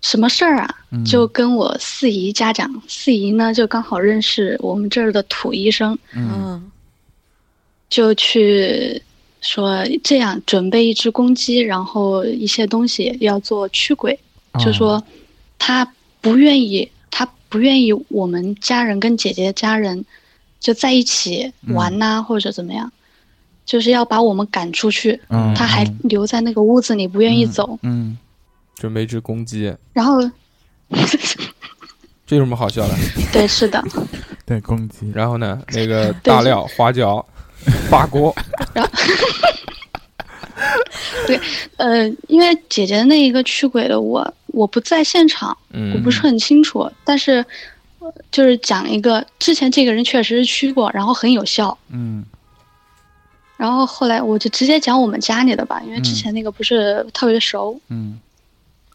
I: 什么事儿啊，
E: 嗯，
I: 就跟我四姨家长，四姨呢就刚好认识我们这儿的土医生，
E: 嗯
G: 嗯，
I: 就去说这样准备一只公鸡，然后一些东西要做驱鬼，就
E: 哦
I: 说他不愿意，他不愿意我们家人跟姐姐家人就在一起
E: 嗯
I: 玩呐、或者怎么样，就是要把我们赶出去。
E: 嗯
I: 他还留在那个屋子里，不愿意走。
E: 嗯，
A: 准备一只公鸡，
I: 然后，
A: 这有什么好笑
I: *laughs*
A: 的？
I: 对，是的，
E: 对，公鸡，
A: 然后呢，那个大料、花椒、法国，
I: 呃，因为姐姐那一个驱鬼的我，我不在现场，
A: 嗯，
I: 我不是很清楚，但是。呃就是讲一个之前这个人确实是驱过，然后很有效，
E: *laughs* 嗯
I: 然后后来我就直接讲我们家里的吧，因为之前那个不是特别熟。
E: 嗯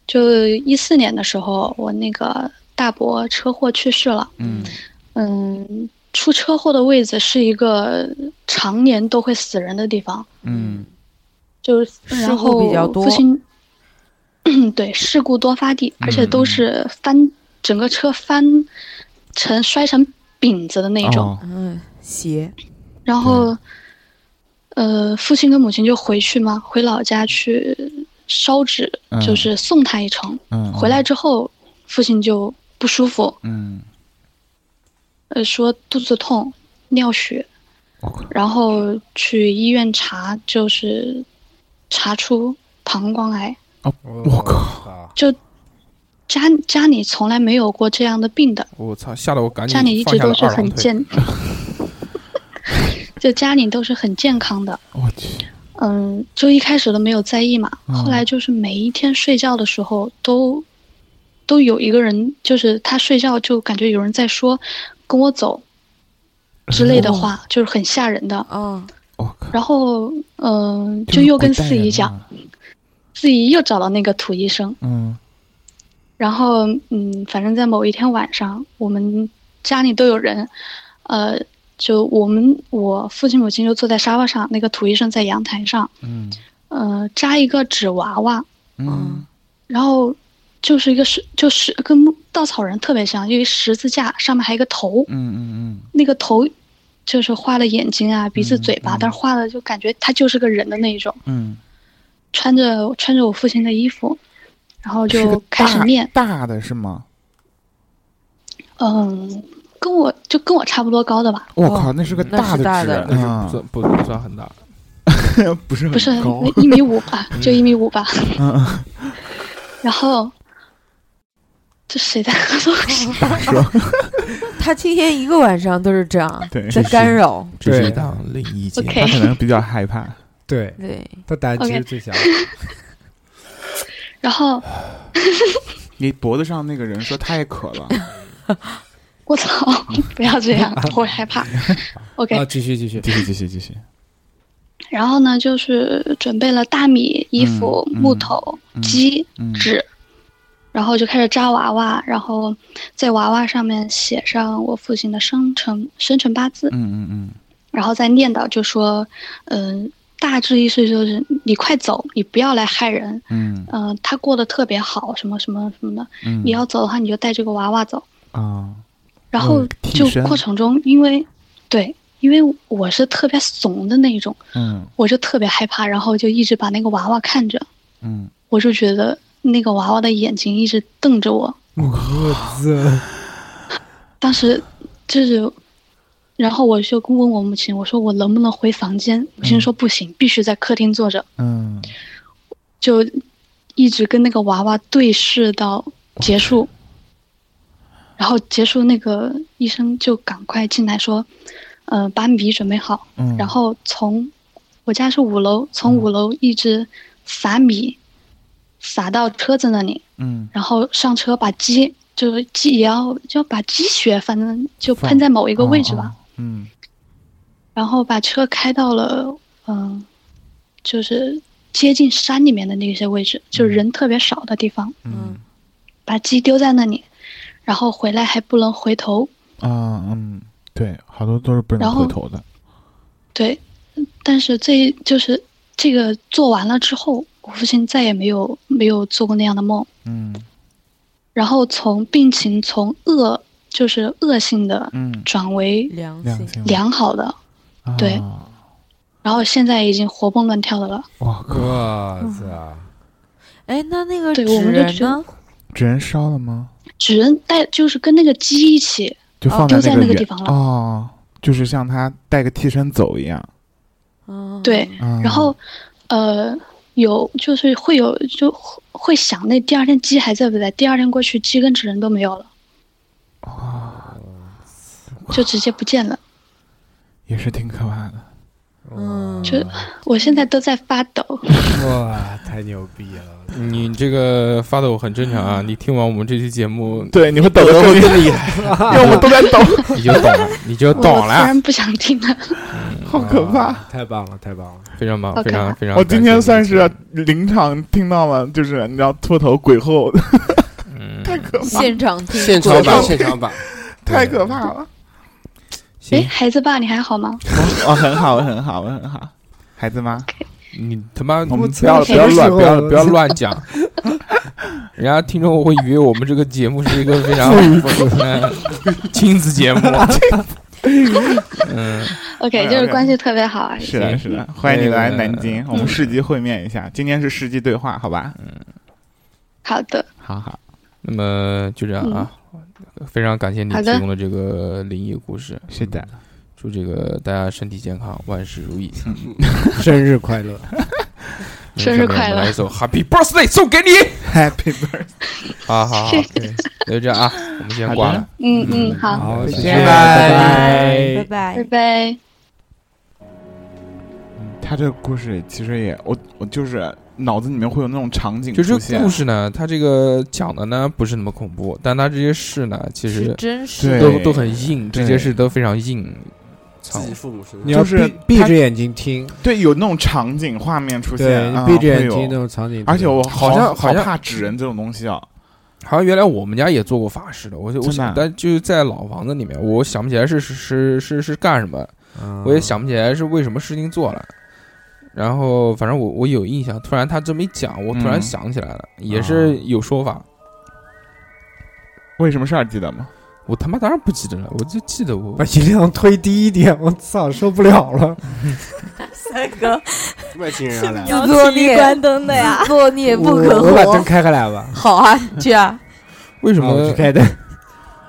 I: 就一四年的时候，我那个大伯车祸去世了。
E: 嗯
I: 嗯，出车祸的位置是一个常年都会死人的地方，
E: 嗯
I: 就是
G: 事
I: 然
G: 故
I: 后
G: 比较多
I: 父亲对事故多发地，而且
G: 嗯
I: 都是翻整个车翻成摔成饼子的那种。
E: 哦
G: 嗯，邪，
I: 然后，呃，父亲跟母亲就回去嘛，回老家去烧纸，
E: 嗯
I: 就是送他一程。
G: 哦
E: 嗯，
I: 回来之后，父亲就不舒服，
E: 嗯
I: 呃，说肚子痛、尿血
E: 我
G: 哦
E: 靠，
I: 然后去医院查，就是查出膀胱癌。
C: 哦
E: 我
C: 靠，
I: 家家里从来没有过这样的病的，
A: 我操，吓得我赶紧
I: 家里一
A: 放
I: 直
A: 下
I: 都
A: 了
I: 是
A: 二郎
I: 很
A: 腿。 *laughs*
I: 健，就家里都是很健康的。
E: 我去，
I: 嗯，就一开始都没有在意嘛，
E: 嗯
I: 后来就是每一天睡觉的时候都都有一个人，就是他睡觉就感觉有人在说“跟我走”之类
A: 哦
I: 的话，就是很吓人的。
G: 嗯，
E: 我靠，
I: 然后，嗯、就又跟
E: 啊
I: 四姨
A: 啊
I: 讲，，四姨又找到那个土医生，
E: 嗯
I: 然后，嗯，反正在某一天晚上，我们家里都有人，呃，就我们我父亲母亲就坐在沙发上，那个土医生在阳台上，
E: 嗯
I: 呃，扎一个纸娃娃，
E: 嗯
I: 然后就是一个十，就是跟稻草人特别像，一个十字架上面还有一个头，
E: 嗯嗯
I: 那个头就是画了眼睛啊、鼻子、
E: 嗯
I: 嘴巴，
E: 嗯
I: 但是画的就感觉他就是个人的那一种，
E: 嗯，
I: 穿着穿着我父亲的衣服，然后
E: 是个
I: 就开始
E: 大
I: 念，
E: 大的是吗？
I: 嗯，跟我就跟我差不多高的吧，
E: 我
G: 哦
E: 靠，那是个
G: 那是
E: 的
G: 大
E: 纸
G: 的，
A: 那是不算不不算很大，
E: 嗯不是
I: 不是
E: 很高，嗯
I: 一米五
E: *laughs*
I: 吧，就一米五吧，然后。这谁 *laughs* 在喝东西？
G: 他今天一个晚上都是这样，
E: 对，
G: 在
E: *laughs*
G: 干扰。
A: 这是一
C: 对
A: 档灵异节目。
E: 他
I: OK
E: 可能比较害 *laughs* 怕。
C: 对
G: 对，
C: 他胆汁
I: OK
C: 最小，
I: 然后
E: 你脖子上那个人说他也渴了，
I: 我操，
E: 嗯
I: *laughs* 不要这
E: *laughs*
I: 样，我会害怕。OK，
C: 啊，继续继续，
E: 继续继续继续，
I: 然后呢，就是准备了大米、衣服、
E: 嗯嗯
I: 木头、
E: 嗯
I: 鸡、
E: 嗯
I: 纸，然后就开始扎娃娃，然后在娃娃上面写上我父亲的生辰生辰八字，
E: 嗯嗯
I: 然后再念叨就说，嗯、大致意思就是你快走，你不要来害人，
E: 嗯
I: 嗯、他过得特别好，什么什么什么的，
E: 嗯，
I: 你要走的话你就带这个娃娃走。
E: 啊，
I: 然后
E: 嗯替
I: 就
E: 身
I: 过程中，因为对，因为我是特别怂的那种，
E: 嗯
I: 我就特别害怕，然后就一直把那个娃娃看着，
E: 嗯，
I: 我就觉得那个娃娃的眼睛一直瞪着我，
C: 我操，
I: 当时就是，然后我就问我母亲，我说我能不能回房间？母亲说不行，必须在客厅坐着，
E: 嗯，
I: 就一直跟那个娃娃对视到结束。然后结束，那个医生就赶快进来说：“嗯、把米准备好。”
E: 嗯
I: 然后从我家是五楼，从五楼一直撒米，撒到车子那里，
E: 嗯
I: 然后上车把鸡，就是鸡也要就把鸡血，反正就
E: 放
I: 喷在某一个位置
E: 哦
I: 吧，，
E: 哦嗯
I: 然后把车开到了嗯、就是接近山里面的那些位置，就是人特别少的地方，
E: 嗯
I: 把鸡丢在那里，然后回来还不能回头，
E: 啊嗯，对，好多都是不能
I: 然后
E: 回头的，
I: 对，但是这就是这个做完了之后，我父亲再也没有没有做过那样的梦。
E: 嗯
I: 然后从病情从恶就是恶性的
E: 嗯，
I: 转为
G: 良
E: 良
G: 心，
E: 性
I: 良好的，
E: 啊
I: 对然后现在已经活蹦乱跳的了。
E: 哇靠，
C: 我操，
G: 哎，那那个
I: 对
G: 纸
I: 我们就
G: 人
I: 觉得
G: 呢？
E: 纸人烧了吗？
I: 只能带就是跟那个鸡一起，
E: 就放
I: 丢哦在
E: 那
I: 那个
E: 原
I: 地方了
E: 哦，就是像他带个替身走一样，
G: 嗯，
I: 对，
E: 嗯、
I: 然后呃有就是会有就会想那第二天鸡还在不在，第二天过去鸡跟纸人都没有了，就直接不见了。
E: 也是挺可怕的，
C: 哦
G: 嗯，
I: 就我现在都在发抖。
C: 哇，太牛逼了！
A: 你这个发抖很正常啊，你听完我们这期节目
E: 对，你会抖得更厉害， *laughs* 因为我们都在抖，
A: 你就懂了，你就
I: 我
A: 懂
I: 突
A: 了，
I: 然不想听了。
E: 好可怕。
C: 啊太棒了，太棒了！
A: 非常棒，
I: 好
A: 非
I: 可
A: 常
I: 怕
A: 非常感谢你。
E: 我今天算是啊临场听到了，就是你知道秃头鬼后
A: 嗯，
E: 太可怕，
G: 现场听
B: 现
G: 过
B: 场版，
E: 对
B: 现场
F: *laughs*
B: 版，
E: 太可怕了。
I: 哎，
A: 行，
I: 孩子爸，你还好吗？
E: 我哦很好，我很好，我很好。孩子吗？
A: 你他妈
E: 我
A: 你
E: 们
A: 不要不
I: 什
A: 要
I: 么
C: 时
A: 乱
C: 候
A: 不要不要乱讲，
E: *laughs*
A: 人家听众会以为我们这个节目是一个非
E: *laughs*
A: 常嗯亲子节目。嗯，
I: OK，
E: 哎
I: 就是
E: OK
I: 关系特别好啊而已。
E: 是的，
A: 行
E: 是的，欢迎你来南京
A: 嗯，
E: 我们市集会面一下。今天是市集对话，好吧？
I: 好的，
E: 好好，
A: 那么就这样啊，非常感谢你
I: 好的
A: 提供的这个灵异故事，
E: 是的，
A: 祝这个大家身体健康，万事如意。
C: 生日快乐！
I: 生日快
A: 那下面
I: 乐
A: 我们来一首 Happy Birthday 送给你。
E: Happy birthday，
A: 好啊好好，那就这样啊，我们先挂
E: 好的
A: 了。
I: 嗯嗯，好，
C: 好，
A: 再
C: 谢谢，
A: 见
C: 拜
G: 拜拜
I: 拜。拜。
E: 嗯他这个故事其实也，我我就是脑子里面会有那种场景
A: 就这
E: 出
A: 个
E: 现
A: 故。事呢，它这个讲的呢不是那么恐怖，但它这些事呢，其
G: 是
A: 实
G: 真实
E: 对
A: 都都很硬，
E: 对
A: 这些事都非常硬。操
B: 自，己父母身
C: 你
B: 上，
C: 要
E: 就是
C: 闭闭
E: 他
C: 着眼睛听，
E: 对，有那种场景画面出
C: 对
E: 现，
C: 你
E: 啊
C: 闭着眼
E: 会有
C: 睛那种场景，
E: 而且我
A: 好像好
E: 好
A: 像
E: 怕纸人这种东西啊。
A: 好像原来我们家也做过法事的，我就我
E: 真的
A: 想
E: 啊，
A: 但就是在老房子里面，我想不起来是是是是是干什么，
C: 嗯
A: 我也想不起来是为什么事情做了。然后反正我我有印象，突然他这么一讲，我突然
E: 嗯
A: 想起来了，也是有说法。
E: 为什么事儿记得吗？
A: 我他妈当然不记得了，我就记得我
C: 把音量推低一点，我操，受不了了！
D: 三哥，
B: 外星人要啊来了。
G: 要
D: 要
G: 作
D: 提
G: 孽
D: 关灯的呀。
G: 作孽不可
C: 我我把灯
G: 活。
C: 开开来吧，
G: 好啊，
D: *laughs*
G: 去啊！
A: 为什
C: 啊我
A: 么
C: 去开灯。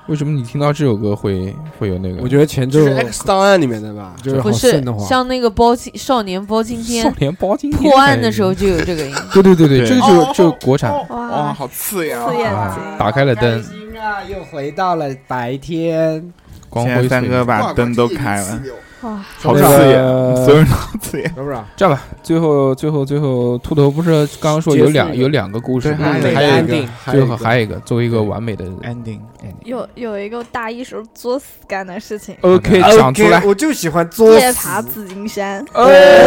A: 为什么你听到这首歌会会有那个？
C: 我觉得前奏
B: 就是 X 档案里面的吧？
C: 就是好
G: 不是
C: 瘆得慌，
G: 像那个包青少年包青
A: 少
G: 天
A: 年包青天
G: *laughs*
A: 哎
G: 破案的时候，就有这个音，
A: 对对对对，
E: 对
A: 这个
F: 哦
A: 就就国产
E: 哇，好刺眼啊！
D: 刺眼
A: 啊，打开了灯，
C: 心啊，又回到了白天。
A: 光
E: 现在
A: 辉
E: 三
A: 岁
E: 哥
A: 月。
E: 把灯都开了，
F: 哇，
E: 好
A: 那
E: 刺
A: 个呃
E: 眼，所有人都刺眼。
C: 是不是？
A: 这样吧，最后最后最后，秃头不是刚刚说有两有两个故事吗？
C: 对
B: 还有一个
C: ending，，
A: 最后
B: 有一个
A: 还有一个作为一个完美的
E: ending，
F: 有有一个大一时候作死干的事情，
A: OK 讲出来。
C: 啊我就喜欢作
F: 夜
C: 死。啊
F: 爬紫金山，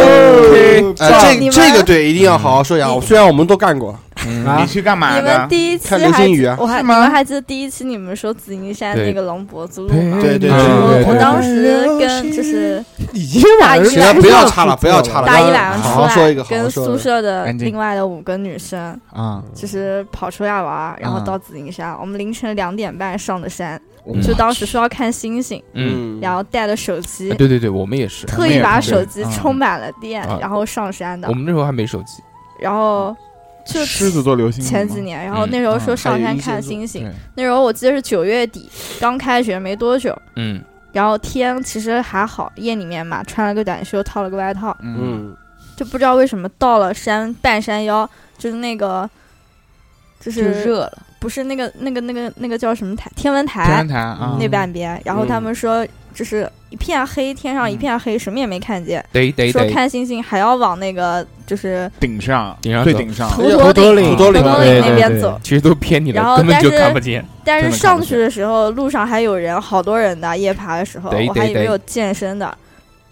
A: OK，
B: 呃，
F: 哦你
B: 哎这
F: 们
B: 这个对，一定要好好说一下。我虽然我们都干过，
C: 啊
E: 你去干嘛
F: 你们
E: 的？
F: 第一期
B: 看流
F: 还
B: 星雨
F: 记
B: 啊
F: 我还
E: 是
F: 你
E: 吗
F: 们还记得第一期你们说紫金山
A: 对
F: 那个龙脖子路吗？
A: 对
B: 对
F: 然后
A: 对对
F: 我
A: 对
F: 当时跟就是
C: 已经晚
F: 大一
B: 行了，
C: 上
B: 不要插了，不要插了，
F: 大一
B: 让
F: 晚
B: 好好
F: 上出
B: 说一
F: 来
B: 个，好好
F: 跟
B: 说
F: 宿
B: 一个。
F: 舍的
E: 安静
F: 另外的五个女生，
E: 啊，
F: 就是跑出来玩儿，然后
E: 嗯
F: 到紫金山，我们凌晨两点半上的山，
A: 嗯
F: 就当时说要看星星，
A: 嗯，
F: 然后带了手机，
A: 哎对对对，我们也是，
F: 特意把手机
E: 嗯
F: 充满了电，
A: 啊
F: 然后上山的
A: 我，们那时候还没手机。
F: 然后就
E: 狮子座流星雨
F: 前
E: 吗
F: 几年，然后
A: 嗯
F: 那时候说
E: 嗯
F: 上
B: 还有
F: 山
B: 一些
F: 看
B: 是
F: 星星，
E: 对
F: 那时候我记得是九月底，刚开学没多久，
A: 嗯，
F: 然后天其实还好，夜里面嘛，穿了个短袖，套了个外套，
E: 嗯，
B: 嗯，
F: 就不知道为什么到了山半山腰，就是那个，就
G: 就是热了，
F: 不是那个那个那个那个叫什么台天文
E: 天
F: 台
E: 安台啊，
F: 那半边，然后他们说就是一片黑，天上一
E: 嗯
F: 片黑，什么也没看见，
A: 得得
F: 说
A: 得，
F: 看星星还要往那个就是
E: 顶上，
A: 顶上
E: 最
A: 走
E: 顶上，
F: 头
C: 头
F: 顶
C: 顶
E: 头头
F: 头顶
E: 顶
A: 对
F: 那
A: 对
F: 边
C: 对
F: 走，
A: 其实都偏你的
F: 然，后
A: 根本就
F: 但是
A: 看不见。
F: 但是
E: 真的
F: 上
E: 看不
F: 去的时候，路上还有人，好多人的夜爬的时候，
A: 对
F: 我
A: 对
F: 还以为
A: 对
F: 有健身的。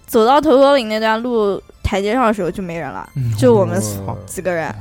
F: 走到头头岭那段路台阶上的时候就没人了，就我们四
A: 嗯
C: 哦
F: 几个人。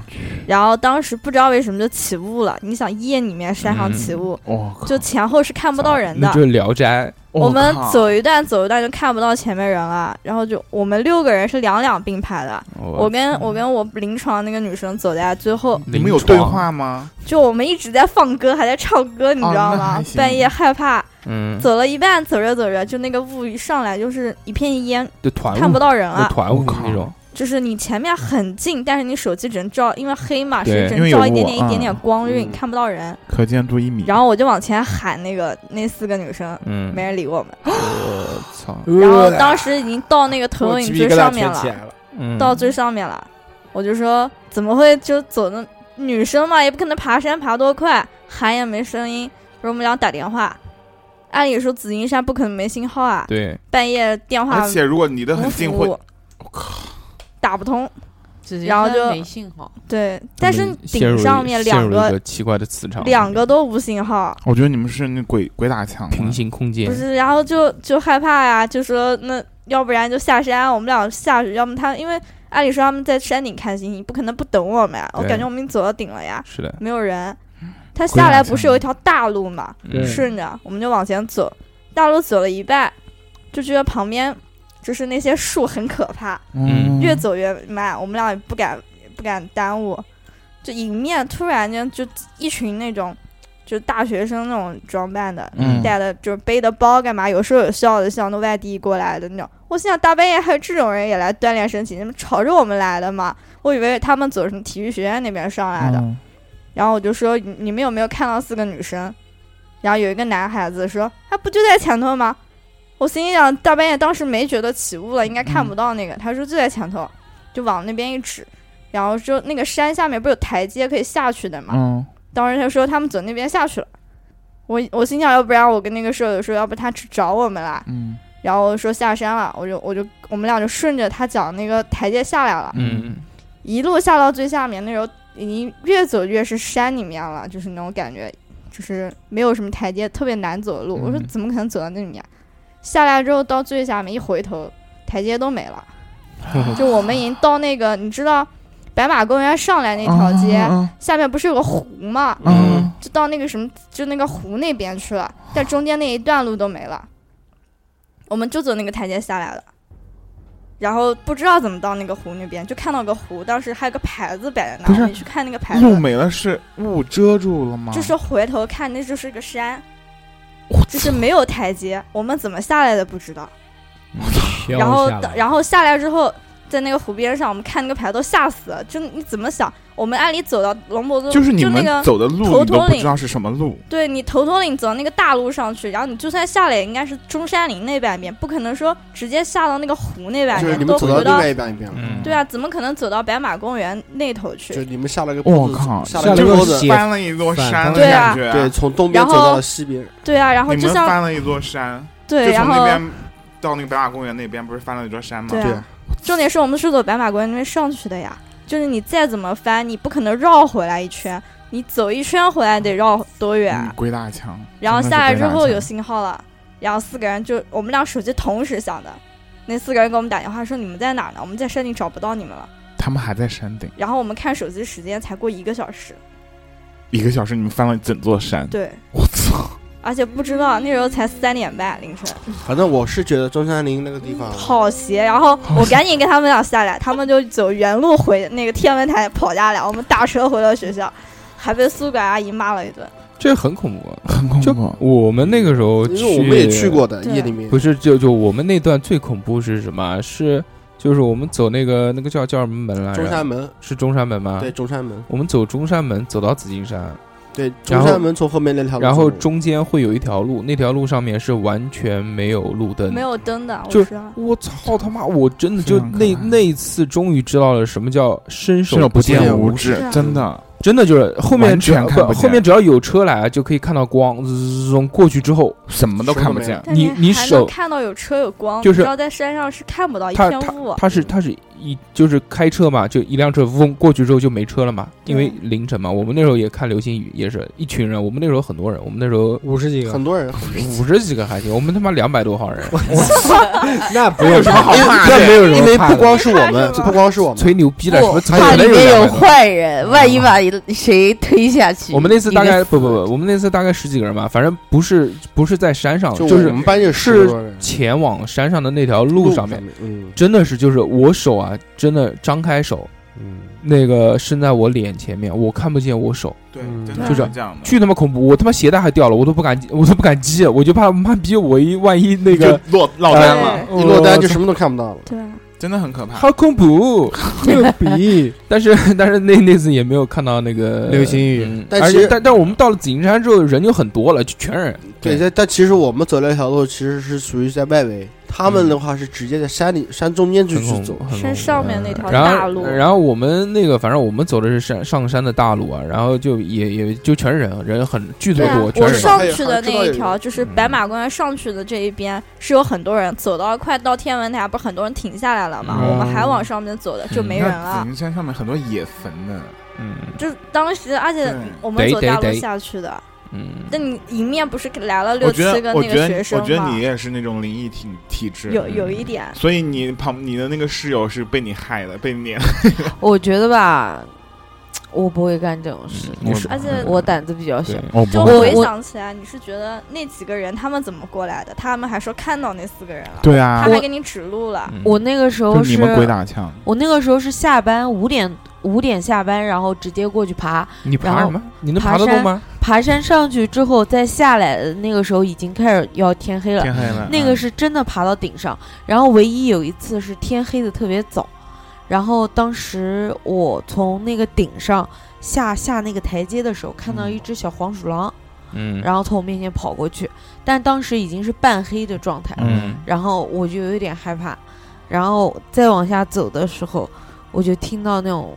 F: 然后当时不知道为什么就起雾了，你想夜里面山上
A: 嗯
F: 起雾，
E: 我靠，
F: 就前后是看不到人的
A: 那。就是《聊斋》。
E: 哦
F: 我们
E: 靠
F: 走一段走一段就看不到前面人了，然后就我们六个人是两两并排的，
A: 哦
F: 我跟我跟我临床那个女生走在最后，
E: 你们有对话吗？
F: 就我们一直在放歌，还在唱歌，你知道
E: 那
F: 吗
E: 还？行
F: 半夜害怕，
A: 嗯，
F: 走了一半，走着走着，就那个雾一上来就是一片烟，
A: 就团
F: 看不到人
A: 就
F: 了。
A: 团
E: 我
A: 舞
E: 靠
A: 那种。
F: 就是你前面很近，但是你手机只能照，因为黑嘛，手
A: 对
F: 机只
E: 因为
F: 能
E: 有
F: 照一点
E: 雾
F: 点、一点点
E: 嗯
F: 光，因为你
B: 嗯
F: 看不到人。
E: 可见度一米，
F: 然后我就往前喊那个那四个女生，
A: 嗯，
F: 没人理我们。
A: 我操，
F: 然
C: 呃
F: 后当时已经到那个头
C: 我
F: 影
C: 鸡
F: 最
C: 皮疙瘩
F: 上面
C: 全起
F: 了，
C: 来了，
A: 嗯
F: 到最上面了，我就说怎么会就走那女生嘛，也不可能爬山爬多快，喊也没声音。然后我们俩打电话，按理说紫金山不可能没信号啊，
A: 对，
F: 半夜电话
E: 而且如果离得很近
F: 无
E: 会
F: 服务，
E: 我靠，
F: 打不通。
G: *laughs* 直接
F: 然后就
G: 没信号。
F: 对，但是
A: 陷入
F: 顶上面
A: 嗯陷
F: 两
A: 入一
F: 个
A: 个奇怪的磁场，
F: 两个都无信号，
E: 我觉得你们是那鬼鬼打墙啊了，
A: 平行空间
F: 不，是，然后就就害怕呀，就说那要不然就下山，我们俩下去，要么他因为按理说他们在山顶看星星，不可能不等我们呀，我
A: 对
F: 感觉我们已经走到顶了呀，
A: 是的，
F: 没有人。他
E: 鬼
F: 下来
E: 打
F: 不是
E: 墙
F: 有一条大路嘛，
A: 嗯
F: 顺着我们就往前走，大路走了一半，就觉得旁边就是那些树很可怕，
A: 嗯
F: 越走越慢，我们俩也不敢也不敢耽误。就迎面突然间就一群那种，就大学生那种装扮的，
E: 嗯
F: 带的就是背的包干嘛，有说有笑的，像那外地过来的那种。我心想大半夜还有这种人也来锻炼身体，那么吵着我们来的嘛，我以为他们走什么体育学院那边上来的。
E: 嗯
F: 然后我就说你你们有没有看到四个女生？然后有一个男孩子说啊不就在前头吗？我心里想大半夜当时没觉得起雾了，应该看不到那个。他说就在前头，就往那边一指，然后说那个山下面不是有台阶可以下去的嘛？
E: 嗯，
F: 当时他说他们走那边下去了。我我心想，要不然我跟那个舍友说，要不他去找我们啦。
E: 嗯
F: 然后说下山了，我就我就我们俩就顺着他讲那个台阶下来了。
A: 嗯，
F: 一路下到最下面，那时候已经越走越是山里面了，就是那种感觉，就是没有什么台阶，特别难走的路。我说
A: 嗯
F: 怎么可能走到那里面？下来之后到最下面一回头，台阶都没了。就我们已经到那个，你知道白马公园上来那条街，
E: 啊
F: 下面不是有个湖吗？
E: 嗯
F: 就到那个什么，就那个湖那边去了，但中间那一段路都没了，我们就走那个台阶下来了，然后不知道怎么到那个湖那边，就看到个湖，当时还有个牌子摆在那，
E: 不是
F: 我们去看那个牌
E: 路
F: 子，
E: 没了是雾遮住了吗？
F: 就是回头看那就是个山，就是没有台阶，我们怎么下来的不知道，然后
C: 飘下来
F: 然后下来之后。在那个湖边上，我们看那个牌都吓死了。就你怎么想？我们按理走到龙脖子，
E: 就是你
F: 那
E: 们
F: 个
E: 走的路，
F: 头
E: 你都
F: 头
E: 不
F: 领
E: 知道是什么路。
F: 对你头头领走到那个大路上去，然后你就算下来，也应该是中山陵那半边，不可能说直接下到那个湖那半
B: 就是
F: 边，
B: 你们
F: 啊都
B: 走到
F: 回到
B: 另外一半一边了，
A: 嗯，
F: 对啊，怎么可能走到白马公园那头
B: 就
F: 去？
B: 是你们下了个
E: 我
B: 坡子
E: 靠，
B: 下
C: 下
B: 了
C: 了
E: 这
C: 个
B: 坡
E: 不
B: 子
E: 是
C: 斜
E: 翻了一座山的
F: 对
E: 感
F: 啊
E: 觉，
B: 对，从东边
F: 然
B: 走
F: 后
B: 到了西边，
F: 对啊，然后
E: 你
F: 就
E: 们
F: 像
E: 翻了一座山，
F: 对，
E: 就
F: 然
E: 从那
F: 后
E: 边到那个白马公园那边，不是翻了一座山吗？
F: 对啊
B: 对啊
F: 重点是我们是走白马公园那边上去的呀，就是你再怎么翻，你不可能绕回来一圈，你走一圈回来得绕多远啊？
E: 嗯鬼打墙。
F: 然后
E: 真的
F: 下
E: 是
F: 来
E: 鬼
F: 之
E: 打
F: 后有
E: 墙
F: 信号了，然后四个人就我们俩手机同时响的，那四个人给我们打电话说你们在哪儿呢？我们在山顶找不到你们了。
E: 他们还在山顶，
F: 然后我们看手机时间才过一个小时，
E: 一个小时你们翻了整座山，
F: 对，
E: 我操！
F: 而且不知道那时候才三点半凌晨，
B: 反正我是觉得中山陵那个地
A: 哦
B: 方，
F: 好邪。然后我赶紧跟他们俩下来，他们就走原路回那个天文台跑下来，我们打车回了学校，还被宿管阿姨骂了一顿。
A: 这很恐怖啊。
E: 很恐
A: 就
E: 怖。
A: 我们那个时候，
B: 因为我们也去，过的
F: 对
B: 夜里面
A: 不，是就就我们那段最恐怖是什么？是就是我们走那个那个叫叫什么门来着？
B: 中山门，
A: 是中山门吗？
B: 对，中山门，
A: 我们走中山门，走到紫金山，
B: 对，
A: 然
B: 中
A: 后
B: 山门从后面那条路走，
A: 然后中间会有一条路，那条路上面是完全没有路灯，
F: 没。有灯的，我
A: 嗯就
F: 知道。
A: 我操他妈！我真的就
E: 非常可
A: 那
E: 怕
A: 那一次，终于知道了什么叫伸
E: 伸
A: 手
E: 手不
A: 见
E: 见
A: 五
E: 五
A: 指，
E: 指
F: 是，啊
E: 真的
A: 真的就是后面
E: 完
A: 只要
E: 全看
A: 不
E: 不
A: 后面
E: 见
A: 只要有车来就可以看到光，这种过去之后，
E: 什么都
B: 什么
E: 看
B: 都
E: 不
B: 没有
E: 见。
F: 但
A: 你
F: 是
A: 你
F: 还
A: 手
F: 能看到有车有光，
A: 就是
F: 你知道在山上是看不到一
A: 他
F: 片
A: 他
F: 雾，啊
A: 他是他是一就是开车嘛，就一辆车嗡过去之后就没车了嘛，因为凌晨嘛。我们那时候也看流星雨，也是一群人，我们那时候很多人，我们那时候
C: 五十几个，
B: 很多人，
A: 五十几个还行，我们他妈两百多号人，
C: 那不用
E: 么好怕的
C: 那没有
B: 因
C: 什
B: 为
C: 么怕
B: 不
C: 的。
B: 光是我们，
F: 哎
B: 不光是我们，
A: 吹牛逼的什么
G: 不，
A: 怎么
G: 怕
A: 可能
G: 里
A: 有
G: 面有
A: 两百多？
G: 坏人，万一把谁推下去。
A: 我们那次大
G: 你
A: 概
G: 的
A: 不不不，我们那次大概十几个人吧，反正不是不是在山上，就
B: 我
A: 是
B: 们班就十多人
A: 前往山上的那条路上面，，
B: 嗯
A: 真的是就是我手啊，真的张开手，
B: 嗯，
A: 那个伸在我脸前面，我看不见我手，
E: 对
C: 嗯
E: 真
F: 对
E: 的
A: 就是
E: 这样的。
A: 巨他妈恐怖！我他妈鞋带还掉了，我都不敢， *laughs* 我都不敢系，我就怕妈逼我一万一那个
E: 就落落单了，
B: 一落单就什么都看不
A: 哦
B: 到了。
F: 对，
E: 真的很可怕。
A: *laughs* 好恐怖。
C: 牛逼！
A: 但是 *laughs* 但是那那次也没有看到那个
C: 流星雨
A: 嗯
B: 但
A: 而
B: 其
A: 且
B: 实
A: 但但我们到了紫金山之后，人就很多了，就全人。
B: 对，但但其实我们走那条路其实是属于在外围，他们的话是直接在山里山中间去
A: 很
B: 去
A: 恐
B: 走
A: 怖，很恐怖
F: 山上面那条
A: 嗯然后
F: 大路
A: 然后我们那个，反正我们走的是山上山的大路啊，然后就也也就全是人，人很巨多
F: 对啊
A: 多，，全
F: 我
A: 是嗯人。
F: 上去的那一条就是白马公园上去的这一边是有很多人，走到快到天文台，不是很多人停下来了吗？
A: 嗯
F: 我们还往上面走的就没人
E: 嗯那
F: 了
E: 紫。金山上面很多野坟呢，
A: 嗯
F: 就是当时，而且
E: 对
F: 我们
A: 得
F: 走大
A: 得
F: 路
A: 得
F: 下去的，
A: 嗯，
F: 但你迎面不是来了
E: 我
F: 六七
E: 觉得
F: 个
E: 我
F: 那
E: 觉
F: 个
E: 得
F: 学生
E: 我觉得
F: 吗
E: 你？也是那种灵异体体质，
F: 有有一点，
A: 嗯
E: 所以你旁你的那个室友是被你害的，被你
G: 我觉得吧，我不会干这种事，
A: 你
E: 我
A: 是
F: 而且
G: 我胆子比较小
A: 嗯对。，
E: 我
F: 就
G: 我
F: 回
G: 我
F: 想起来，你是觉得那几个人他们怎么过来的？他们还说看到那四个人了，
E: 对
F: 他
E: 啊，
F: 还给你指路了。
A: 嗯
G: 我那个时候
E: 就是你们鬼打墙，
G: 我那个时候是下班五点五点下班，然后直接过去爬，
A: 你爬
G: 然
A: 什
G: 后
A: 么？你能
G: 爬
A: 爬得动
G: 山
A: 吗？
G: 爬山上去之后再下来，呃那个时候已经开始要天黑了。
E: 天黑
A: 嗯
E: 了，
G: 那个是真的爬到顶上，然后唯一有一次是天黑的特别早，然后当时我从那个顶上下下那个台阶的时候，看到一只小黄鼠狼，
A: 嗯，
G: 然后从我面前跑过去，但当时已经是半黑的状态了，
A: 嗯
G: 然后我就有点害怕，然后再往下走的时候，我就听到那种，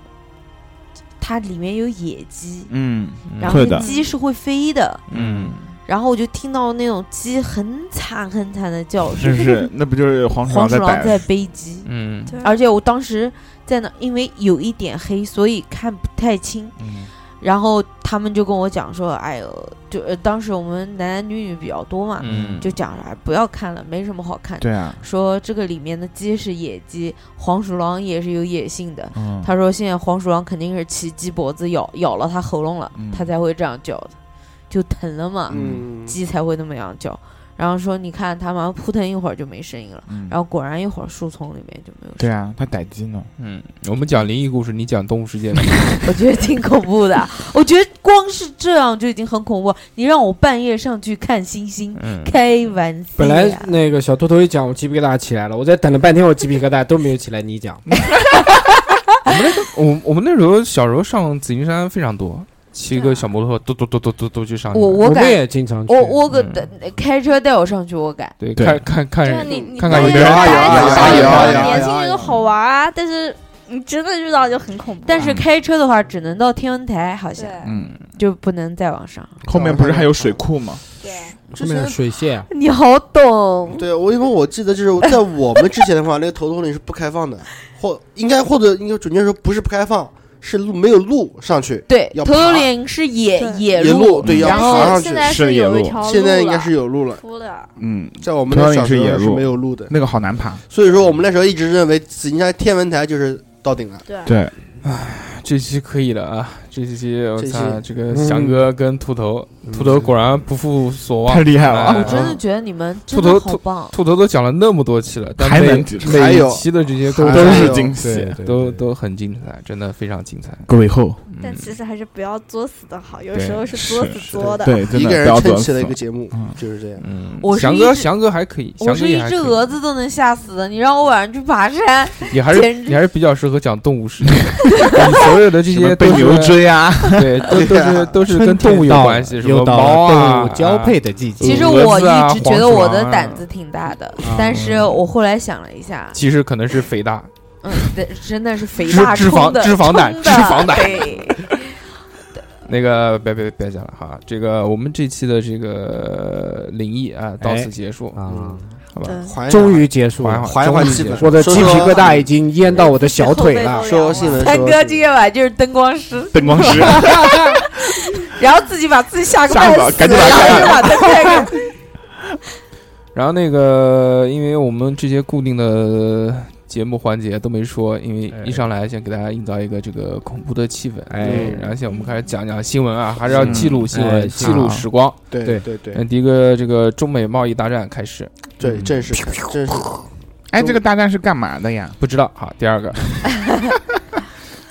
G: 它里面有野鸡，
E: 嗯，
G: 然后
E: 会
G: 那
E: 的，
G: 鸡是会飞的，
E: 嗯，
G: 然后我就听到那种鸡很惨很惨的叫
E: 嗯是
G: 声，
E: 不是？那不就是黄
G: *laughs*
E: 鼠
G: 黄
E: 狼
G: 鼠
E: 在
G: 狼在
E: 逮？
G: 背鸡，
A: 嗯
F: 对
G: 而且我当时在那，因为有一点黑，所以看不太清。
E: 嗯
G: 然后他们就跟我讲说：“哎呦，就、呃、当时我们男男女女比较多嘛，
A: 嗯，
G: 就讲了哎不要看了，没什么好看。
E: 对啊，
G: 说这个里面的鸡是野鸡，黄鼠狼也是有野性的。
E: 嗯，
G: 他说现在黄鼠狼肯定是骑鸡脖子咬咬了它喉咙了，
E: 嗯
G: 它才会这样叫的，就疼了嘛，
B: 嗯，
G: 鸡才会那么样叫。然后说你看它马上扑腾一会儿就没声音了，
E: 嗯
G: 然后果然一会儿树丛里面就没有声音。
E: 对啊，他逮鸡呢，
A: 嗯，我们讲灵异故事，你讲动物世界吧。
G: 我觉得挺恐怖的，我觉得光是这样就已经很恐怖。你让我半夜上去看星星，
A: 嗯，
G: 开玩笑。
C: 本来嗯那个小秃头一讲，我鸡皮疙瘩起来了。我在等了半天，我鸡皮疙瘩都没有起来。你讲，
A: *laughs* 我我们那时候小时候上紫金山非常多，骑
F: 啊
A: 个小摩托，嘟嘟嘟嘟嘟嘟去上去。
G: 我
C: 我
G: 我
C: 们
G: 敢，
C: 也经常去。
G: 我我敢
A: 嗯
G: 开车带我上去，我敢。
A: 对
E: 对
A: 看看看
F: 对啊，
A: 人，
F: 你你
A: 看
F: 大
A: 看
F: 家
A: 有
E: 啊有啊
F: 大家
E: 有啊
F: 小
E: 有啊有啊
F: 年轻
B: 有啊
F: 人
B: 有啊
F: 就好玩啊，但是你真的遇到就很恐怖啊。
G: 但是开车的话，只能到天文台，好像
F: 对
E: 嗯，
G: 就不能再往上。
E: 后面不是还有水库吗？
F: 对，
B: 之
C: 后面
B: 前
C: 有水啊线，
G: 你好
B: *laughs*
G: 懂，
B: 对我因为我记得就是在我们之前的话，那个头头领是不开放的，或应该或者应该准确说不是不开放，是路没有路上去，
G: 对，
B: 要
G: 头头
B: 爬
G: 岭是野
F: 对
G: 野
B: 野
G: 路，
B: 对要
G: 然后
B: 爬上去
F: 现。在
E: 是
F: 是
E: 野
F: 有一
E: 路
F: 条路
B: 现在应该
F: 了
B: 是有路了，
F: 铺的，
E: 嗯，
B: 在我们那
E: 同样
B: 小
E: 也是
B: 时候
E: 野
B: 是
E: 路
B: 没有路的，
E: 那个好难爬。
B: 所以说我们那时候一直认为紫金山天文台就是到顶了。
F: 对，
E: 对，
A: 这期可以了啊！这期我
B: 这期
A: 操，这个翔哥跟秃头，秃头果然不负所望，
E: 太厉害了啊
G: 我
A: 哎
G: 真的觉得你们
A: 兔
G: 真
A: 头
G: 的好
A: 兔
G: 棒，
A: 兔头都讲了那么多期了，但
E: 还
A: 每
E: 能挤出
B: 来还
A: 每一
B: 有
A: 期的这些
B: 还
A: 都
E: 都是
B: 有
E: 惊
C: 对
E: 喜。
C: 对
A: 都
C: 对
A: 都很精彩，真的非常精彩。
E: 各位后，
A: 嗯
F: 但其实还是不要作死的好，有
A: 对
F: 时候是作
E: 是
F: 死作的。
E: 对，真
B: 一个
E: 的不
B: 人
E: 要
B: 撑
E: 作
B: 起了
E: 死
B: 一个。节目
E: 嗯，
B: 就是这样。
A: 嗯
G: 我，是
A: 翔
G: 一
A: 哥
G: 只
A: 翔哥还可以，
G: 我
A: 翔哥
G: 是一
A: 也还
G: 只
A: 可以呃
G: 蛾子都能吓死的，你让我晚上去爬山，
A: 你还是
G: 简直
A: 你还是比较适合讲动物世界，你所有的这
E: 什
A: 些
E: 么被
A: 都是
E: 牛追啊，
A: *laughs* 对，都都是都是跟动物有关系，什
C: 又
A: 么
C: 到了
A: 猫啊
C: 动物交配的季
A: 嗯
G: 其
C: 节
G: 实
A: 蛾
G: 我
A: 子啊
G: 一直觉得我的
A: 黄鼠狼啊啊嗯
G: 胆子挺大的，但是我后来想了一下，
A: 其实可能是肥大，
G: 嗯，对，真的是肥
A: 脂
G: 大
A: 脂肪
G: 冲的
A: 脂肪胆
G: 冲
A: 脂
G: 的
A: 肪胆
G: 对
A: 那个别别别讲了哈，这个我们这期的这个灵异啊到此结束，嗯
C: 啊，
A: 好吧？
G: 嗯
F: 对
B: 缓一
C: 终
B: 缓
C: 于结束
A: 缓一
C: 了，
A: 缓，
B: 缓一缓
A: 终于
B: 气
A: 结
B: 氛
A: 束
C: 我的鸡
B: 说
C: 皮
B: 说
C: 疙瘩已经淹到我的小腿
F: 后
C: 了
F: 背。
B: 啊说新闻，
G: 三
B: 说
G: 哥
B: 新
G: 今
B: 闻
G: 天晚上就是灯光师，
E: 灯
A: *laughs*
E: 光师，
G: 然后自己把自己吓个
E: 吓
G: 半死，
E: 死了
G: 然后
E: 赶紧把
G: 就把灯开开。
A: 然后那个，因为我们这些固定的节目环节都没说，因为一上来先给大家营造一个这个恐怖的气氛，
C: 哎
A: 对然后现在我们开始讲讲新闻啊，还是要记录新
C: 嗯
A: 闻，
C: 哎
A: 记录时光。
B: 对
C: 对
B: 对对
A: 嗯，第一个这个中美贸易大战开始，
B: 对，正是正是
E: 哎，这个大战是干嘛的呀？
A: 不知道好，第二个。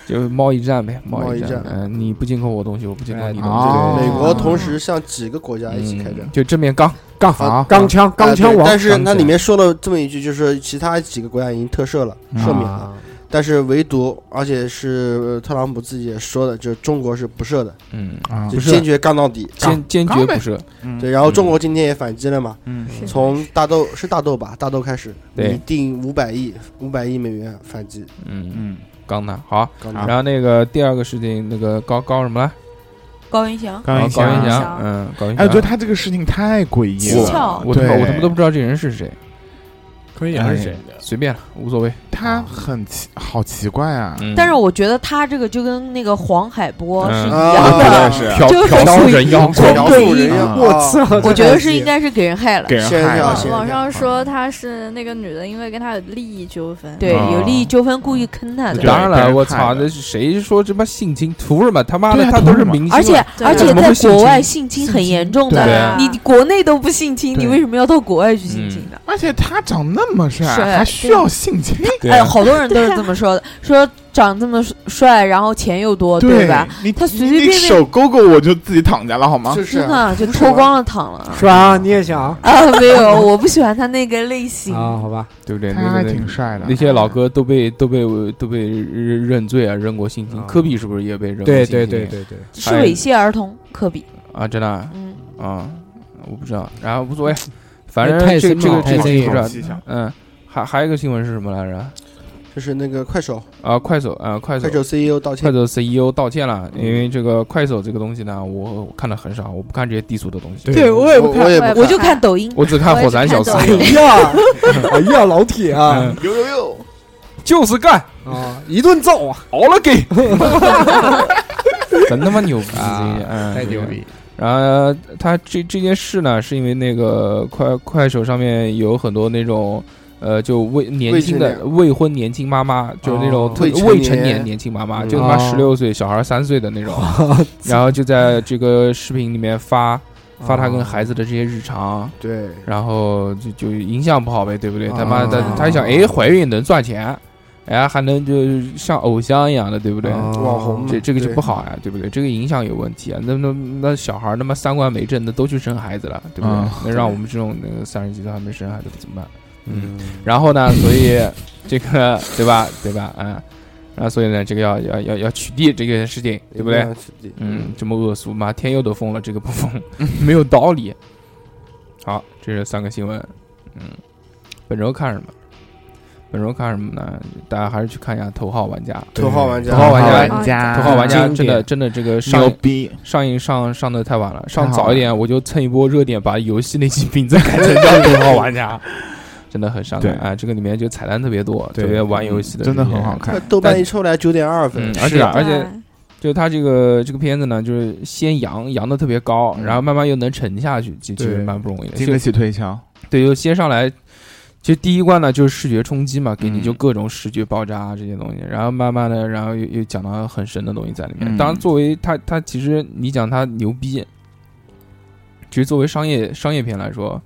A: 就贸易战呗，贸
B: 贸易
A: 战
B: 战。哎
A: 嗯、你不进口我东西，我不进口你的东西。
E: 哦
B: 美国同时向几个国家一起开战
A: 嗯。就正面刚。
C: 杠
A: 好
C: 钢枪钢
B: 啊
C: 枪
B: 对
C: 王
B: 但是
A: 钢
B: 它
A: 枪
B: 里面说了这么一句，就是其他几个国家已经特赦了，赦免了，
C: 啊，
B: 但是唯独，而且是呃特朗普自己也说的，就是中国是不赦的，
A: 嗯，
E: 啊嗯
B: 就
A: 不赦
B: 坚决干到底。
A: 坚坚决
E: 刚
A: 不
E: 呗
A: 赦。
B: 对，然后中国今天也反击了嘛，
E: 嗯，
F: 是
B: 从大豆是大豆吧，大豆开始
A: 对
B: 拟定五百亿五百亿美元反击。
A: 嗯嗯，
E: 嗯，
A: 刚的好。
B: 刚
E: 啊
B: 才
A: 然后那个第二个事情，那个高高什么来？
G: 高云翔，
E: 高
A: 高
E: 云
A: 高云
E: 翔，
A: 翔，嗯，高云
E: 哎，
A: 翔。
E: 我觉得他这个事情太诡异
G: 蹊
E: 了，
G: 跷，
A: 我他妈
E: 对
A: 我他妈都不知道这人是谁，
C: 可以
E: 啊
C: 还
E: 哎
C: 是谁？
A: 随便了，无所谓。
E: 他很奇，好奇怪啊，
A: 嗯
G: 但是我觉得他这个就跟那个黄海波是一
B: 啊
G: 样
B: 我觉得
G: 的
B: 也，是
E: 啊
A: 嫖
G: 就是
A: 嫖
G: 很
A: 娼人妖，
G: 诡
B: 摇
G: 异
B: 树人
E: 啊
B: 妖，
C: 我操！
G: 我觉得是应该是给人害了
E: 给，人
B: 先
E: 害
B: 要
E: 了
B: 先
F: *laughs* 网网上
E: 是
F: 说他是那个女的，因为跟他有利益纠纷，
G: 对，
E: 啊
G: 有利益纠纷故意坑他
E: 我觉
G: 的
E: 得。
A: 当然了，我操，
E: 对
A: 那是谁说这妈性侵？图什么？他妈的
E: 对，啊
A: 他都
E: 图
A: 是
E: 什么
A: 明星了，
G: 而且
F: 对
G: 而且
A: 怎么
G: 在
A: 会性侵
G: 国外性侵很严重
E: 对
G: 的，
F: 啊
G: 你国内都不性侵，
E: 对
G: 你为什么要到国外去性侵呢？
E: 而且他长那么帅，
G: 帅
E: 还需要性侵？
A: 对啊
G: 哎，好多人都是这么说的，说长这么帅，然后钱又多，对吧？？
E: 你
G: 他随随
E: 你
G: 便便
E: 手勾勾我就自己躺下了，好吗？
B: 就是
G: 真的就脱光了躺了啊
C: 爽，你也想啊？
G: 啊！没有，我不喜欢他那个类型。
C: 好吧，
A: 对不对？
E: 他
A: 那
E: 还
A: 个
E: 挺帅的。
A: 那些老哥都被都被都被认认罪啊，认过性侵。
C: 啊
A: 科比是不是也被认过性
C: 对
A: 侵？
C: 对对对对，
G: 是猥亵儿童，科比。
A: 啊，真的啊
G: 嗯，
A: 啊，我不知道，然后无所谓，反正
C: 太
A: 这个
C: 深
A: 这
C: 了
A: 个这
C: 太
A: 个
C: 深
A: 不
C: 了
A: 知道
E: 迹象，
A: 嗯，还还有一个新闻是什么来着？
B: 就是那个快手
A: 啊，快手啊，快手
B: 快手 CEO 道
A: 快
B: 歉，
A: 手 CEO 道歉了，因为这个快手这个东西呢，我我看的很少，我不看这些低俗的东西，
C: 对
G: 我
B: 也不看我也不
F: 看
G: 我就看抖音。
A: 我只看火山小司
F: 我。也
C: 哎 *laughs* 呀，哎呀，老铁啊
A: 嗯，就是干，
C: 啊，一顿揍啊，
A: 熬了给，真他妈牛逼！嗯，
C: 太牛
A: 对
C: 逼！
A: 然后他这这件事呢，是因为那个快快手上面有很多那种。呃，就未年轻
B: 未
A: 的
B: 成
A: 未婚年轻妈妈，就是那种
C: 哦
A: 特
B: 未成年
A: 未成年年轻妈妈，就他妈
C: 哦
A: 十六岁小孩三岁的那种，然后就在这个视频里面发发他跟孩子的这些日常，
B: 对，
A: 然后就就影响不好呗，对不对？
C: 啊
A: 他妈的，他想，哎，怀孕能赚钱，哎，还能就是像偶像一样的，对不对？
B: 网红嘛
A: 这这个就
B: 对
A: 不好呀、对不对？这个影响有问题啊！那那那小孩儿他妈三观没正，那都去生孩子了，对不对？
E: 啊
A: 那让我们这种那个三十几岁还没生孩子的怎么办？嗯，然后呢，所以这个对吧？对吧？嗯，然后所以呢，这个要要要要取缔这个事情，对不对？
B: 一定要取缔？
A: 嗯，这么恶俗吗？天佑都疯了，这个不疯， *laughs* 没有道理。好，这是三个新闻。嗯，本周看什么？本周看什么呢？大家还是去看一下《头号玩家》。
B: 头号玩家，
A: 头号玩家
E: 家
A: 头号玩家
C: 经
A: 真的
C: 典
A: 真的这个上
E: 牛
A: 映
E: 逼，
A: 上映上上的太晚了，上
E: 太好
A: 早一点我就蹭一波热点，把游戏那期名字改成叫
E: *laughs*
A: 《头号玩家》，真的很伤感
E: 对
A: 啊！这个里面就彩蛋特别多，
C: 对
A: 特别玩游戏的
E: 真的
A: 这些
E: 很好
A: 人。
E: 看。
B: 豆瓣一抽来九点二分
A: 嗯，，而且
E: 是啊
A: 而且就他这个这个片子呢，就是先扬扬的特别
E: 嗯
A: 高，然后慢慢又能沉下去，其其实
C: 对
A: 蛮不容易的。
E: *laughs* 经得起推敲，
A: 对，就先上来，其实第一关呢就是视觉冲击嘛，给你
E: 嗯
A: 就各种视觉爆炸啊这些东西，然后慢慢的，然后又又讲到很神的东西在里面。
E: 嗯
A: 当然，作为它它其实你讲它牛逼，其实作为商业商业片来说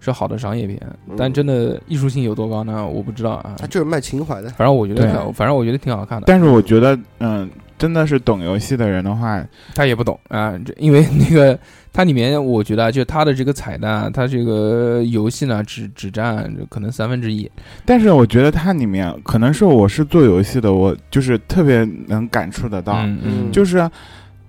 A: 是好的商业片，
E: 嗯
A: 但真的艺术性有多高呢？我不知道啊
B: 他。就是卖情怀的。
A: 反正我觉得
E: 对
A: 挺好，反正我觉得挺好看的。
E: 但是我觉得，嗯，真的是懂游戏的人的话，
A: 他也不懂啊，这因为那个它里面，我觉得啊就它的这个彩蛋，它这个游戏呢，只只占可能三分之一。
E: 但是我觉得它里面可能是我是做游戏的，我就是特别能感触得到，
A: 嗯嗯，
E: 就是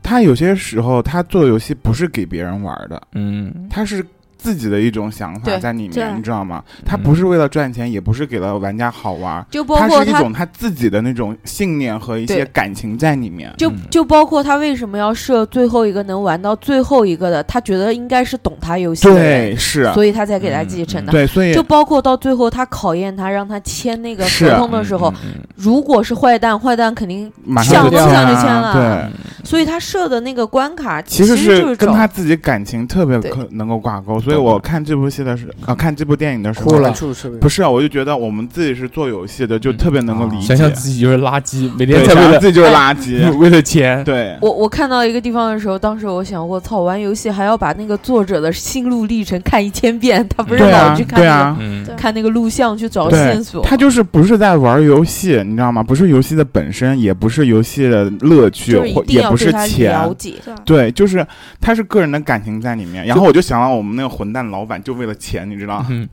E: 他有些时候他做游戏不是给别人玩的，
A: 嗯，
E: 他是。自己的一种想法
G: 对
E: 在里面，
F: 对
E: 你知道吗？他
A: 嗯
E: 不是为了赚钱，也不是给了玩家好玩，
G: 就包
E: 他
G: 括
E: 是一
G: 他
E: 种嗯他自己的那种信念和一些
G: 对
E: 感情在里面。
G: 就
A: 嗯
G: 就包括他为什么要设最后一个能玩到最后一个的，他觉得应该是懂他游戏的人，
E: 对，是，
G: 所以他才给他继承的。
E: 对，所以
G: 就包括到最后他考验他，让他签那个合
E: 是啊
G: 同的时候，
A: 嗯，嗯
G: 如果是坏蛋，坏蛋肯定
E: 马
G: 想
E: 上
G: 都
E: 签
G: 不想就
E: 了
G: 签
E: 啊
G: 了
E: 对，
G: 所以他设的那个关卡
E: 其实
G: 是就是
E: 跟
G: 找
E: 他自己感情特别
G: 对
E: 可能够挂钩，所以
A: 懂
E: 我
A: 了
E: 看这部戏的时啊、看这部电影的时候，
C: 哭了
B: 感触特别
E: 不是啊，我就觉得我们自己是做游戏的，就特别能够理
C: 嗯
E: 解。
H: 想想自己就是垃圾，每
E: 对
H: 天在
E: 想
H: 为
E: 想
H: 了
E: 自己就是
A: *laughs*
E: 垃圾，
H: 为了钱，
E: 对，
G: 哎我我看到一个地方的时候，当时我想，我操，玩游戏还要把那个作者的心路历程看一千遍，他不是
E: 对
G: 老
E: 啊
G: 去，看
E: 对
G: 那
E: 啊。
A: 嗯
G: 个看那个录像去找
E: 对
G: 线索，
E: 他就是不是在玩游戏，你知道吗？不是游戏的本身，也不是游戏的乐趣，
G: 就是一
E: 或
G: 定
E: 也
G: 要
E: 不
G: 对
E: 是
G: 他
E: 钱
G: 了，解。
E: 对，就是他是个人的感情在里面。然后我就想到我们那个混蛋老板，就为了钱，你知 *laughs* 道吗，？
A: 嗯，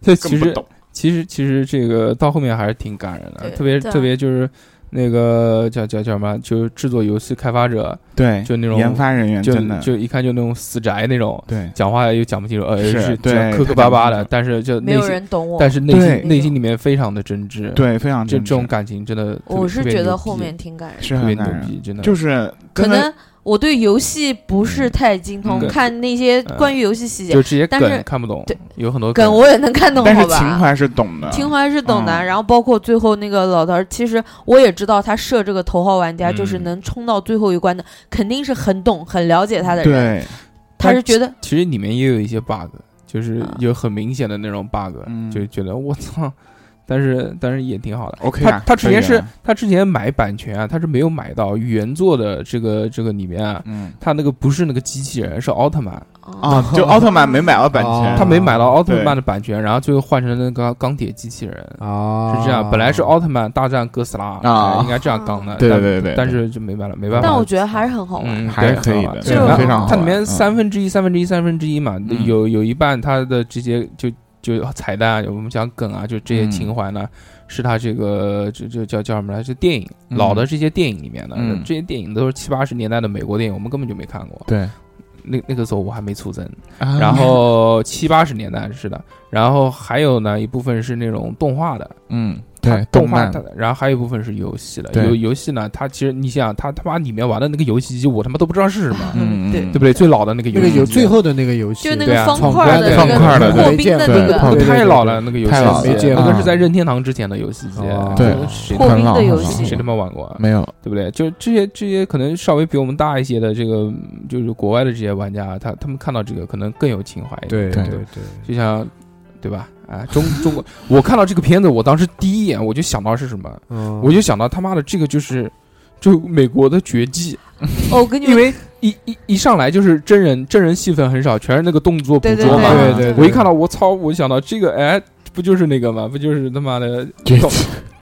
A: 这其
E: 更不
A: 实
E: 啊懂。
A: 其实其实这个到后面还是挺感人的，
G: 对
A: 特别
F: 对
A: 特别就是那个叫叫叫什么，就是制作游戏开发者，
E: 对，
A: 就那种
E: 研发人员
A: 就
E: 真的
A: 就一看就那种死宅那种，
E: 对，
A: 讲话又讲不清楚，呃，
E: 是
A: 这
E: 对
A: 样磕磕巴巴的，但是就内
G: 没有
A: 心，
G: 人懂我，
A: 但是内
E: 对
A: 心内心里面非常的真挚，，
E: 对，非常
A: 这
E: 真
A: 这种
E: 挚
A: 感情真的特别，
G: 我是
A: 特别
G: 觉
A: 牛
G: 得
A: 逼
G: 后面挺感人的。
E: 是
A: 特别
E: 很
A: 牛
E: 感人，
A: 逼，真的
E: 就是
G: 可
E: 真的
G: 能我对游戏不是太精通，
A: 嗯
G: 看那些
A: 嗯
G: 关于游戏细节
A: 就这些
G: 但是
A: 梗看不懂
G: 对，
A: 有很多
G: 梗，我也能看懂，
E: 但是
G: 好
E: 情
G: 吧？
E: 怀是懂的，
G: 情怀是懂的，
E: 嗯
G: 然后包括最后那个老头儿，其实我也知道他设这个头号玩家
A: 嗯
G: 就是能冲到最后一关的，肯定是很懂、很了解他的人，
E: 对，
G: 他是觉得
A: 其实里面也有一些 bug，就是
G: 啊
A: 有很明显的那种 bug，、
E: 嗯
A: 就觉得我操，但是但是也挺好的。
E: OK
A: 他
E: 啊，
A: 他之
E: 可以
A: 前
E: 啊
A: 是他之前买版权啊，他是没有买到原作的这个这个里面啊，
E: 嗯
A: 他那个不是那个机器人，是奥特曼，
G: 哦
E: 啊，就奥特曼没买到版
C: 哦
E: 权，
A: 哦他没买到奥特
E: 啊对
A: 曼的版权，然后最后换成那个钢铁机器人，
C: 啊，
A: 是这样。本来是奥特曼大战哥斯拉哎
E: 啊
A: 应该这样刚的，
E: 对对
A: 但
E: 对对，
A: 但是就没办法，没办法。
G: 但我觉得还是很好玩。
A: 嗯，
E: 还是可以的
A: 对
G: 这
A: 然
G: 个
A: 后
G: 非常好
A: 它
E: 玩
A: 里面
E: 嗯
A: 三分之一、三分之一、三分之一嘛，
E: 嗯
A: 有有一半它的这些就就彩蛋，我们讲梗啊，就这些
E: 嗯
A: 情怀呢，是它这个这这叫叫什么来着？电影
E: 嗯
A: 老的这些电影里面的
E: 嗯，
A: 这些电影都是七八十年代的美国电影，我们根本就没看过。
E: 对，
A: 那那个时候我还没出生，
E: 啊
A: 然后七八十年代是的，然后还有呢一部分是那种动画的，
E: 嗯，
A: 它
E: 对，
A: 动画
E: 漫
A: 它，然后还有一部分是游戏的。
E: 对
A: 游游戏呢，它其实你想想，它他妈里面玩的那个游戏机，我他妈都不知道是什么，
E: 嗯，
G: 对
E: 嗯
A: 对不对？最老的那个
C: 那
A: 游
C: 个
A: 戏机，
C: 有最后的那个游戏，
G: 就那
A: 对
G: 个
A: 啊
G: 方
C: 闯
G: 块儿
C: 关
G: 的
E: 放块儿
G: 那
E: 的
G: 个破冰的那
E: 对对
G: 个
E: 对
C: 对
A: 太
C: 对
A: 老
C: 对
A: 了，那个游戏
E: 太老
A: 机
C: 了没见
A: 那
E: 过
A: 个是在任天堂之前的游戏机
C: 哦，
E: 对
A: 谁
G: 破
E: 很
G: 冰
E: 老
G: 的
E: 很
G: 游
E: 老
G: 戏
A: 谁他妈玩过啊？
E: 没有，
A: 对不对？就这些这些可能稍微比我们大一些的这个，嗯就是国外的这些玩家，他他们看到这个可能更有情怀一点。
C: 对
E: 对
C: 对对，
A: 就像，对吧？啊，中中国，我看到这个片子，我当时第一眼我就想到是什么，
C: 嗯
A: 我就想到他妈的这个就是，就美国的绝技，
G: 哦，我跟你
A: 因
G: 们
A: 为一一一上来就是真人真人戏份很少，全是那个动作捕
G: 对对
A: 捉嘛。
C: 对对，对
A: 我一看到我操，我想到这个，哎，不就是那个吗？不就是他妈的
E: 绝
A: 同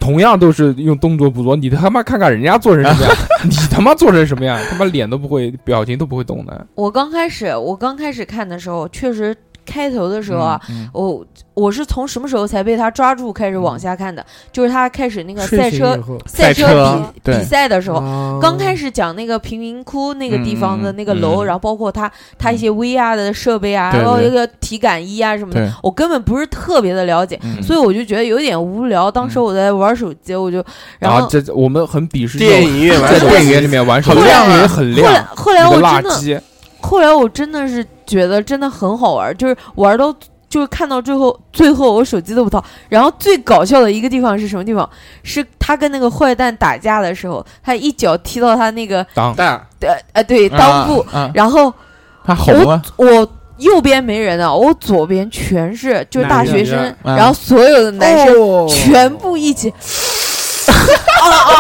A: 同样都是用动作捕捉，你他妈看看人家做成什么样，你他妈做成什么样，他妈脸都不会，表情都不会动的。
G: 我刚开始我刚开始看的时候，确实开头的时候啊，
E: 嗯，
G: 我我是从什么时候才被他抓住开始往下看的？就是他开始那个赛
C: 睡醒
G: 车
C: 以后
G: 赛
E: 赛
G: 车
E: 车
G: 比
E: 对
G: 比赛的时候，
C: 啊
G: 刚开始讲那个贫民窟那个地方的
E: 嗯
G: 那个楼，
E: 嗯
G: 然后包括他他一些 VR 的设备啊，
E: 对对
G: 然后一个体感衣啊什
A: 嗯
G: 么的
E: 对，
G: 我根本不是特别的了解，
E: 嗯
G: 所以我就觉得有点无聊。当时我在玩手机，我就然
A: 啊
G: 后。
A: 这我们很鄙视这
B: 电
A: 种
B: 影院
A: 在
B: 玩手
A: 电影院里
B: 机，
A: 面玩手
G: 很
A: 机，
G: 亮啊
A: 也很
G: 后来
A: 亮，，
G: 后
A: 你
G: 来
A: 个
G: 哎我
A: 垃
G: 真的，
A: 圾，
G: 后来我真的是觉得真的很好玩，就是玩到就是看到最后，最后我手机都不掏。然后最搞笑的一个地方是什么地方？是他跟那个坏蛋打架的时候，他一脚踢到他那个
A: 当
E: 但
G: 呃呃对裆部，
E: 啊，
G: 然后
E: 他红啊了，
G: 我右边没人啊，我左边全是就是大学生，
E: 嗯
G: 然后所有的男生全部一起，啊啊，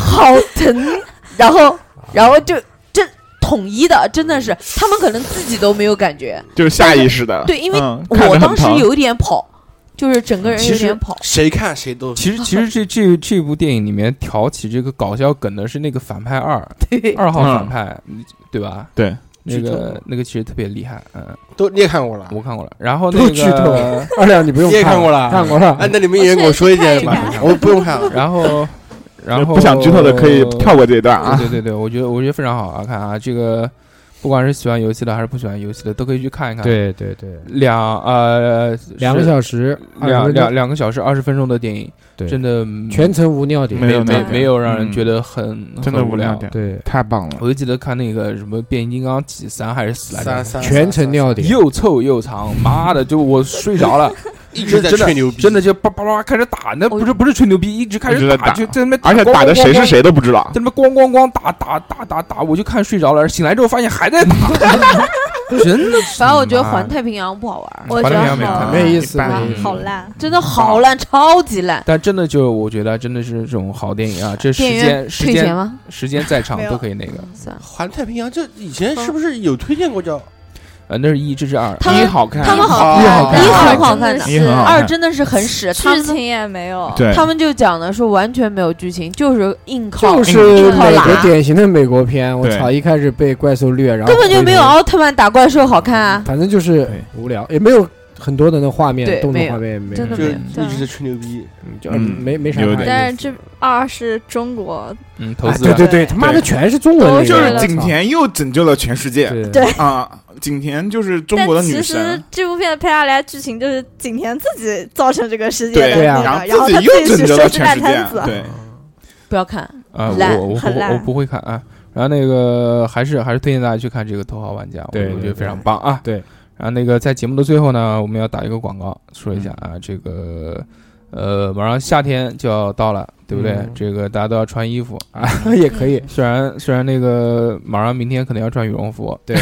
G: 好疼！然后，然后就这统一的，真的是他们可能自己都没有感觉，
E: 就是下意识的。
G: 对，因为
E: 嗯看着
G: 我
E: 很
G: 当时
E: 疼
G: 有一点跑，就是整个人有点跑，
B: 谁看谁都
A: 其实
E: *laughs*
A: 其实这这这部电影里面挑起这个搞笑梗的是那个反派二，
G: 对，
A: 二号
E: 嗯
A: 反派，对吧？
E: 对，
A: 那
B: 剧透
A: 个
B: 了
A: 那个其实特别厉害，嗯，
B: 都你也看过了，
A: 我看过了。然后
C: 都
A: 那
C: 剧透
A: 个
C: 了，二亮你不用
B: 你也看
C: 看
B: 过了，
C: 看过了
A: 嗯
B: 哎，，那你们一人给我说一件吧，我不用看了。
A: *laughs* 然后然后
E: 不想剧透的可以跳过这一段啊。
A: 对对对对，我觉得我觉得非常好啊！看啊，这个不管是喜欢游戏的还是不喜欢游戏的，都可以去看一看。，
C: 对对对，
A: 两呃
C: 两个小时，
A: 时两
C: 20分钟
A: 两两个小时二十分钟的电影，
C: 对
A: 真的
C: 全程无尿点，
E: 没有
A: 没
E: 那个
A: 没有让人
E: 嗯
A: 觉得很
E: 真的
A: 很
E: 无
A: 无
E: 聊
A: 聊
E: 点
C: 对，
E: 太棒了，
A: 我就记得看那个什么《变形金刚》几三还是四来着
B: *laughs* 三，三
C: 全程尿
A: *laughs*
C: 点，
A: 又臭又长，妈的，就我睡着了，
B: 一直在吹牛逼，
A: 真的就叭叭叭开始打，那不是不是吹牛逼，一直开
E: 一
A: 始
E: 直在打
A: 就在那边
E: 而且打的
A: 咣
E: 谁是
A: 咣咣咣
E: 谁都不知道。
A: 在那边咣咣咣打打打打打，我就看睡着了，醒来之后发现还在
G: *laughs*
A: 打，真的是，
G: 反正我觉得环太平洋不好玩，
F: 我
A: 完了
F: 觉
A: 没有
F: 得
A: 没有
F: 好
A: 看
C: 没意思
E: 一般
C: 没
F: 啊
C: 意思
F: 好烂，
G: 真的好烂，超级烂。
A: 但真的就我觉得真的是这种好电影啊，这时
G: 电影
A: 间
G: 院
A: 时
G: 退钱
A: 间
G: 吗？
A: 时间再长
F: 没有
A: 都可以那个，
G: 算了，
B: 环太平洋，这以前是不是有推荐过叫？
A: 呃，那是一，这是二，
G: 他们
E: 一好看，
A: 嗯
G: 他们好
E: 一好
G: 看，一
E: 看
G: 很好看的，
E: 一很好看
G: 二真的是很屎，他
F: 剧
G: 们
F: 情也没有。
E: 对，
G: 他们就讲的是完全没有剧情，就是硬靠，
C: 就是
G: 硬靠
C: 美国
G: 拉，
C: 典型的美国片，我
E: 对
C: 操，一开始被怪兽虐，
E: 啊
C: 然后
G: 根本就没有
C: 回头
G: 奥特曼打怪兽好看
E: 嗯
G: 啊！
C: 嗯反正就是
E: 对
C: 无聊，也没有很多的那画面，
G: 对
C: 动
G: 没
C: 作
G: 有
C: 画面也没有
G: 真的
B: 就
G: 没
B: 是
G: 有
B: 一直在吹牛逼，
C: 嗯就
E: 嗯
C: 没没啥
E: 有
C: 太意思。
E: 点
F: 但是这二是中国，
A: 嗯，投
C: 哎
A: 资
C: 对
A: 啊
C: 对对，他妈的全是中文那个，啊
E: 就是景甜又拯救了全世界
C: 对
F: 对
E: 啊！景甜就是中
F: 但
E: 国的女
F: 其实
E: 神，啊
F: 这部片的拍下来剧情就是景甜自己造成这个世界的
E: 对
C: 对
F: 那
C: 啊
F: 个，
E: 然
F: 然
E: 后
F: 后
E: 自
F: 他
E: 己又
F: 自己
E: 拯救
F: 是
E: 了
F: 收拾
E: 全世
F: 烂
E: 界
F: 摊，子，啊
E: 对，
G: 不要看，
A: 啊，
G: 烂
A: 我我不
F: 很
A: 我
F: 烂
A: 不会看啊。然后那个还是还是推荐大家去看这个《头号玩家》，我
C: 对
A: 我
C: 对
A: 觉得
C: 对
A: 非常棒啊。
C: 对，
A: 然后那个在节目的最后呢，我们要打一个广告，说一下
C: 嗯
A: 啊，这个呃，马上夏天就要到了，对不对？
C: 嗯
A: 这个大家都要穿衣服啊。 *laughs*
C: 对， *laughs* 也可以。
A: 虽然虽然那个马上明天可能要穿羽绒服，
C: 对，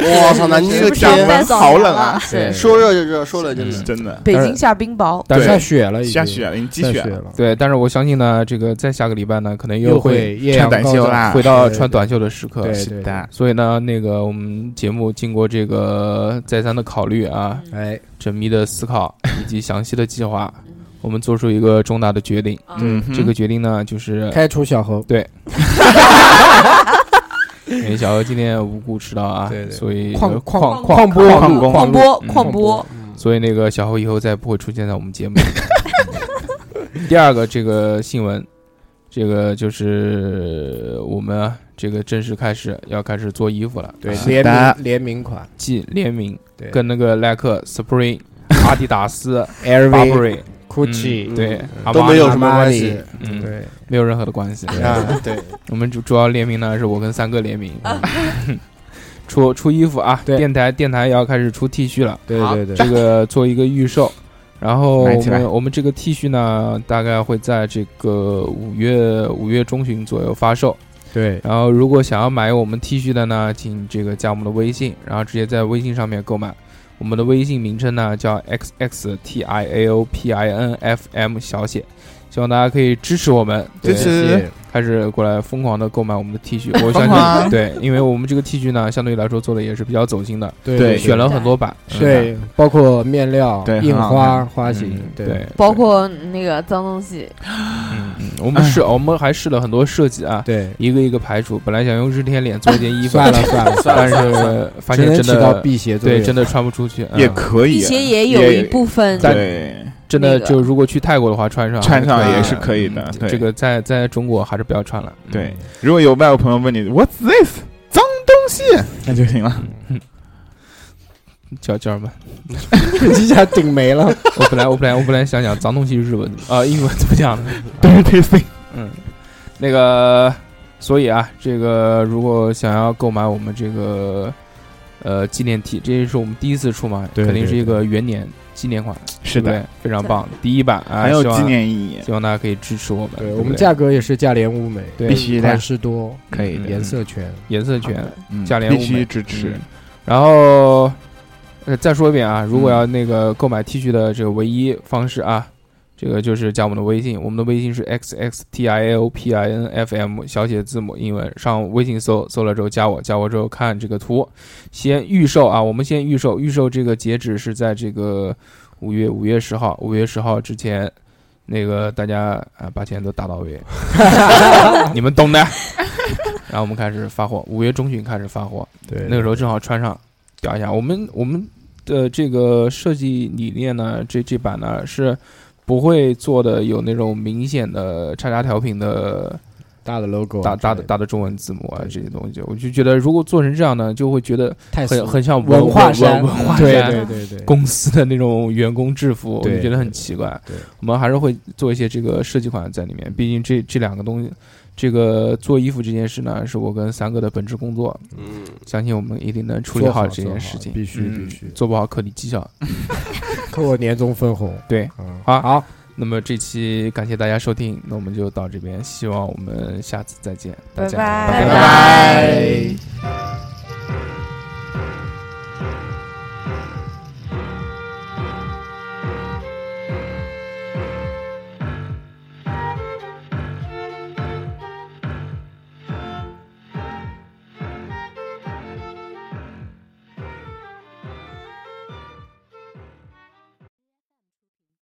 B: 我操，那你这个
E: 讲
B: 天
E: 完好冷啊，嗯
C: 对
B: 说热就热，说冷就冷，
E: 真的
G: 北京下冰雹，
C: 但
E: 对
C: 下雪了已经，
E: 下雪了，已经积
C: 下
E: 雪
C: 雪
E: 了，
C: 了，
A: 对，但是我相信呢，这个在下个礼拜呢，可能
C: 又
A: 会
C: 会
E: 穿
C: 艳阳
E: 短
C: 高
E: 袖
C: 照。
E: 啦，
A: 回到
C: 对
A: 穿短袖的时刻。
C: 对
E: 是的，
A: 所以呢，那个我们节目经过这个再三的考虑啊，
C: 哎，
A: 缜密的思考以及详细的计划，我们做出一个重大的决定。
E: 嗯
G: 嗯，
E: 哼，
A: 这个决定呢，就是
C: *laughs* 开除小猴，
A: 因为哎小何今天无故迟到啊，
C: 对对
A: 所以
C: 旷
A: 旷
C: 旷播
E: 旷工
G: 旷播
A: 嗯
G: 旷播，
A: 所以那个小何以后再也不会出现在我们节目里。第二个这个新闻，这个就是我们啊这个正式开始要开始做衣服了，
C: 对
A: 啊
C: 联
E: 的
C: 名联名款，
A: 即联名
C: 对，
A: 跟那个耐克、Spring、阿
C: *laughs*
A: 迪达斯、
C: LV、
A: Burberry 嗯
C: Gucci，
A: 对
C: 嗯
B: 都没有
C: 阿
B: 什么
C: 玛
B: 关
C: 尼
B: 系
A: 嗯，
C: 对
A: 没有任何的关系。
B: 啊。对，
A: 我们主主要联名呢，是我跟三哥联名， *laughs* 出出衣服啊，
C: 对
A: 电台电台也要开始出 T 恤了，
G: 好
C: 对对
A: 这
C: 对，
A: 个做一个预售。然后
E: 买
A: 我
E: 起来
A: 们我们这个 T 恤呢，大概会在这个五月五月中旬左右发售。
C: 对
A: 然后如果想要买我们 T 恤的呢，请这个加我们的微信，然后直接在微信上面购买。我们的微信名称呢叫 x x t i a o p i n f m 小写，希望大家可以支持我们，对
E: 支持
C: 谢谢
A: 开始过来疯狂的购买我们的 T 恤。我
J: 疯
A: 相信，
J: 狂
A: 对，因为我们这个 T 恤呢，相对来说做的也是比较走心的，
E: 对
A: 选了很多版，
C: 对，包括面料
E: 对、
C: 印
E: 很好
C: 花、
E: 看
C: 花
A: 嗯
C: 型，
A: 对，
C: 对
A: 对
G: 包括那个脏东西，
A: 嗯嗯我们试，我们还试了很多设计啊，
C: 对，
A: 一个一个排除。本来想用日天脸做一件衣服，
C: 算了算了
A: *laughs*
C: 算
A: 但
C: 了，
A: 是发
C: 只
A: 现
C: 能
A: 真
C: 起到
A: 的
C: 辟邪作用，
A: 对真
C: *laughs*
A: 的穿不出去，嗯
E: 也可以
G: 辟
E: 啊，
G: 邪也有一部分
A: 但
E: 对，
A: 真的
G: 那个
A: 就如果去泰国的话，穿上
E: 穿上
A: 对
E: 也是可以的
A: 嗯
E: 对
A: 这个在在中国还是不要穿了。嗯
E: 对，如果有外国朋友问你 What's this 脏东西，那就行了。
A: 叫叫什么？
C: 一下顶没了。
A: 我本来我本来我本来想讲脏东西日文啊，英文怎么讲呢？
E: Dirty thing，
A: 嗯，那个，所以啊，这个如果想要购买我们这个呃纪念 T，这也是我们第一次出嘛，
C: 对
A: 肯定
C: 对
A: 是
C: 对
A: 一个元年纪念款，
E: 是
A: 对
E: 的，
A: 不对，非常棒，第一版啊，
E: 很有
A: 希望
E: 纪，念意义，
A: 希望大家可以支持我们，
C: 对
A: *laughs* 对
C: 我们
A: 价
C: 价格也是价廉物美，
A: 对
E: 必须
C: 款
E: 的，
C: 式多，
E: 可以
A: 嗯
E: 的，
C: 颜色全。
A: 颜色全，
E: 嗯
A: 价廉物美
E: 必须支持
A: 嗯。然后，呃，再说一遍啊，如果要那个购买 T 恤的这个唯一方式啊，这个就是加我们的微信，我们的微信是 x x t i a o p i n f m 小写字母英文，上微信搜搜了之后加我，加我之后看这个图，先预售啊，我们先预售，预售这个截止是在这个五月五月十号，五月十号之前。那个大家啊，把钱都打到位，你们懂的。 *laughs* 然后我们开始发货，五月中旬开始发货，
C: 对，
A: 那个时候正好穿上，表一下。我们我们的这个设计理念呢，这这版呢是不会做的有那种明显的叉叉调频的
C: 大的 logo，
A: 大大的大的中文字母啊这些东西。我就觉得如果做成这样呢，就会觉得
C: 太
A: 很很像
C: 文化
A: 文
C: 衫，
A: 文化
C: 对
A: 衫
C: 对对对，
A: 公司的那种员工制服，我就
C: 对
A: 觉得很奇怪。
C: 对对
A: 我们还是会做一些这个设计款在里面，毕竟这这两个东西。这个做衣服这件事呢，是我跟三哥的本职工作，
B: 嗯，
A: 相信我们一定能处理
C: 做好
A: 这件事情。
C: 做好必须
A: 嗯
C: 必须
A: 做不好扣你绩效。
C: 扣我年终分红。
A: 对，
C: 嗯，
A: 好
C: 好，
A: 那么这期感谢大家收听，那我们就到这边，希望我们下次再见，大家
G: 拜
A: 拜
G: 拜。